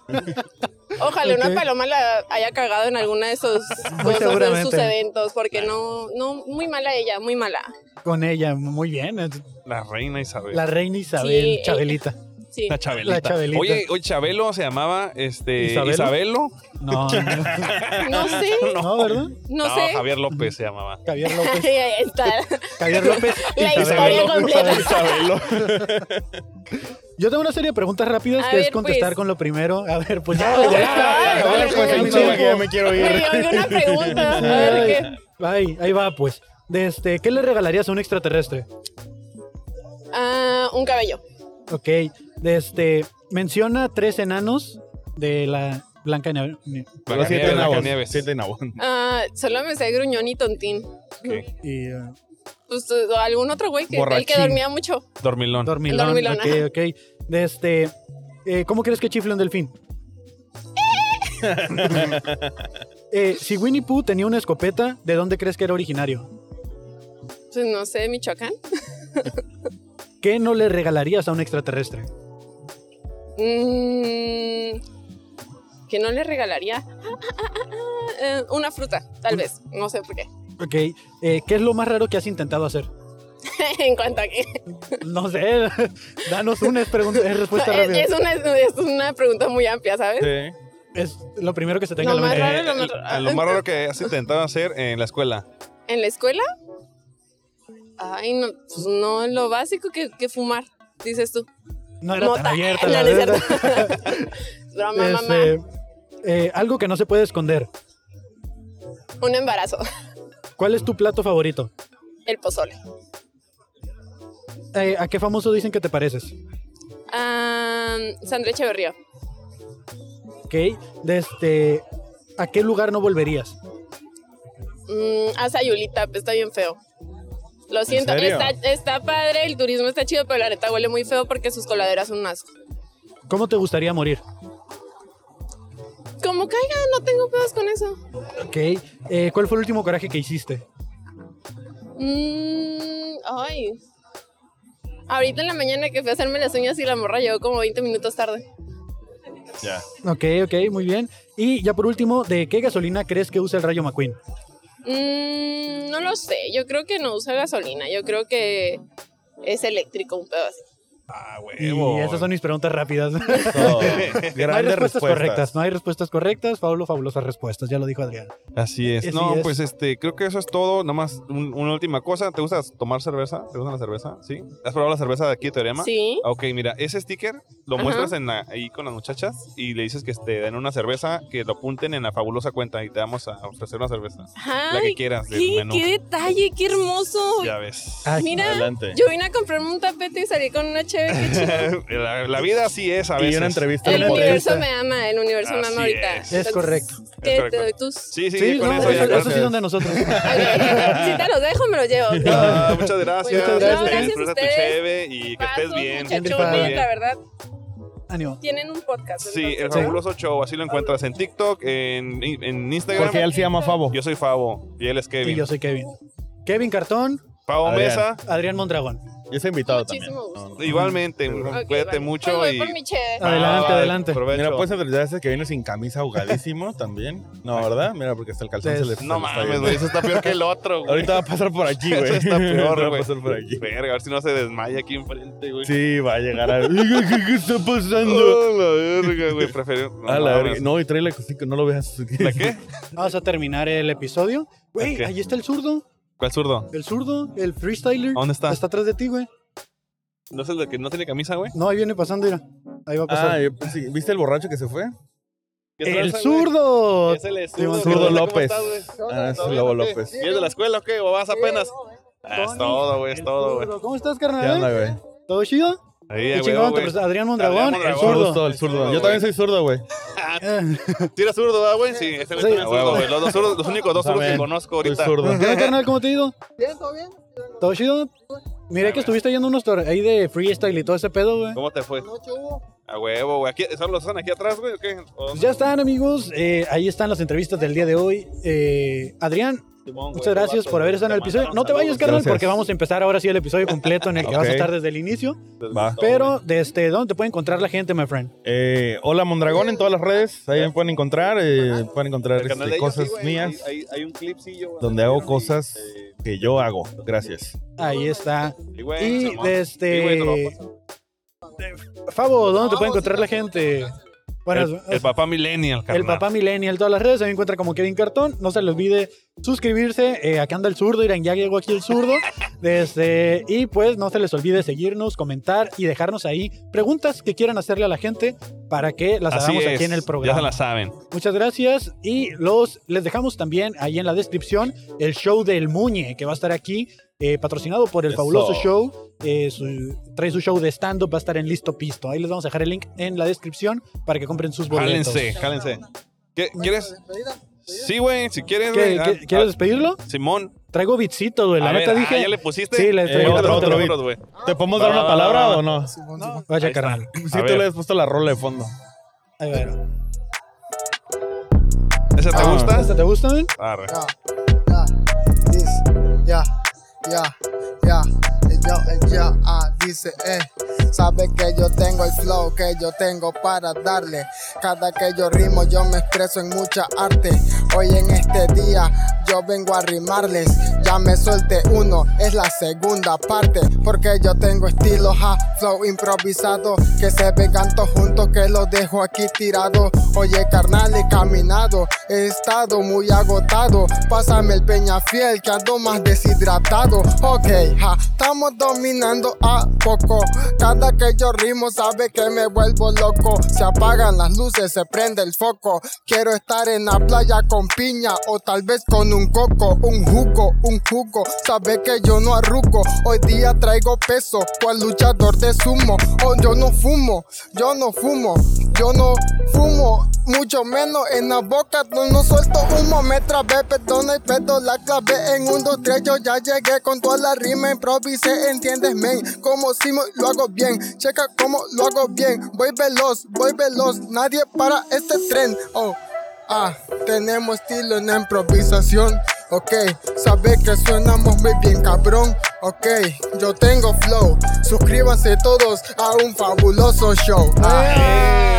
[SPEAKER 8] Ojalá
[SPEAKER 1] Ok.
[SPEAKER 8] una paloma la haya cagado en alguna de esos
[SPEAKER 1] Muy
[SPEAKER 8] cosas, de sus
[SPEAKER 1] seguramente.
[SPEAKER 8] eventos, porque no, no, muy mala ella, muy mala.
[SPEAKER 1] Con ella, muy bien. es
[SPEAKER 4] La reina Isabel.
[SPEAKER 1] La
[SPEAKER 4] La,
[SPEAKER 1] reina Isabel,
[SPEAKER 8] Sí. eh,
[SPEAKER 1] Chabelita.
[SPEAKER 8] Sí.
[SPEAKER 4] Chabelita.
[SPEAKER 1] La Chabelita.
[SPEAKER 4] Oye, oye, Chabelo se llamaba este,
[SPEAKER 1] ¿Isabelo?
[SPEAKER 4] Isabelo.
[SPEAKER 1] No, no,
[SPEAKER 8] No sé,
[SPEAKER 1] no, ¿verdad?
[SPEAKER 8] no, sé.
[SPEAKER 4] Javier López se llamaba.
[SPEAKER 1] Javier López.
[SPEAKER 8] Ahí está.
[SPEAKER 1] Javier López.
[SPEAKER 8] La
[SPEAKER 1] Isabel
[SPEAKER 8] historia
[SPEAKER 1] López.
[SPEAKER 8] completa.
[SPEAKER 6] Isabelo.
[SPEAKER 1] Yo tengo una serie de preguntas rápidas
[SPEAKER 8] A
[SPEAKER 1] que es
[SPEAKER 8] ver,
[SPEAKER 1] contestar
[SPEAKER 8] pues.
[SPEAKER 1] con lo primero. A ver, pues ya, ya está.
[SPEAKER 8] Ay,
[SPEAKER 1] ya,
[SPEAKER 8] vale,
[SPEAKER 1] ya,
[SPEAKER 8] pues,
[SPEAKER 1] ya,
[SPEAKER 8] el
[SPEAKER 1] ya,
[SPEAKER 6] chavo
[SPEAKER 1] ya.
[SPEAKER 6] que ya me quiero
[SPEAKER 8] Me
[SPEAKER 6] ir.
[SPEAKER 8] dio alguna pregunta. A ver qué.
[SPEAKER 1] Ay, ahí va, pues. De este, ¿Qué le regalarías a un extraterrestre?
[SPEAKER 8] Ah, un cabello.
[SPEAKER 1] Ok. De este, menciona tres enanos de la Blanca Nieve.
[SPEAKER 6] Los siete
[SPEAKER 4] Blancanieves,
[SPEAKER 6] nabos.
[SPEAKER 4] Blancanieves.
[SPEAKER 6] Siete nabos.
[SPEAKER 8] Ah, solo me sé gruñón y tontín.
[SPEAKER 4] Ok.
[SPEAKER 1] Y eh,
[SPEAKER 8] Pues o algún otro güey que, el que
[SPEAKER 6] Borrachín.
[SPEAKER 8] dormía mucho.
[SPEAKER 4] Dormilón.
[SPEAKER 1] Dormilón.
[SPEAKER 8] Dormilón,
[SPEAKER 1] Ok, ok. De este, eh, ¿Cómo crees que chifle un delfín? Eh, si Winnie Pooh tenía una escopeta, ¿de dónde crees que era originario?
[SPEAKER 8] Pues no sé, Michoacán.
[SPEAKER 1] ¿Qué no le regalarías a un extraterrestre?
[SPEAKER 8] Mm, que no le regalaría. Ah, ah, ah, ah, ah, eh, una fruta, tal vez. No sé por qué.
[SPEAKER 1] Ok. eh, ¿Qué es lo más raro que has intentado hacer?
[SPEAKER 8] en cuanto a que.
[SPEAKER 1] No sé. Danos una es pregunta- es respuesta rápida.
[SPEAKER 8] Es, es una, es una pregunta muy amplia, ¿sabes?
[SPEAKER 6] Sí.
[SPEAKER 1] Es lo primero que se tenga
[SPEAKER 8] Lo
[SPEAKER 1] en la
[SPEAKER 8] más
[SPEAKER 1] mente.
[SPEAKER 8] raro, lo más
[SPEAKER 4] Eh,
[SPEAKER 8] raro.
[SPEAKER 4] a lo más raro que has intentado hacer en la escuela.
[SPEAKER 8] ¿En la escuela? Ay, no, pues no, lo básico que, que fumar, dices tú.
[SPEAKER 1] No era
[SPEAKER 8] No
[SPEAKER 1] tan
[SPEAKER 8] tan-
[SPEAKER 1] abierta
[SPEAKER 8] no,
[SPEAKER 1] la
[SPEAKER 8] no es
[SPEAKER 1] verdad.
[SPEAKER 8] Broma, mamá.
[SPEAKER 1] Este, eh, algo que no se puede esconder.
[SPEAKER 8] Un embarazo.
[SPEAKER 1] ¿Cuál es tu plato favorito?
[SPEAKER 8] El pozole.
[SPEAKER 1] Eh, ¿A qué famoso dicen que te pareces?
[SPEAKER 8] Ah, Sandra Echeverría.
[SPEAKER 1] ¿Ok? De este, ¿A qué lugar no volverías?
[SPEAKER 8] Mm, a Sayulita, pues, está bien feo. Lo siento,
[SPEAKER 6] serio?
[SPEAKER 8] está, está padre, el turismo está chido, pero la neta huele muy feo porque sus coladeras son un asco.
[SPEAKER 1] ¿Cómo te gustaría morir?
[SPEAKER 8] Como caiga, no tengo pedos con eso.
[SPEAKER 1] ¿Ok? eh, ¿Cuál fue el último coraje que hiciste?
[SPEAKER 8] Mm, ay. Ahorita en la mañana que fui a hacerme las uñas y la morra llegó como 20 minutos tarde.
[SPEAKER 6] Ya.
[SPEAKER 1] Ok, ok, muy bien. Y ya por último, ¿de qué gasolina crees que usa el Rayo McQueen?
[SPEAKER 8] Mm, no lo sé, yo creo que no usa gasolina, yo creo que es eléctrico un pedo así.
[SPEAKER 4] Ah,
[SPEAKER 1] Y esas son mis preguntas rápidas. no
[SPEAKER 6] So,
[SPEAKER 1] hay
[SPEAKER 6] grandes
[SPEAKER 1] respuestas
[SPEAKER 6] respuestas.
[SPEAKER 1] correctas, no hay respuestas correctas. Pablo, fabulosas respuestas, ya lo dijo Adrián.
[SPEAKER 4] Así es.
[SPEAKER 1] Así
[SPEAKER 4] no,
[SPEAKER 1] es.
[SPEAKER 4] pues este, creo que eso es todo. Nomás un- una última cosa. ¿Te gusta tomar cerveza? ¿Te gusta la cerveza? ¿Sí? ¿Has probado la cerveza de aquí de Teorema?
[SPEAKER 8] Sí.
[SPEAKER 4] Ah, Ok, mira, ese sticker lo
[SPEAKER 8] Ajá.
[SPEAKER 4] muestras en la, ahí con las muchachas y le dices que te den una cerveza, que lo apunten en la fabulosa cuenta y te vamos a ofrecer una cerveza. la que
[SPEAKER 8] Ay,
[SPEAKER 4] quieras del
[SPEAKER 8] qué,
[SPEAKER 4] menú.
[SPEAKER 8] qué detalle, qué hermoso.
[SPEAKER 4] Ya ves.
[SPEAKER 1] Ay,
[SPEAKER 8] Mira,
[SPEAKER 6] Adelante.
[SPEAKER 8] yo vine a comprarme un tapete y salí con una chévere. qué chido.
[SPEAKER 4] la, la vida así es a veces.
[SPEAKER 6] Y una entrevista.
[SPEAKER 8] El
[SPEAKER 1] Una
[SPEAKER 8] universo
[SPEAKER 1] entrevista.
[SPEAKER 8] me ama, el universo me
[SPEAKER 4] Así
[SPEAKER 8] ama ahorita.
[SPEAKER 4] es.
[SPEAKER 1] Es correcto.
[SPEAKER 8] ¿Qué
[SPEAKER 4] Es
[SPEAKER 8] te
[SPEAKER 4] correcto.
[SPEAKER 8] doy tus?
[SPEAKER 4] Sí, sí,
[SPEAKER 1] Sí,
[SPEAKER 4] con
[SPEAKER 1] no,
[SPEAKER 4] eso ya.
[SPEAKER 1] eso, eso sí
[SPEAKER 4] gracias.
[SPEAKER 1] son de nosotros.
[SPEAKER 8] Ok, si te los dejo, me los llevo.
[SPEAKER 4] Ah, muchas gracias.
[SPEAKER 8] Pues,
[SPEAKER 1] gracias.
[SPEAKER 8] Muchas
[SPEAKER 4] Que
[SPEAKER 8] Gracias a
[SPEAKER 4] disfrutes tu
[SPEAKER 8] ustedes.
[SPEAKER 4] cheve y que estés
[SPEAKER 8] Pasos,
[SPEAKER 4] bien.
[SPEAKER 1] Bien
[SPEAKER 8] muchachos,
[SPEAKER 1] rifada.
[SPEAKER 8] la verdad,
[SPEAKER 1] Ánimo.
[SPEAKER 8] tienen un podcast.
[SPEAKER 4] Sí, el
[SPEAKER 8] entonces, pues, ¿no?
[SPEAKER 4] fabuloso show, así lo encuentras en TikTok, en, en Instagram.
[SPEAKER 6] Porque él se llama Favo.
[SPEAKER 4] Yo soy Favo y él es
[SPEAKER 1] Y
[SPEAKER 4] Kevin.
[SPEAKER 1] yo soy Kevin. Kevin Cartón,
[SPEAKER 4] Favo
[SPEAKER 6] Adrián.
[SPEAKER 4] Mesa.
[SPEAKER 1] Adrián Mondragón.
[SPEAKER 6] Yo soy invitado
[SPEAKER 8] Muchísimo
[SPEAKER 6] también.
[SPEAKER 8] gusto.
[SPEAKER 6] No, no.
[SPEAKER 4] Igualmente,
[SPEAKER 8] Ok,
[SPEAKER 4] cuídate
[SPEAKER 8] vale.
[SPEAKER 4] mucho
[SPEAKER 8] Pues voy
[SPEAKER 4] y.
[SPEAKER 8] por mi cheve.
[SPEAKER 1] Ah. Adelante,
[SPEAKER 4] va,
[SPEAKER 1] adelante.
[SPEAKER 4] provecho.
[SPEAKER 6] Mira, puedes entenderse que viene sin camisa ahogadísimo también. No, ¿verdad? Mira, porque hasta el calzón
[SPEAKER 1] Sí.
[SPEAKER 6] se le se le
[SPEAKER 4] No mames,
[SPEAKER 6] yendo.
[SPEAKER 4] güey, eso está peor que el otro, güey.
[SPEAKER 6] Ahorita va a pasar por aquí, güey.
[SPEAKER 4] Eso está
[SPEAKER 6] Va
[SPEAKER 4] peor,
[SPEAKER 6] a
[SPEAKER 4] güey.
[SPEAKER 6] pasar por aquí.
[SPEAKER 4] Verga, a ver si no se desmaya aquí enfrente, güey.
[SPEAKER 6] Sí, va a llegar a... ¿Qué, qué está pasando?
[SPEAKER 4] Oh, la verga, güey. Prefiero. No,
[SPEAKER 6] a la
[SPEAKER 4] no,
[SPEAKER 6] verga. No, y trae la cosita, no lo veas.
[SPEAKER 4] ¿La qué?
[SPEAKER 1] Vamos a terminar el episodio. Güey,
[SPEAKER 4] Ok.
[SPEAKER 1] ahí está el zurdo.
[SPEAKER 4] ¿Cuál zurdo?
[SPEAKER 1] El zurdo, el freestyler.
[SPEAKER 4] ¿Dónde está?
[SPEAKER 1] Está atrás de ti, güey.
[SPEAKER 4] ¿No es el de que no tiene camisa, güey?
[SPEAKER 1] No, ahí viene pasando, mira. Ahí va a pasar.
[SPEAKER 6] Ah, yo pensé- ¿viste el borracho que se fue?
[SPEAKER 4] ¿Qué
[SPEAKER 1] ¡El
[SPEAKER 4] tranza, güey?
[SPEAKER 1] zurdo!
[SPEAKER 4] Es el
[SPEAKER 1] Simón
[SPEAKER 4] zurdo.
[SPEAKER 1] Zurdo
[SPEAKER 4] ¿Cómo
[SPEAKER 6] López.
[SPEAKER 4] estás, güey?
[SPEAKER 6] Ah, es
[SPEAKER 4] ¿Todo
[SPEAKER 6] Lobo
[SPEAKER 4] bien o qué?
[SPEAKER 6] López.
[SPEAKER 4] ¿Y es de la escuela o qué? ¿O vas apenas?
[SPEAKER 8] eh.
[SPEAKER 4] Ah, es
[SPEAKER 1] Tony,
[SPEAKER 4] todo, güey, es
[SPEAKER 1] el
[SPEAKER 4] todo, güey.
[SPEAKER 1] zurdo. ¿Cómo estás,
[SPEAKER 6] ¿Qué onda,
[SPEAKER 1] carnal?
[SPEAKER 6] güey?
[SPEAKER 1] ¿Todo chido?
[SPEAKER 4] Ahí,
[SPEAKER 1] Qué
[SPEAKER 4] güey,
[SPEAKER 1] chingón, te
[SPEAKER 4] güey.
[SPEAKER 1] presento- Adrián Mondragón,
[SPEAKER 4] Adrián
[SPEAKER 1] el
[SPEAKER 4] Mondragón.
[SPEAKER 1] zurdo.
[SPEAKER 6] Zurdo, el zurdo. Yo también soy zurdo, güey.
[SPEAKER 1] Eh,
[SPEAKER 4] Sí, era zurdo, ¿verdad, güey? Sí, ese güey
[SPEAKER 1] Sí.
[SPEAKER 4] también es zurdo, güey. Los, dos zurdos- los únicos dos zurdos que
[SPEAKER 6] Saben,
[SPEAKER 4] conozco
[SPEAKER 6] Soy
[SPEAKER 4] ahorita.
[SPEAKER 6] zurdo.
[SPEAKER 1] ¿Qué onda, carnal? ¿Cómo te ha ido? Bien, todo bien. ¿Todo chido? Miré que estuviste yendo a unos tor- ahí de freestyle y todo ese pedo, güey.
[SPEAKER 4] ¿Cómo te fue? A huevo, güey. Aquí- ¿Son los están aquí atrás, güey? ¿O qué? ¿O
[SPEAKER 1] Pues
[SPEAKER 4] dónde?
[SPEAKER 1] ya están, amigos. Eh, ahí están las entrevistas del día de hoy. Eh, Adrián,
[SPEAKER 4] Simón, güey,
[SPEAKER 1] muchas gracias
[SPEAKER 4] vatos,
[SPEAKER 1] por haber
[SPEAKER 4] güey,
[SPEAKER 1] estado en el
[SPEAKER 4] te
[SPEAKER 1] episodio.
[SPEAKER 4] mandaron
[SPEAKER 1] No te vayas,
[SPEAKER 4] saludos.
[SPEAKER 1] carnal,
[SPEAKER 6] Gracias.
[SPEAKER 1] porque vamos a empezar ahora sí el episodio completo en el que vas a
[SPEAKER 6] Ok.
[SPEAKER 1] estar desde el inicio.
[SPEAKER 6] Va.
[SPEAKER 1] Pero, desde ¿dónde te puede encontrar la gente, my friend?
[SPEAKER 6] Eh, hola Mondragón en todas las redes. Ahí me pueden encontrar. eh, pueden encontrar
[SPEAKER 4] El canal
[SPEAKER 6] este,
[SPEAKER 4] de ellos,
[SPEAKER 6] cosas
[SPEAKER 4] sí, güey,
[SPEAKER 6] mías
[SPEAKER 4] Hay, hay- hay un clipcillo, güey,
[SPEAKER 6] donde hago
[SPEAKER 4] y-
[SPEAKER 6] cosas
[SPEAKER 4] eh,
[SPEAKER 6] que yo hago. Gracias.
[SPEAKER 1] Ahí está.
[SPEAKER 4] Y, güey,
[SPEAKER 1] Y
[SPEAKER 4] Simón. Sí, güey, te lo
[SPEAKER 1] desde.
[SPEAKER 4] paso.
[SPEAKER 1] Favo, ¿dónde te puede encontrar la gente?
[SPEAKER 4] el,
[SPEAKER 1] Bueno,
[SPEAKER 4] el papá millennial, carnal.
[SPEAKER 1] El papá millennial, todas las redes se me encuentra como Kevin Cartón. No se le olvide suscribirse. eh, acá anda el zurdo, Irán, ya llegó aquí el zurdo. Desde, y pues no se les olvide seguirnos, comentar y dejarnos ahí preguntas que quieran hacerle a la gente para que las
[SPEAKER 4] Así
[SPEAKER 1] hagamos
[SPEAKER 4] es,
[SPEAKER 1] aquí en el
[SPEAKER 4] Ya
[SPEAKER 1] programa.
[SPEAKER 4] se la saben.
[SPEAKER 1] Muchas gracias y los les dejamos también ahí en la descripción el show del Muñe que va a estar aquí eh, patrocinado por el
[SPEAKER 6] Eso.
[SPEAKER 1] fabuloso show. eh, su- trae su show de stand-up, va a estar en listo pisto. Ahí les vamos a dejar el link en la descripción para que compren sus boletos.
[SPEAKER 4] Jálense, jálense. ¿Qué- ¿Quieres? Sí, güey, si quieres,
[SPEAKER 1] ¿Qué-
[SPEAKER 4] güey. Ah,
[SPEAKER 1] qué- ¿Quieres despedirlo?
[SPEAKER 4] ah, Simón.
[SPEAKER 1] Traigo bitsito, güey. La
[SPEAKER 4] A
[SPEAKER 1] neta
[SPEAKER 4] ver, ah,
[SPEAKER 1] dije.
[SPEAKER 4] ¿Ya le pusiste?
[SPEAKER 1] Sí, le traigo otro,
[SPEAKER 6] otro, otro
[SPEAKER 1] otro.
[SPEAKER 6] beat.
[SPEAKER 4] otro, güey.
[SPEAKER 6] ¿Te podemos dar
[SPEAKER 4] Va,
[SPEAKER 6] una
[SPEAKER 4] va,
[SPEAKER 6] palabra
[SPEAKER 4] va, va.
[SPEAKER 6] o no?
[SPEAKER 1] Vaya,
[SPEAKER 4] Ahí está.
[SPEAKER 1] carnal.
[SPEAKER 6] Si
[SPEAKER 4] A
[SPEAKER 6] Ah, tú
[SPEAKER 4] ver.
[SPEAKER 6] le has puesto la rola de fondo.
[SPEAKER 1] A ver.
[SPEAKER 4] ¿Esa te
[SPEAKER 6] Ah.
[SPEAKER 4] gusta?
[SPEAKER 1] ¿Esta te gusta, men?
[SPEAKER 4] Arre.
[SPEAKER 9] yeah, this, yeah, yeah, yeah, el yo, el ya, ah, dice, eh. Sabe que yo tengo el flow que yo tengo para darle. Cada que yo rimo, yo me expreso en mucha arte. Hoy en este día, yo vengo a rimarles. Ya me solté uno, es la segunda parte. Porque yo tengo estilo, ja, flow improvisado. Que se ve canto juntos, que los dejo aquí tirado. Oye, carnal, he caminado, he estado muy agotado. Pásame el peña fiel, que ando más deshidratado. Ok, ja, estamos dominando a poco. Cada que yo rimo, sabe que me vuelvo loco. Se apagan las luces, se prende el foco. Quiero estar en la playa con piña o tal vez con un coco, un jugo, un jugo. Sabe que yo no arrugo. Hoy día traigo peso, cual luchador de sumo. Oh, yo no fumo, yo no fumo, yo no fumo. Mucho menos en la boca, no, no suelto humo. Me trabé, perdona y pedo la clave en un, dos, tres. Yo ya llegué con toda la rima, improvisé, entiendes, men. Como si me- lo hago bien, checa cómo lo hago bien. Voy veloz, voy veloz, nadie para este tren. Oh, ah, tenemos estilo en la improvisación. Ok, sabe que sonamos muy bien cabrón. Ok, yo tengo flow. Suscríbanse todos a un fabuloso show. Ah.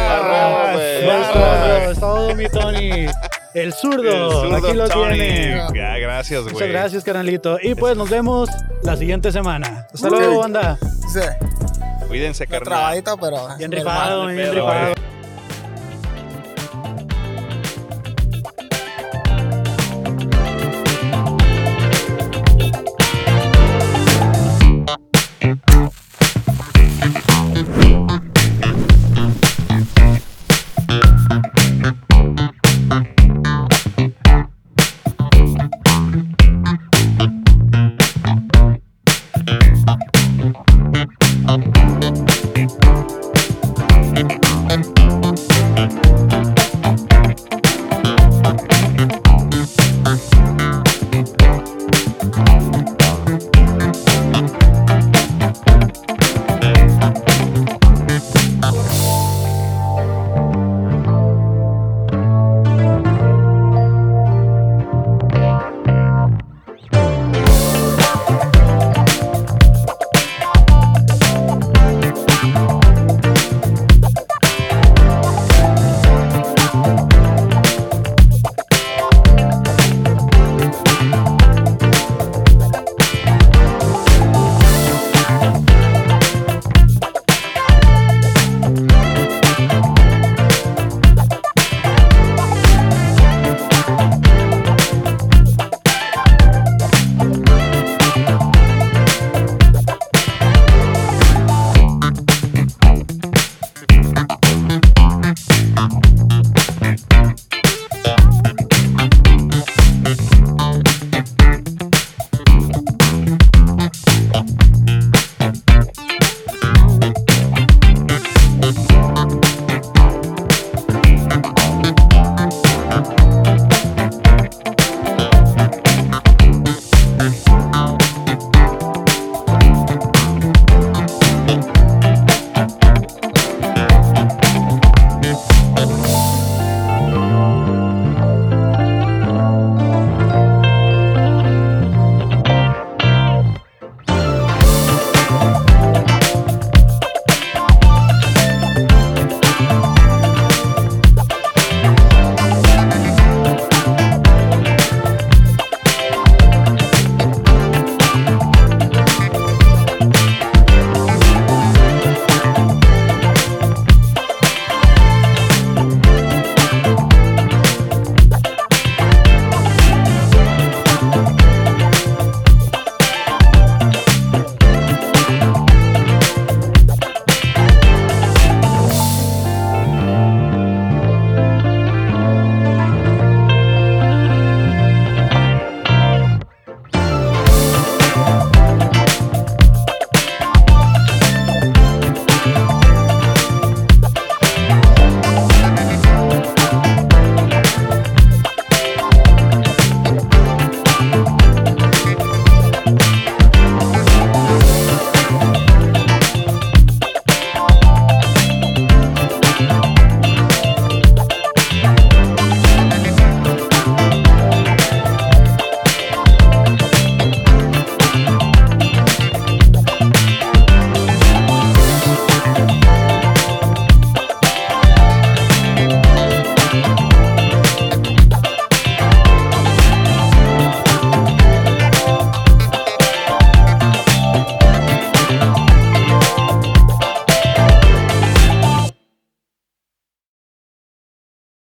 [SPEAKER 4] Arroba, güey.
[SPEAKER 1] Ya
[SPEAKER 4] Arroba,
[SPEAKER 1] está,
[SPEAKER 4] güey.
[SPEAKER 1] es pues, todo, mi Tony. El
[SPEAKER 4] El
[SPEAKER 1] zurdo.
[SPEAKER 4] zurdo
[SPEAKER 1] Aquí lo
[SPEAKER 4] Tony.
[SPEAKER 1] tiene.
[SPEAKER 4] Ya, gracias, güey.
[SPEAKER 1] Muchas gracias, carnalito. Y pues nos vemos la siguiente semana. Hasta luego,
[SPEAKER 9] Ok.
[SPEAKER 1] banda.
[SPEAKER 9] Sí,
[SPEAKER 4] Cuídense,
[SPEAKER 9] una
[SPEAKER 4] carnal.
[SPEAKER 9] trabadita, pero.
[SPEAKER 1] Bien
[SPEAKER 9] pero
[SPEAKER 1] rifado, bien rifado.